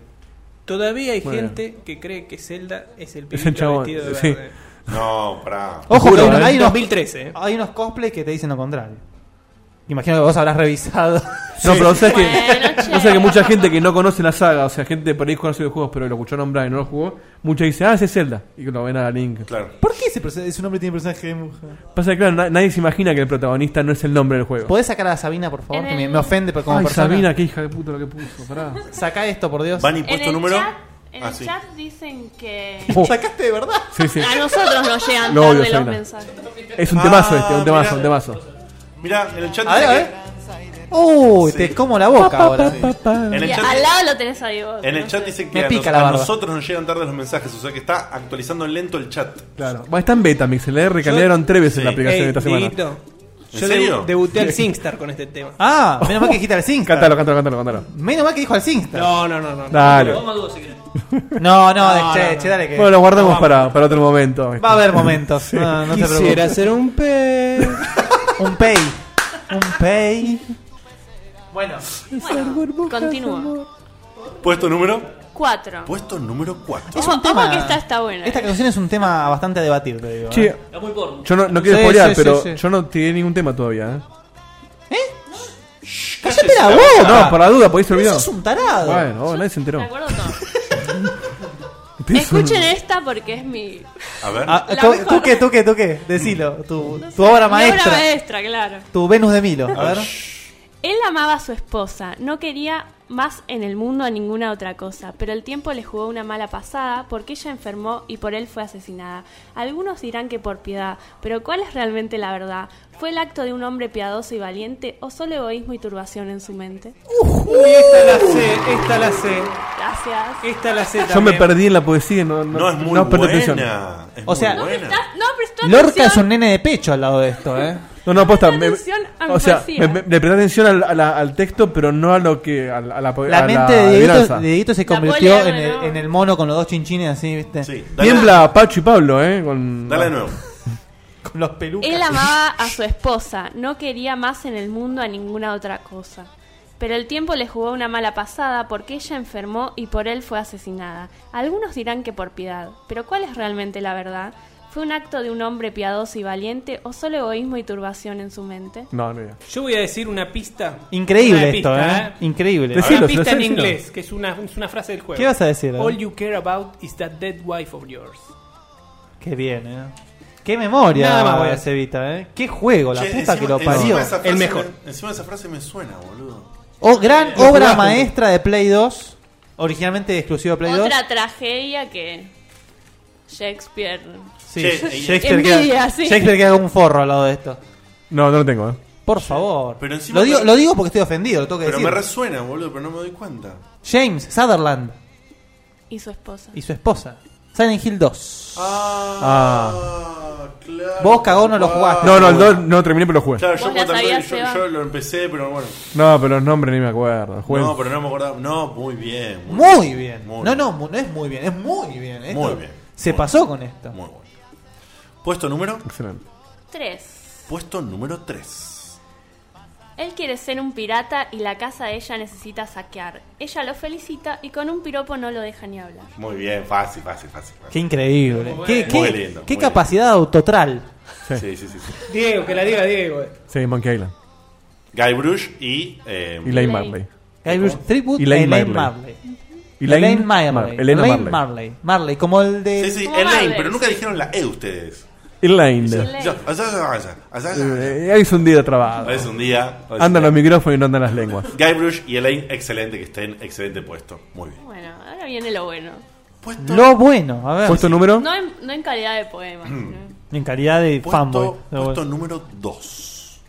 G: Todavía hay
E: Bueno.
G: gente que cree que Zelda es el
B: Es el
G: pibito
B: chabón,
G: vestido de
B: sí.
G: verde.
A: No, pará.
E: Ojo,
B: Juro,
E: que hay,
B: ¿eh?
E: unos- hay unos
G: 2013, ¿eh?
E: Hay unos cosplays que te dicen lo contrario. Imagino que vos habrás revisado.
B: No, pero vos sabés que, vos sabés que mucha gente que no conoce la saga, o sea, gente por ahí conoce los juegos, pero lo escuchó nombrar y no lo jugó, mucha dice, ah, ese es Zelda. Y lo ven a Link.
A: Claro.
E: ¿Por qué ese, perso- ese nombre tiene personaje de mujer?
B: Pasa que, claro, na- nadie se imagina que el protagonista no es el nombre del juego.
E: ¿Podés sacar a Sabina, por favor?
C: En
E: Que me,
C: el-
E: me ofende por- como
B: Ay,
E: persona.
B: Sabina, qué hija de puta lo que puso, pará.
E: Saca esto, por Dios.
A: Van y
C: En
A: puesto
C: el
A: número.
C: chat, en
A: Ah,
C: el
A: sí.
C: chat dicen que...
B: Oh.
E: ¿Sacaste de verdad?
B: Sí, sí.
E: Ah,
C: A nosotros nos llegan
B: Lo
C: tarde
B: odio,
C: los
B: Sabina.
C: mensajes.
B: Es un temazo este, un
A: Ah,
B: temazo,
A: mirá.
B: un temazo.
A: Mira, en el chat.
E: A ver,
A: dice
E: a
A: que-
E: Uy, te como la boca ahora.
A: En el
C: Y
A: chat-
C: al lado lo tenés a Diego.
A: En el chat dicen que
E: Me
A: a,
E: pica
A: nos-
E: la
A: a
E: barba.
A: nosotros nos llegan tarde los mensajes, o sea que está actualizando lento el chat.
B: Claro. Bueno, está en beta, MixLR, cambiaron tres veces la aplicación
G: Ey,
B: esta semana.
G: Dieguito,
A: ¿En
G: yo
A: serio?
G: debu- debuté al Singstar con este tema.
E: Ah, menos mal que dijiste al Singstar.
B: Cántalo, cántalo, cántalo, cántalo.
E: Menos mal que dijo al Singstar.
G: No, no, no, no.
B: Dale.
E: No, no, de- che, che, dale que.
B: Bueno, lo guardamos
E: No,
B: para, para otro momento. este.
E: Va a haber momentos.
B: Sí.
E: No, no te
G: Quisiera
E: preocupes.
G: ser un pez.
E: un pay. Un pay. Bueno.
C: Bueno, continúo.
A: Puesto número.
C: Cuatro.
A: Puesto número 4.
E: Es un tema.
C: Ojo que esta está buena.
E: Esta
C: eh.
E: canción es un tema bastante a debatir, te digo.
B: Che,
E: ¿eh?
B: yo no, no quiero
E: Sí,
B: spoilear,
E: sí,
B: pero
E: sí, sí.
B: yo no tiré ningún tema todavía. ¿eh?
E: ¡Cállate la boca!
B: No, por la duda, por ahí se olvidó.
E: sos un tarado.
B: Bueno, oh, nadie se enteró.
C: Me acuerdo todo.
B: Tenés
C: Escuchen
B: un-
C: esta porque es mi.
A: A ver.
E: Ah,
C: La
E: ¿tú,
C: mejor.
E: tú qué, tú qué, tú qué?
B: Mm.
E: Decilo. Tu, tu obra maestra.
C: Mi obra maestra, claro.
E: Tu Venus de Milo. A ver.
C: Él amaba a su esposa, no quería más en el mundo a ninguna otra cosa, pero el tiempo le jugó una mala pasada porque ella enfermó y por él fue asesinada. Algunos dirán que por piedad, pero ¿cuál es realmente la verdad? ¿Fue el acto de un hombre piadoso y valiente o solo egoísmo y turbación en su mente?
G: Uy, esta la sé, esta la sé.
C: Gracias.
G: Esta la sé
B: Yo me
G: también.
B: perdí en la poesía, no, no,
A: No, es muy
B: no presté
A: buena.
B: atención.
A: Es
E: O sea,
A: muy buena.
C: No, prestó
E: Lorca
C: atención.
E: es un nene de pecho al lado de esto, ¿eh?
B: No, no, aposta.
C: Presta atención a mi
B: o sea,
C: poesía.
B: me, me- le presté atención al, a la- al texto, pero no a lo que. A, la- a la po-
E: La
B: a
E: mente de Dieguito,
B: adivinanza.
E: de Dieguito se
B: La
E: convirtió
B: polea,
E: en el, en el mono con los dos chinchines así, ¿viste?
B: dale. Tiembla Pacho y Pablo, ¿eh? Con,
E: Dale de nuevo.
B: con los pelucas.
C: Él amaba a su esposa, no quería más en el mundo a ninguna otra cosa. Pero el tiempo le jugó una mala pasada porque ella enfermó y por él fue asesinada. Algunos dirán que por piedad, pero ¿cuál es realmente la verdad? ¿Fue un acto de un hombre piadoso y valiente o solo egoísmo y turbación en su mente?
B: No, no, no.
G: Yo voy a decir una pista.
E: Increíble
G: Una
E: esto, ¿eh? Increíble.
G: Una
E: Decilo,
G: pista en
E: decilo, decilo.
G: inglés, que es una, es una frase del juego.
E: ¿Qué vas a decir, eh?
G: All you care about is that dead wife of yours.
E: Qué bien, ¿eh? Qué memoria,
G: Nada más voy a-
E: Cevita, ¿eh? Qué juego, la
A: Che,
E: puta
A: encima-
E: que lo
A: encima
E: parió.
A: esa frase me- encima esa frase me suena, boludo.
E: O Oh, gran
A: Lo
E: obra
A: jugaste.
E: maestra de Play 2, originalmente exclusivo de Play 2.
C: Otra tragedia que Shakespeare.
E: Sí,
C: Shakespeare
E: Shakespeare, queda, Shakespeare queda como un forro al lado de esto.
B: No, no lo tengo, ¿eh?
E: Por favor.
A: Pero encima
E: lo, digo,
A: me-
E: lo digo porque estoy ofendido, lo tengo que
A: Pero me
E: decir.
A: resuena, boludo, pero no me doy cuenta.
E: James Sutherland
C: y su esposa.
E: y su esposa. Silent Hill 2.
A: Ah, claro.
E: Vos, cagón, no lo jugaste.
B: No, no, el 2 no terminé, pero lo jugué.
A: Claro, yo,
C: ¿Vos la
A: puedo tardar-
C: sabías,
A: yo,
C: Seba?
A: yo lo empecé, pero bueno.
B: No, pero los nombres ni me acuerdo. Jugué-
A: No, pero no me acordaba. No, muy bien.
E: Muy bien.
A: muy
E: no, no, mu- no es muy bien, es muy bien. Esto
A: Muy bien.
E: Se pasó con esto.
A: Muy bueno. Puesto número.
B: Excelente.
C: Tres.
A: Puesto número 3.
C: Él quiere ser un pirata y la casa de ella necesita saquear. Ella lo felicita y con un piropo no lo deja ni hablar.
A: Muy bien, fácil, fácil, fácil. fácil.
E: Qué increíble.
A: Muy
E: Qué,
A: bien.
E: qué-
A: Muy lindo,
E: qué
A: muy
E: capacidad autotral.
A: Sí, sí, sí. sí,
G: Diego, que la diga Diego. eh.
B: Sí, Monkey Island.
A: Guy Brush y. Eh,
B: Y Lane Marley.
E: Guy Bruce Threepwood,
B: Elaine
E: Elaine
B: Marley.
E: Marley.
B: Elaine
E: Elaine Marley.
B: Mar- Elena Marley.
E: Elaine Marley. Marley. como el de.
A: Sí, sí,
E: como Marley,
A: Elaine, pero nunca
E: sí.
A: dijeron la E ustedes.
B: Elaine.
A: Yo- allá, allá, allá, allá, allá.
B: Eh, ahí es un día de trabajo.
A: Es un día. pues,
B: Andan los micrófonos y no andan las lenguas.
A: Guybrush y Elaine, excelente que estén, excelente puesto. Muy bien.
C: Bueno, ahora viene lo bueno.
E: Lo bueno, a ver.
B: ¿Puesto número?
C: No en, no en calidad de poema. ¿no?
E: En calidad de
A: Puesto-
E: fanboy.
A: Puesto número 2.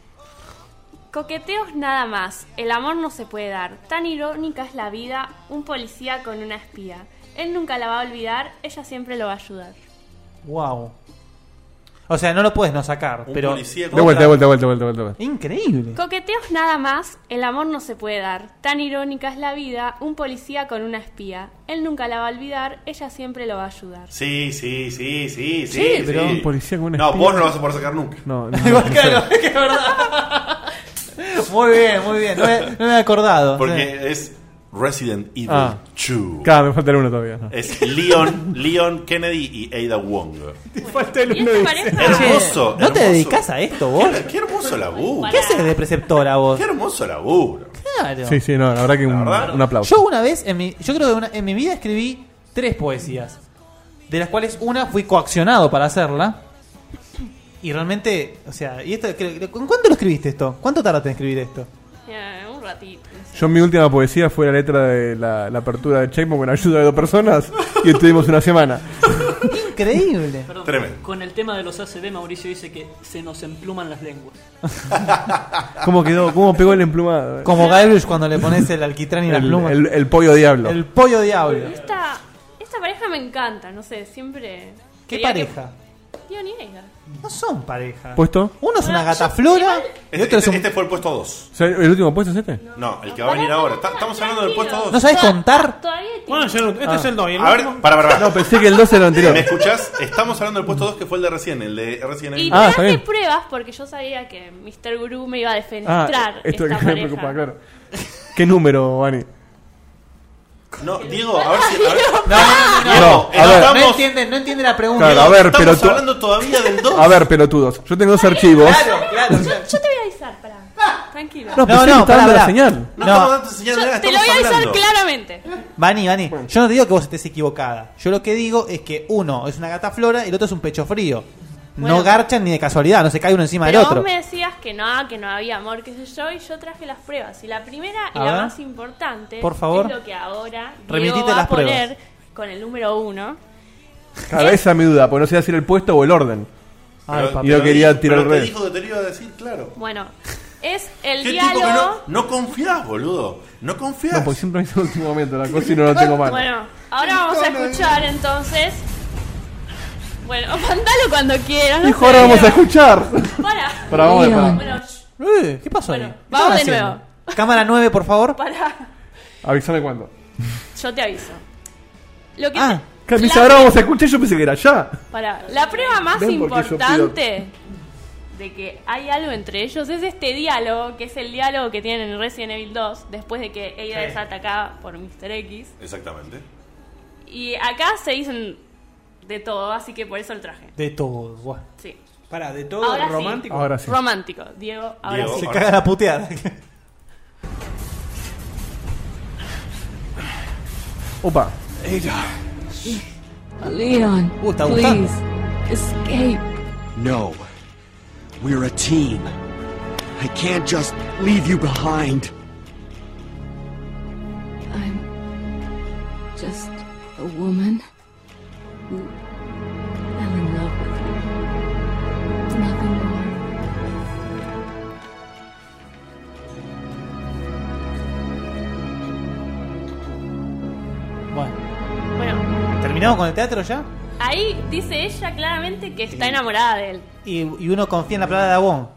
C: Coqueteos nada más. El amor no se puede dar. Tan irónica es la vida. Un policía con una espía. Él nunca la va a olvidar. Ella siempre lo va a ayudar.
E: Wow. O sea, no lo puedes no sacar, pero.
A: policía
B: De vuelta, de vuelta, de vuelta, de vuelta, de vuelta.
E: Increíble.
C: Coqueteos nada más. El amor no se puede dar. Tan irónica es la vida. Un policía con una espía. Él nunca la va a olvidar. Ella siempre lo va a ayudar.
A: Sí, sí, sí, sí, sí.
B: Sí, pero-
A: sí.
B: Un policía con una
A: No,
B: espina.
A: vos no lo vas a poder sacar nunca.
B: No,
E: Muy bien, muy bien. No me, no me he acordado.
A: Porque es Resident Evil
B: Ah.
A: 2.
B: Claro, me falta el uno todavía. ¿no?
A: Es Leon, Leon Kennedy y Ada Wong.
B: Falta el
C: uno.
A: Hermoso.
E: ¿No te
A: hermoso.
E: dedicas a esto vos?
A: Qué, qué hermoso laburo.
E: ¿Qué haces de preceptora vos?
A: Uh, Qué hermoso laburo.
E: Claro.
B: Sí, sí, no, la verdad que un,
A: verdad.
B: un aplauso.
E: Yo una vez, en mi, yo creo que una- en mi vida escribí tres poesías, de las cuales una fui coaccionado para hacerla. Y realmente, o sea, y esto, creo- creo- ¿en cuánto lo escribiste esto? ¿Cuánto tardaste en escribir esto?
C: Eh, un ratito.
B: Yo mi última poesía fue la letra de la, la apertura de Checkpoint con ayuda de dos personas y estuvimos una semana.
E: Increíble.
H: Perdón,
A: Tremendo.
H: Con el tema de los ACB, Mauricio dice que se nos empluman las lenguas.
B: ¿Cómo quedó? ¿Cómo pegó el emplumado? eh?
E: Como Guybrush cuando le pones el alquitrán y la
B: El-
E: pluma.
B: el- el pollo diablo.
E: El pollo diablo.
C: Esta, esta pareja me encanta. No sé, siempre.
E: ¿Qué
C: quería que-
E: pareja?
C: Dion y Ada.
E: No son pareja.
B: ¿Puesto?
E: Uno es una gataflora y
A: Este,
E: otro es
A: este-
E: un...
A: este fue el puesto 2.
B: O sea, ¿El último puesto es este?
A: No, el que va a venir ahora. Ta- Estamos hablando del puesto 2.
E: ¿No sabes contar?
G: Bueno, yo no-
E: Ah.
G: este es el 2.
A: A ver, para, para,
B: No, pensé que el 12 era el anterior.
A: ¿Me escuchás? Estamos hablando del puesto 2 que fue el de recién, el de recién.
C: Y
B: Ah, está
C: traje
B: bien.
C: pruebas porque yo sabía que Mr. Guru me iba a
B: Ah,
C: defenestrar.
B: esto es
C: esta
B: lo que me
C: pareja.
B: preocupa, claro. ¿Qué número, Vani?
A: No, Diego, a ver si. a ver-
E: No, no, no, no.
B: No,
A: Diego,
B: a ver.
E: No
A: estamos-
E: entiende, no entiende la pregunta.
B: Claro, a ver,
A: estamos
B: pero tú-
A: hablando todavía del 2.
B: A ver, pelotudos. Yo tengo dos archivos.
E: Claro, claro, claro.
C: Yo te voy a avisar, pará. Tranquilo.
B: No, pero
E: No,
B: sí
E: no,
B: me está
E: pará,
B: dando la
E: pará.
B: señal.
A: No,
E: No.
A: estamos dando señal de nada,
C: Yo te lo
A: estamos
C: voy a avisar
A: hablando.
C: claramente.
E: Vani, Vani, yo no te digo que vos estés equivocada. Yo lo que digo es que uno es una gata flora y el otro es un pecho frío. no garchan ni de casualidad, no se cae uno encima
C: Pero
E: del otro.
C: vos me decías que no, que no había amor, qué sé yo, y yo traje las pruebas. Y la primera y
E: A
C: la
E: ver.
C: más importante
E: Por favor.
C: es lo que ahora Diego
E: Remitite
C: va
E: las
C: a poner con el número uno.
B: Claro, esa es mi duda, porque no sé decir el puesto o el orden.
A: Ay, papi.
B: y yo quería tirar
A: Pero te
B: red.
A: dijo que te lo iba a decir, claro.
C: Bueno, es el
A: ¿Qué tipo
C: diálogo...
A: que no, no confías, boludo? No confías.
B: No, porque siempre me hice el último momento la cosa y no lo tengo mal.
C: Bueno, ahora vamos a escuchar entonces. Bueno, mandalo cuando quieras. no
B: Hijo,
C: sé,
B: ahora vamos a
C: pero-
B: escuchar.
C: Para.
B: Para, vamos,
E: Bien.
B: para.
C: Bueno,
E: Eh, ¿Qué pasó ahí? ¿Qué
C: vamos
E: estaban
C: de
E: haciendo?
C: nuevo.
E: Cámara 9, por favor.
C: para.
B: Avísame cuándo.
C: Yo te aviso. Lo que
E: Ah,
B: Que me dice,
C: La-
B: ahora vamos a escuchar, yo pensé que era ya.
C: Para, la prueba más
B: ¿Ven por qué yo pido?
C: importante de que hay algo entre ellos es este diálogo, que es el diálogo que tienen en Resident Evil 2 después de que ella
A: Sí.
C: es atacada por Mr. X.
A: Exactamente.
C: Y acá se dicen de todo, así que por eso el traje.
E: De todo, guau.
C: Sí.
G: Para, de todo
C: Ahora sí.
G: romántico.
E: Ahora sí.
C: Romántico, Diego, ahora
E: Diego,
C: sí.
E: Se caga la puteada.
B: Opa.
Q: Leon,
E: Uh, está
Q: please, escape.
R: No. We're a team. I can't just leave you behind.
Q: I'm just a woman who fell in love with you. Nothing more.
C: Bueno.
E: ¿Terminamos con el teatro ya?
C: Ahí dice ella claramente que está enamorada de él.
E: Y, y uno confía en la palabra de Abón.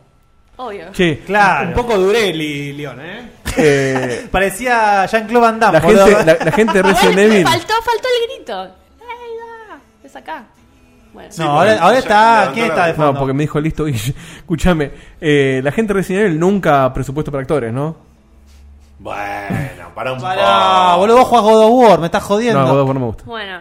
C: Obvio.
B: Che,
E: claro.
G: Un poco duré, Li- León, ¿eh?
B: Eh,
E: Parecía Jean-Claude Van Damme.
B: La gente-
E: boludo.
B: la- la gente de
C: Igual
B: Resident
C: me
B: Evil.
C: Faltó, faltó el grito. ¡Ey, va! Es acá. Bueno.
E: No, ahora- ahora está- ¿quién está de fondo?
B: No, porque me dijo listo. Guille. Escúchame, eh, la gente de Resident Evil nunca presupuesto para actores, ¿no?
A: Bueno, para un
E: Pará,
A: poco.
E: Ah, boludo, vos jugás God of War, me estás jodiendo.
B: No, God of War no me gusta.
C: Bueno.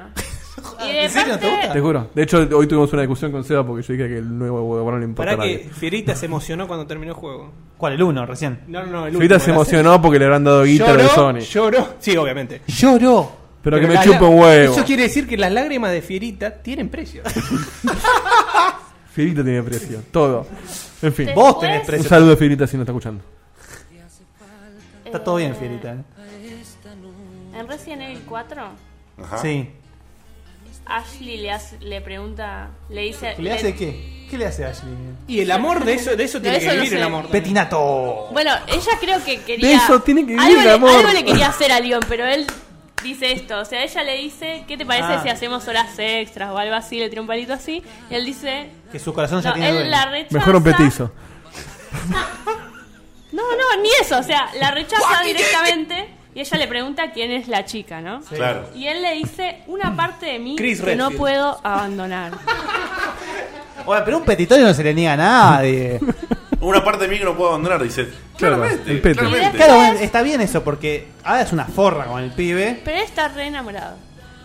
C: Y
E: ¿En serio no te
C: parte-
B: Te juro. De hecho, hoy tuvimos una discusión con Seba porque yo dije que el nuevo God of War no le importa a
G: Para
B: nadie.
G: que Fierita se emocionó cuando terminó el juego.
E: ¿Cuál? El 1 recién.
G: No, no, no, el
B: Ahorita
G: último,
B: se
G: la
B: emocionó porque le habrán dado guita de
G: Lloró,
B: Sony.
G: lloró. Eh, Sí, obviamente.
E: Lloró.
B: Pero que me
G: las
B: chupa
G: la-
B: un huevo.
G: Eso quiere decir que las lágrimas de Fierita tienen precio.
B: Fierita tiene precio. Todo. En fin.
E: Vos Después- tenés precio.
B: Un saludo a Fierita si no está escuchando.
E: Está todo bien, Fierita. ¿eh?
C: En Resident Evil 4,
E: Sí.
C: Ashley le, hace- le pregunta, le dice...
E: ¿Le hace qué? ¿Qué le hace a Ashley?
G: Y el amor de eso, de eso
C: De
G: tiene
C: eso
G: que
C: no
G: vivir
C: sé.
G: el amor.
E: Petinato.
C: Bueno, ella creo que quería...
E: De eso tiene que vivir
C: algo,
E: el
C: le,
E: amor.
C: algo le quería hacer a Leon, pero él dice esto. O sea, ella le dice, ¿qué te parece
E: Ah.
C: si hacemos horas extras o algo así? Le tira un palito así. Y él dice...
E: Que su corazón ya
C: No,
E: tiene
C: él
E: dueño.
C: la rechaza.
B: Mejor un petizo.
C: No, no, ni eso. O sea, la rechaza directamente. Y ella le pregunta quién es la chica, ¿no?
A: Claro.
C: Y él le dice, una parte de mí
E: Chris
C: que no
E: Redfield.
C: puedo abandonar.
E: Ahora, pero un petitorio no se le niega a nadie.
A: Una parte de mí que no puedo abandonar, dice. Claramente.
E: el pete.
A: claramente.
E: Claro, bueno, está bien eso, porque Ada es una forra con el pibe.
C: Pero él está re enamorado.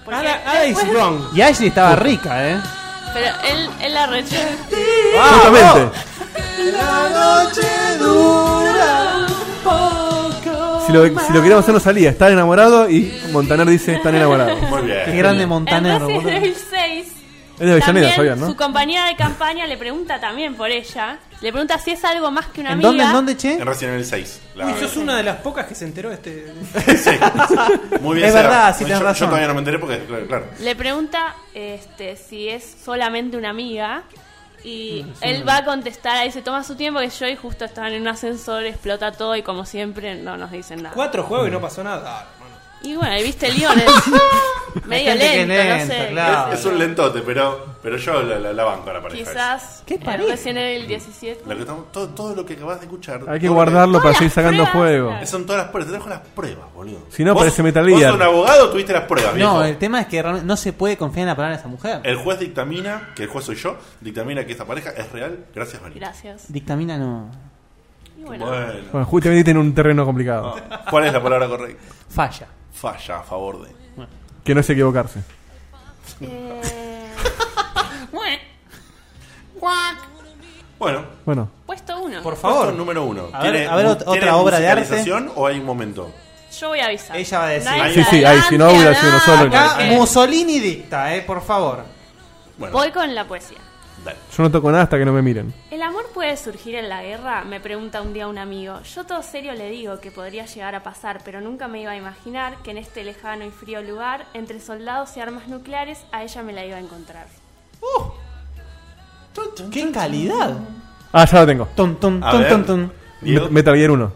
C: Porque
E: Ada is
C: después-
E: wrong. Y Ashley estaba rica, ¿eh?
C: Pero él, él la rechaza.
B: Ah, Justamente.
E: La noche dura
B: Si lo, si lo queríamos hacer, no salía. Estar enamorado y Montaner dice están enamorados.
E: Muy bien. Qué grande Montaner,
C: En Resident
E: boludo.
C: Evil 6.
B: Es de Avellaneda,
C: también
B: sabían, ¿no?
C: Su compañera de campaña le pregunta también por ella. Le pregunta si es algo más que una amiga.
E: che?
A: En Resident Evil 6. la-
G: Uy, sos una de las pocas que se enteró este.
A: Muy bien,
E: Es
A: Seba.
E: verdad, sí
A: Yo-
E: tenés
A: Yo
E: razón.
A: todavía no me enteré porque, claro. claro.
C: Le pregunta este, si es solamente una amiga. Y
A: No, sí,
C: él
A: no.
C: va a contestar, ahí se toma su tiempo, que yo y justo estaban en un ascensor, explota todo y como siempre no nos dicen nada.
G: Cuatro juegos y no pasó nada.
C: Y bueno, ahí viste Leon, es medio
G: Hay gente que
C: lento, no
G: lento,
C: sé.
G: claro.
A: Es, es un lentote, pero, pero yo la, la, la banco a la pareja.
C: Quizás ¿Qué recién el 17.
A: esa. Lo que estamos- todo, todo lo que acabas de escuchar.
B: Hay que
A: todo lo
B: guardarlo para seguir sacando juego.
A: Son todas las pruebas. Te dejo las pruebas, boludo.
B: Si no,
A: ¿Vos-
B: parece Metal
A: ¿Vos
B: Gear.
A: sos un abogado o tuviste las pruebas, viejo?
E: No, eh. el tema es que realmente no se puede confiar en la palabra de esa mujer.
A: El juez dictamina, que el juez soy yo, dictamina que esta pareja es real. Gracias, Vanina.
C: Gracias.
E: Dictamina no.
A: Bueno.
B: Bueno, justamente en un terreno complicado.
A: ¿Cuál es la palabra correcta?
E: Falla.
A: Falla a favor de.
B: Que no es equivocarse.
C: Eh,
A: Bueno.
B: Bueno.
C: Puesto uno.
A: Por
E: favor.
A: favor. número uno.
E: A ver-
A: ¿Tiene-
E: a ver ot-
A: ¿tiene
E: otra obra de arte?
A: musicalización o hay un momento?
C: Yo voy a avisar.
E: Ella va a decir.
C: Nadie
B: Sí, sí, ahí, si no hubiera sido uno solo.
E: Acá
B: que-
E: Mussolini dicta, eh, por favor.
C: Voy con la poesía.
B: Yo no toco nada hasta que no me miren.
C: ¿El amor puede surgir en la guerra? Me pregunta un día un amigo. Yo todo serio le digo que podría llegar a pasar, pero nunca me iba a imaginar que en este lejano y frío lugar, entre soldados y armas nucleares, a ella me la iba a encontrar.
E: ¡Qué calidad!
B: Ah, ya lo tengo.
E: Ton, ton,
B: A
E: ton,
B: ver,
E: ton, ton.
B: Me- Metal Gear 1.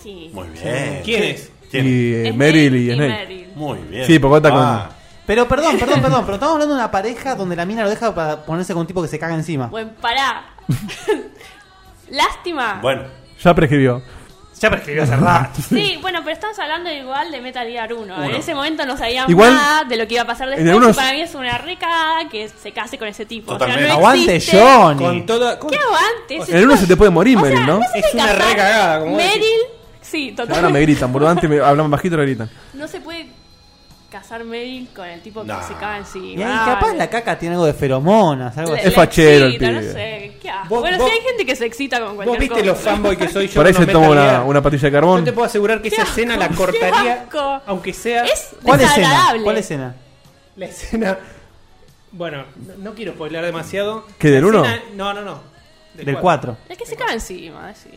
C: Sí.
J: Muy bien.
E: ¿Quién es?
B: Y eh, Meryl y Snake.
J: Muy bien.
B: Sí, porque está con.
E: Pero perdón, perdón, perdón, pero estamos hablando de una pareja donde la mina lo deja para ponerse con un tipo que se caga encima.
C: Bueno, pará. Lástima.
J: Bueno.
B: Ya prescribió.
E: Ya prescribió hace
C: Sí, bueno, pero estamos hablando igual de Metal Gear 1. En
B: Uno.
C: ese momento no sabíamos
B: Igual-
C: nada de lo que iba a pasar
B: en
C: después. y
B: algunos-
C: Para mí es una recada que se case con ese tipo. O sea,
B: Totalmente.
C: no
B: Aguante,
C: existe.
B: Johnny.
G: Con toda,
C: ¿Qué aguante? Ese
B: En el
C: tipo
B: 1 se te puede morir, Meryl, ¿no?
C: se puede casar. Meryl, sí, totalmente.
B: Ahora me gritan, boludo. Antes me hablaban bajito y me gritan.
C: No se puede casar Meryl con el tipo que
E: Nah.
C: se caga encima.
E: Y ahí capaz
C: Dale.
E: la caca tiene algo de feromonas, algo
C: Le-
E: así.
C: le excita, No sé, ¿qué hago?
G: Vos-
C: Bueno,
G: vos-
C: sí hay gente que se excita con cualquier
G: Vos viste
C: cosa.
G: los fanboy que soy yo.
B: Por ahí
G: con
B: se
G: los
B: toma
G: Metal
B: una,
G: Gear?
B: una
E: este
B: patilla de
G: Yo
B: carbón.
G: te puedo asegurar que esa escena la cortaría, aunque sea.
C: Es
E: ¿Cuál escena? desagradable. ¿Cuál escena?
G: La escena. Bueno, no, no quiero spoiler demasiado.
B: ¿Qué, del
G: La
B: uno?
G: escena- No, no, no.
E: Del cuatro.
C: El que se caga encima, sí.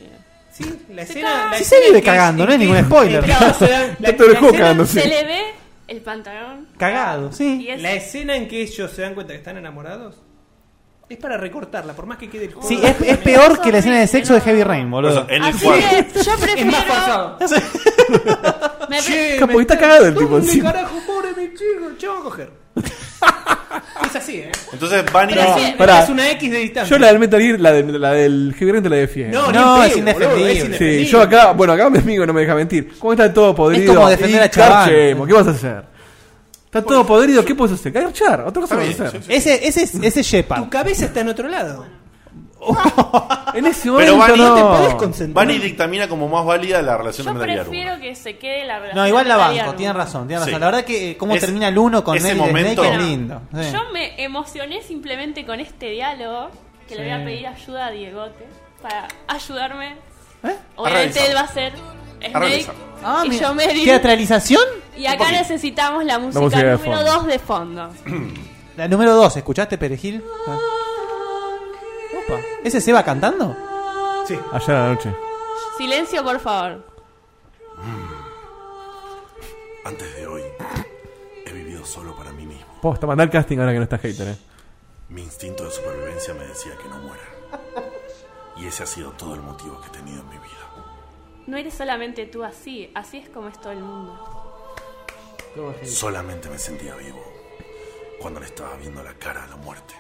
G: Sí, la
C: escena.
E: Si se vive cagando, no hay ningún spoiler.
B: Está todo el juego cagándose.
C: Se le ve el pantalón.
E: Cagado, sí.
C: Y es-
G: La escena en que ellos se dan cuenta que están enamorados es para recortarla, por más que quede el juego.
E: Sí, es, es peor que la escena de sexo de Heavy Rain, boludo.
J: en
G: el Así
C: cuarto. es, yo prefiero-
G: Es más forzado.
C: Me
G: Che,
B: Capo,
G: me
B: y está cagado el
G: ¿Dónde,
B: tipo encima.
G: carajo, pobre mi chico? Yo voy a coger. es así, ¿eh?
J: Entonces, Bunny.
G: Pero sí,
B: No, pará.
G: es una X de distancia.
B: Yo la del Metal Gear, la, de, la del Heavy Rain te la defiendo.
G: No, No, ni en es pedo, indefendible. boludo, es
B: Sí,
G: indefendible.
B: yo acá, bueno, acá mi amigo no me deja mentir. ¿Cómo está todo podrido?
E: como defender
B: Y
E: a Chabán.
B: carchemos, ¿Qué vas a hacer? Está todo podrido, ¿qué puedes hacer? Carchar, otra cosa vas a hacer.
E: Ese, ese, es- ese es Shepard.
G: Tu cabeza está en otro lado.
B: Oh. En ese
J: Pero
B: momento
J: Bunny,
B: no.
J: Bunny dictamina como más válida la relación
C: Yo
J: de Metal Gear
C: prefiero que se quede la relación.
E: No, igual la
C: de Metal Gear
E: banco, tiene
C: uno.
E: razón, tiene razón.
J: Sí.
E: La verdad que eh, cómo
J: Es-
E: termina el uno con
J: ese
E: Nelly
J: momento-
E: momento... Snake es lindo. sí.
C: Yo me emocioné simplemente con este diálogo que le voy a
E: Sí.
C: pedir ayuda a Diegote para ayudarme.
E: A
C: Obviamente él
E: realizarlo.
C: va a ser
E: A
C: Snake
E: realizarlo. ¿Eh? Ah,
C: y
E: mira.
C: yo Meryl.
E: ¿Teatralización?
C: Y acá necesitamos la música,
E: música de
C: número
E: fondo.
C: 2 de fondo.
E: La número 2, ¿escuchaste Perejil? Ah. Opa. ¿Ese se va cantando?
G: Sí.
B: Ayer a la noche.
C: Silencio, por favor.
J: Antes de hoy, he vivido solo para mí mismo.
B: Posta, mandá el casting ahora que no está hater, eh.
J: Mi instinto de supervivencia me decía que no muera. Y ese ha sido todo el motivo que he tenido en mi vida.
C: No eres solamente tú así, así es como es todo el mundo.
J: Solamente me sentía vivo cuando le estaba viendo la cara a la muerte.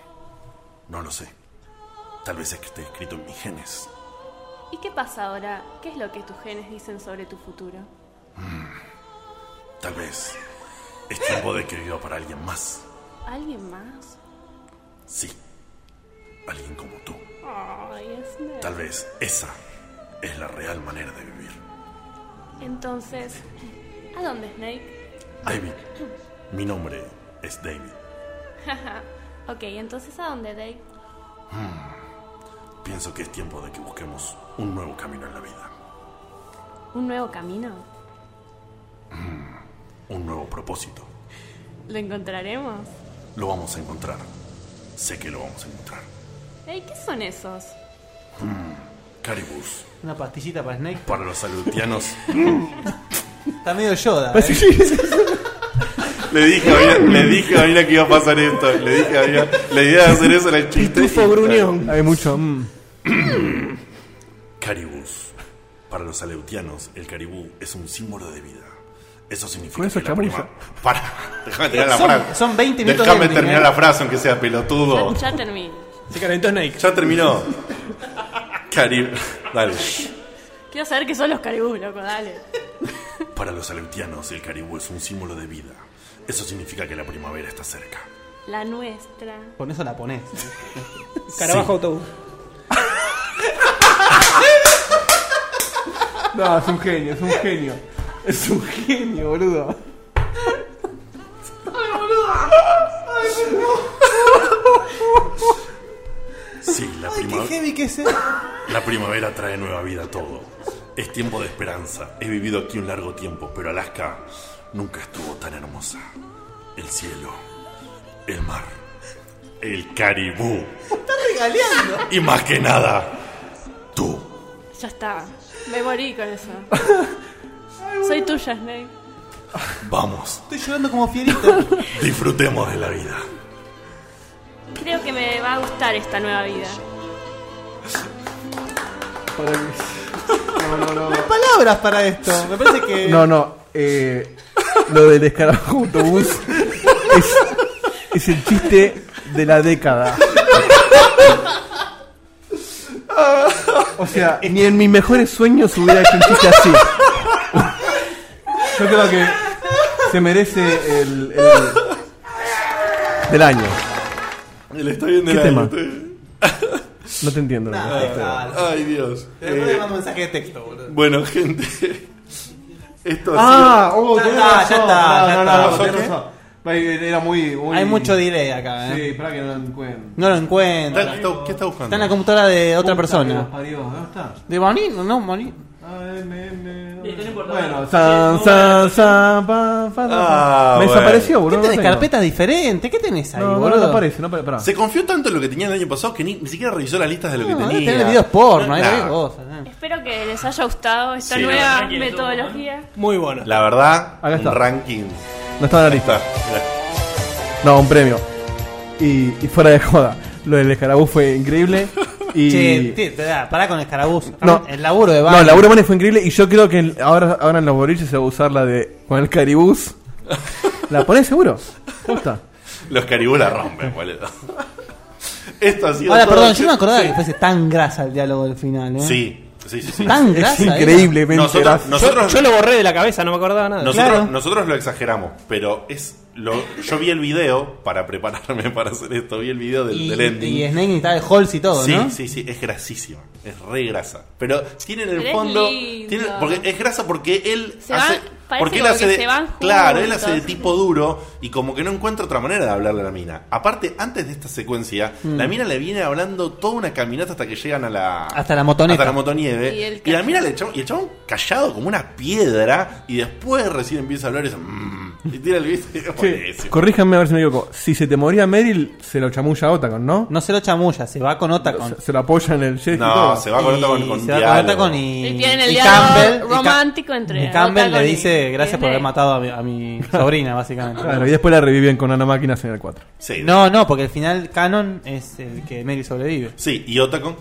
J: No lo sé. Tal vez es que esté escrito en mis genes.
C: ¿Y qué pasa ahora? ¿Qué es lo que tus genes dicen sobre tu futuro?
J: Tal vez es tiempo de que viva para alguien más.
C: ¿Alguien más?
J: Sí. Alguien como tú.
C: Ay, Snake.
J: Tal vez esa es la real manera de vivir.
C: Entonces, ¿a dónde Snake?
J: David. Mi nombre es David.
C: ok, entonces ¿a dónde Dave?
J: Hmm. Pienso que es tiempo de que busquemos un nuevo camino en la vida.
C: ¿Un nuevo camino?
J: Un nuevo propósito.
C: ¿Lo encontraremos?
J: Lo vamos a encontrar. Sé que lo vamos a encontrar.
C: Ey, ¿qué son esos?
J: Mm, Caribus.
E: Una pastillita para Snake.
J: Para los salutianos.
E: Está medio Yoda. ¿eh?
J: le dije, a Gabriela- le dije a Gabriela que iba a pasar esto. Le dije a Gabriela- La idea de hacer eso era el chiste.
B: Pitufo gruñón. Hay mucho. mm.
J: Caribus. Para los aleutianos, el caribú es un símbolo de vida. Eso significa
B: Con eso
J: que la prima-
B: chamulla.
J: Para, déjame terminar la
B: Son-
J: frase.
B: son 20 minutos de
J: Déjame
B: ending,
J: terminar
B: eh.
J: la frase, aunque sea pelotudo.
C: Ya termino.
G: Se calentó Snake.
J: Ya terminó. Caribú. Dale.
C: Quiero saber qué son los caribús, loco, dale.
J: Para los aleutianos, el caribú es un símbolo de vida. Eso significa que la primavera está cerca.
C: La nuestra.
E: Con eso la pones.
J: Carabajo
G: autobús.
B: No, es un genio, es un genio. Es un genio, boludo.
J: Sí, la
E: Qué
J: primavera.
E: heavy que es
J: La primavera trae nueva vida a todo. Es tiempo de esperanza. He vivido aquí un largo tiempo, pero Alaska nunca estuvo tan hermosa. El cielo, el mar, el caribú.
E: galeando.
A: Y más que nada,
C: Ya está. Me morí con eso. Soy tuya, Snake.
A: vamos,
E: Estoy llorando como fierito.
A: disfrutemos de la vida.
C: Creo que me va a gustar esta nueva vida.
B: No, no, no.
E: Palabras para esto. Me parece que.
B: No, no. eh, lo del escarabajo autobús es, es el chiste de la década. O sea, ni en mis mejores sueños hubiera hecho un chiste así. Yo creo que se merece el, el- del año.
A: El está bien del
B: ¿Qué
A: año,
B: tema?
A: está bien.
B: No te entiendo. la verdad.
A: Ay, Dios.
E: Después le
A: Eh,
E: mando un mensaje de texto, boludo.
A: Bueno, gente. Esto ha
B: Ah,
A: sido-
B: oh, tenés
E: está,
B: razón.
E: ya está,
B: No,
E: ya
B: no,
E: está.
B: no, no, tenés
E: ¿Qué?
B: razón. Era muy, muy-
E: Hay mucho delay acá, eh.
B: Sí, espera que no lo encuentro.
E: No lo encuentro.
B: Está- está- ¿qué está buscando?
E: Está en la computadora de otra
B: Puta que
E: persona.
B: los parió, ¿dónde está?
E: De Bonino, no, Bonino.
B: Eh,
H: Eh,
B: Bueno, san, san, san, pa, pa, pa.
A: Ah,
B: Me
A: bueno.
B: desapareció, boludo.
E: ¿Qué tenés?
B: no tengo.
E: Carpetas diferentes. ¿Qué tenés ahí,
B: No, no,
E: boludo?
B: no aparece, no aparece. pará.
A: Se confió tanto en lo que tenía el año pasado que ni, ni siquiera revisó las listas de lo que
E: No, debe
A: tenía.
E: tener videos eh. porno, ahí
A: Nah.
E: hay cosas.
C: Espero que les haya gustado esta
A: Sí.
C: nueva metodología.
A: Muy bueno. La verdad, un ranking.
B: No estaba en la lista. No, un premio. Y, y fuera de joda. Lo del escarabujo fue increíble. Y.
E: Che, te- te da, pará con el escarabujo.
B: No.
E: Ah, El laburo de
B: No,
E: Bani.
B: la Urban fue increíble y yo creo que el- ahora, ahora en los boliches se va a usar la de con el caribús. ¿La pones seguro? Posta.
A: Los caribú la rompen, boludo. Esto ha sido.
E: Ahora,
A: todo.
E: perdón, yo no me acordaba
A: Sí.
E: que fuese tan grasa el diálogo del final, ¿eh?
A: Sí, sí, sí. sí.
E: Tan grasa. ¿eh? era.
A: Nosotros, nosotros,
G: Yo, yo lo borré de la cabeza, no me acordaba
E: Ah,
G: nada.
A: nosotros, nosotros lo exageramos, pero es. Lo, yo vi el video para prepararme para hacer esto. Vi el video del,
E: Y,
A: del ending.
E: y Snake necesitaba de Halls y todo,
A: sí,
E: ¿no?
A: sí, sí, es grasísima, es re grasa. Pero tiene en
C: Pero
A: el
C: es
A: fondo,
C: lindo.
A: tiene, porque es grasa porque él
C: Se
A: hace,
C: van- parece
A: porque él
C: como
A: hace
C: que
A: de,
C: se van
A: claro, él
C: juntos.
A: hace de tipo duro y como que no encuentra otra manera de hablarle a la mina. Aparte, antes de esta secuencia,
E: Mm.
A: la mina le viene hablando toda una caminata hasta que llegan a la
E: Hasta la motoneta.
A: hasta la motonieve
E: Y
A: y,
E: él
A: la
E: ca-
A: mina le chabón, y el chabón callado como una piedra y después recién empieza a hablar y dice, "Mm", y tira el bici. Buenísimo.
B: Corríjanme a ver si me equivoco. Si se te moría Meryl, se lo chamulla a Otacon, ¿no?
E: No se lo chamulla, se va con Otacon.
B: Se, se lo apoya en el jet.
A: No, se va con Otacon con
E: se va
A: diálogo.
E: con Otacon y.
C: Y tienen el
E: y
C: diálogo
E: Campbell- y Ca-
C: romántico entre
E: Y Campbell
C: Otacon
E: le
C: y-
E: dice, gracias por haber
C: Snake".
E: matado a mi, a mi sobrina, básicamente.
B: Claro, y después la reviven con Ana Máquinas en el 4.
E: No, no, porque el final canon es el que Mary sobrevive.
A: Sí, y Otacon.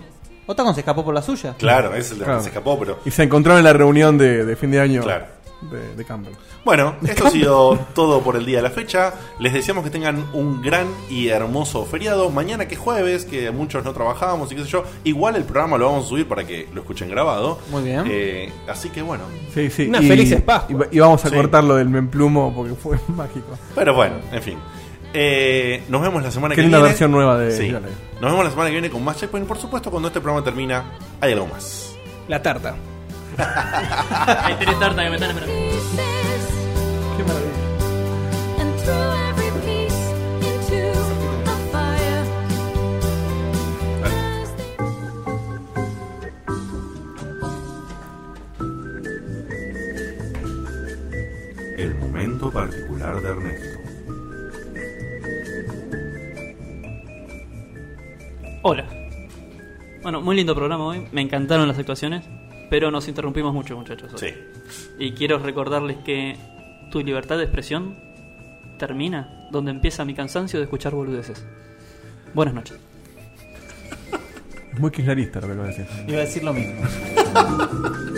E: Otacon se escapó por la suya.
A: Claro, es el de se escapó, pero
B: Y se encontraron en la reunión de, de fin de año
A: Claro.
B: de, de Campbell.
A: Bueno, esto ha sido todo por el día de la fecha. Les deseamos que tengan un gran y hermoso feriado. Mañana que es jueves, que muchos no trabajamos y qué sé yo. Igual el programa lo vamos a subir para que lo escuchen grabado.
E: Muy bien.
A: Eh, así que bueno.
B: Sí, sí.
A: Unas
B: y,
A: felices
B: y, y vamos a
A: Sí.
B: cortar lo del memplumo porque fue mágico.
A: Pero bueno, en fin. Eh, nos vemos la semana
B: Qué
A: que
B: linda
A: viene.
B: versión nueva de-
A: Sí.
B: de Live.
A: Nos vemos la semana que viene con más Checkpoint. Por supuesto, cuando este programa termina, hay algo más.
G: La tarta.
H: Ahí tenés tarta que me están esperando.
B: Qué maravilla.
S: and threw every piece into a fire.
A: El momento particular de Ernesto.
H: Hola. Bueno, muy lindo programa hoy. Me encantaron las actuaciones, pero nos interrumpimos mucho, muchachos. hoy. Y quiero recordarles que tu libertad de expresión termina donde empieza mi cansancio de escuchar boludeces. Buenas noches.
B: Es muy kirchnerista lo que acabo de decir.
E: Iba a decir lo mismo.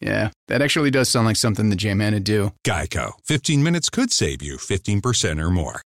T: yeah, that actually does sound like something the J-Man would do.
U: Geico. 15 minutes could save you 15% or more.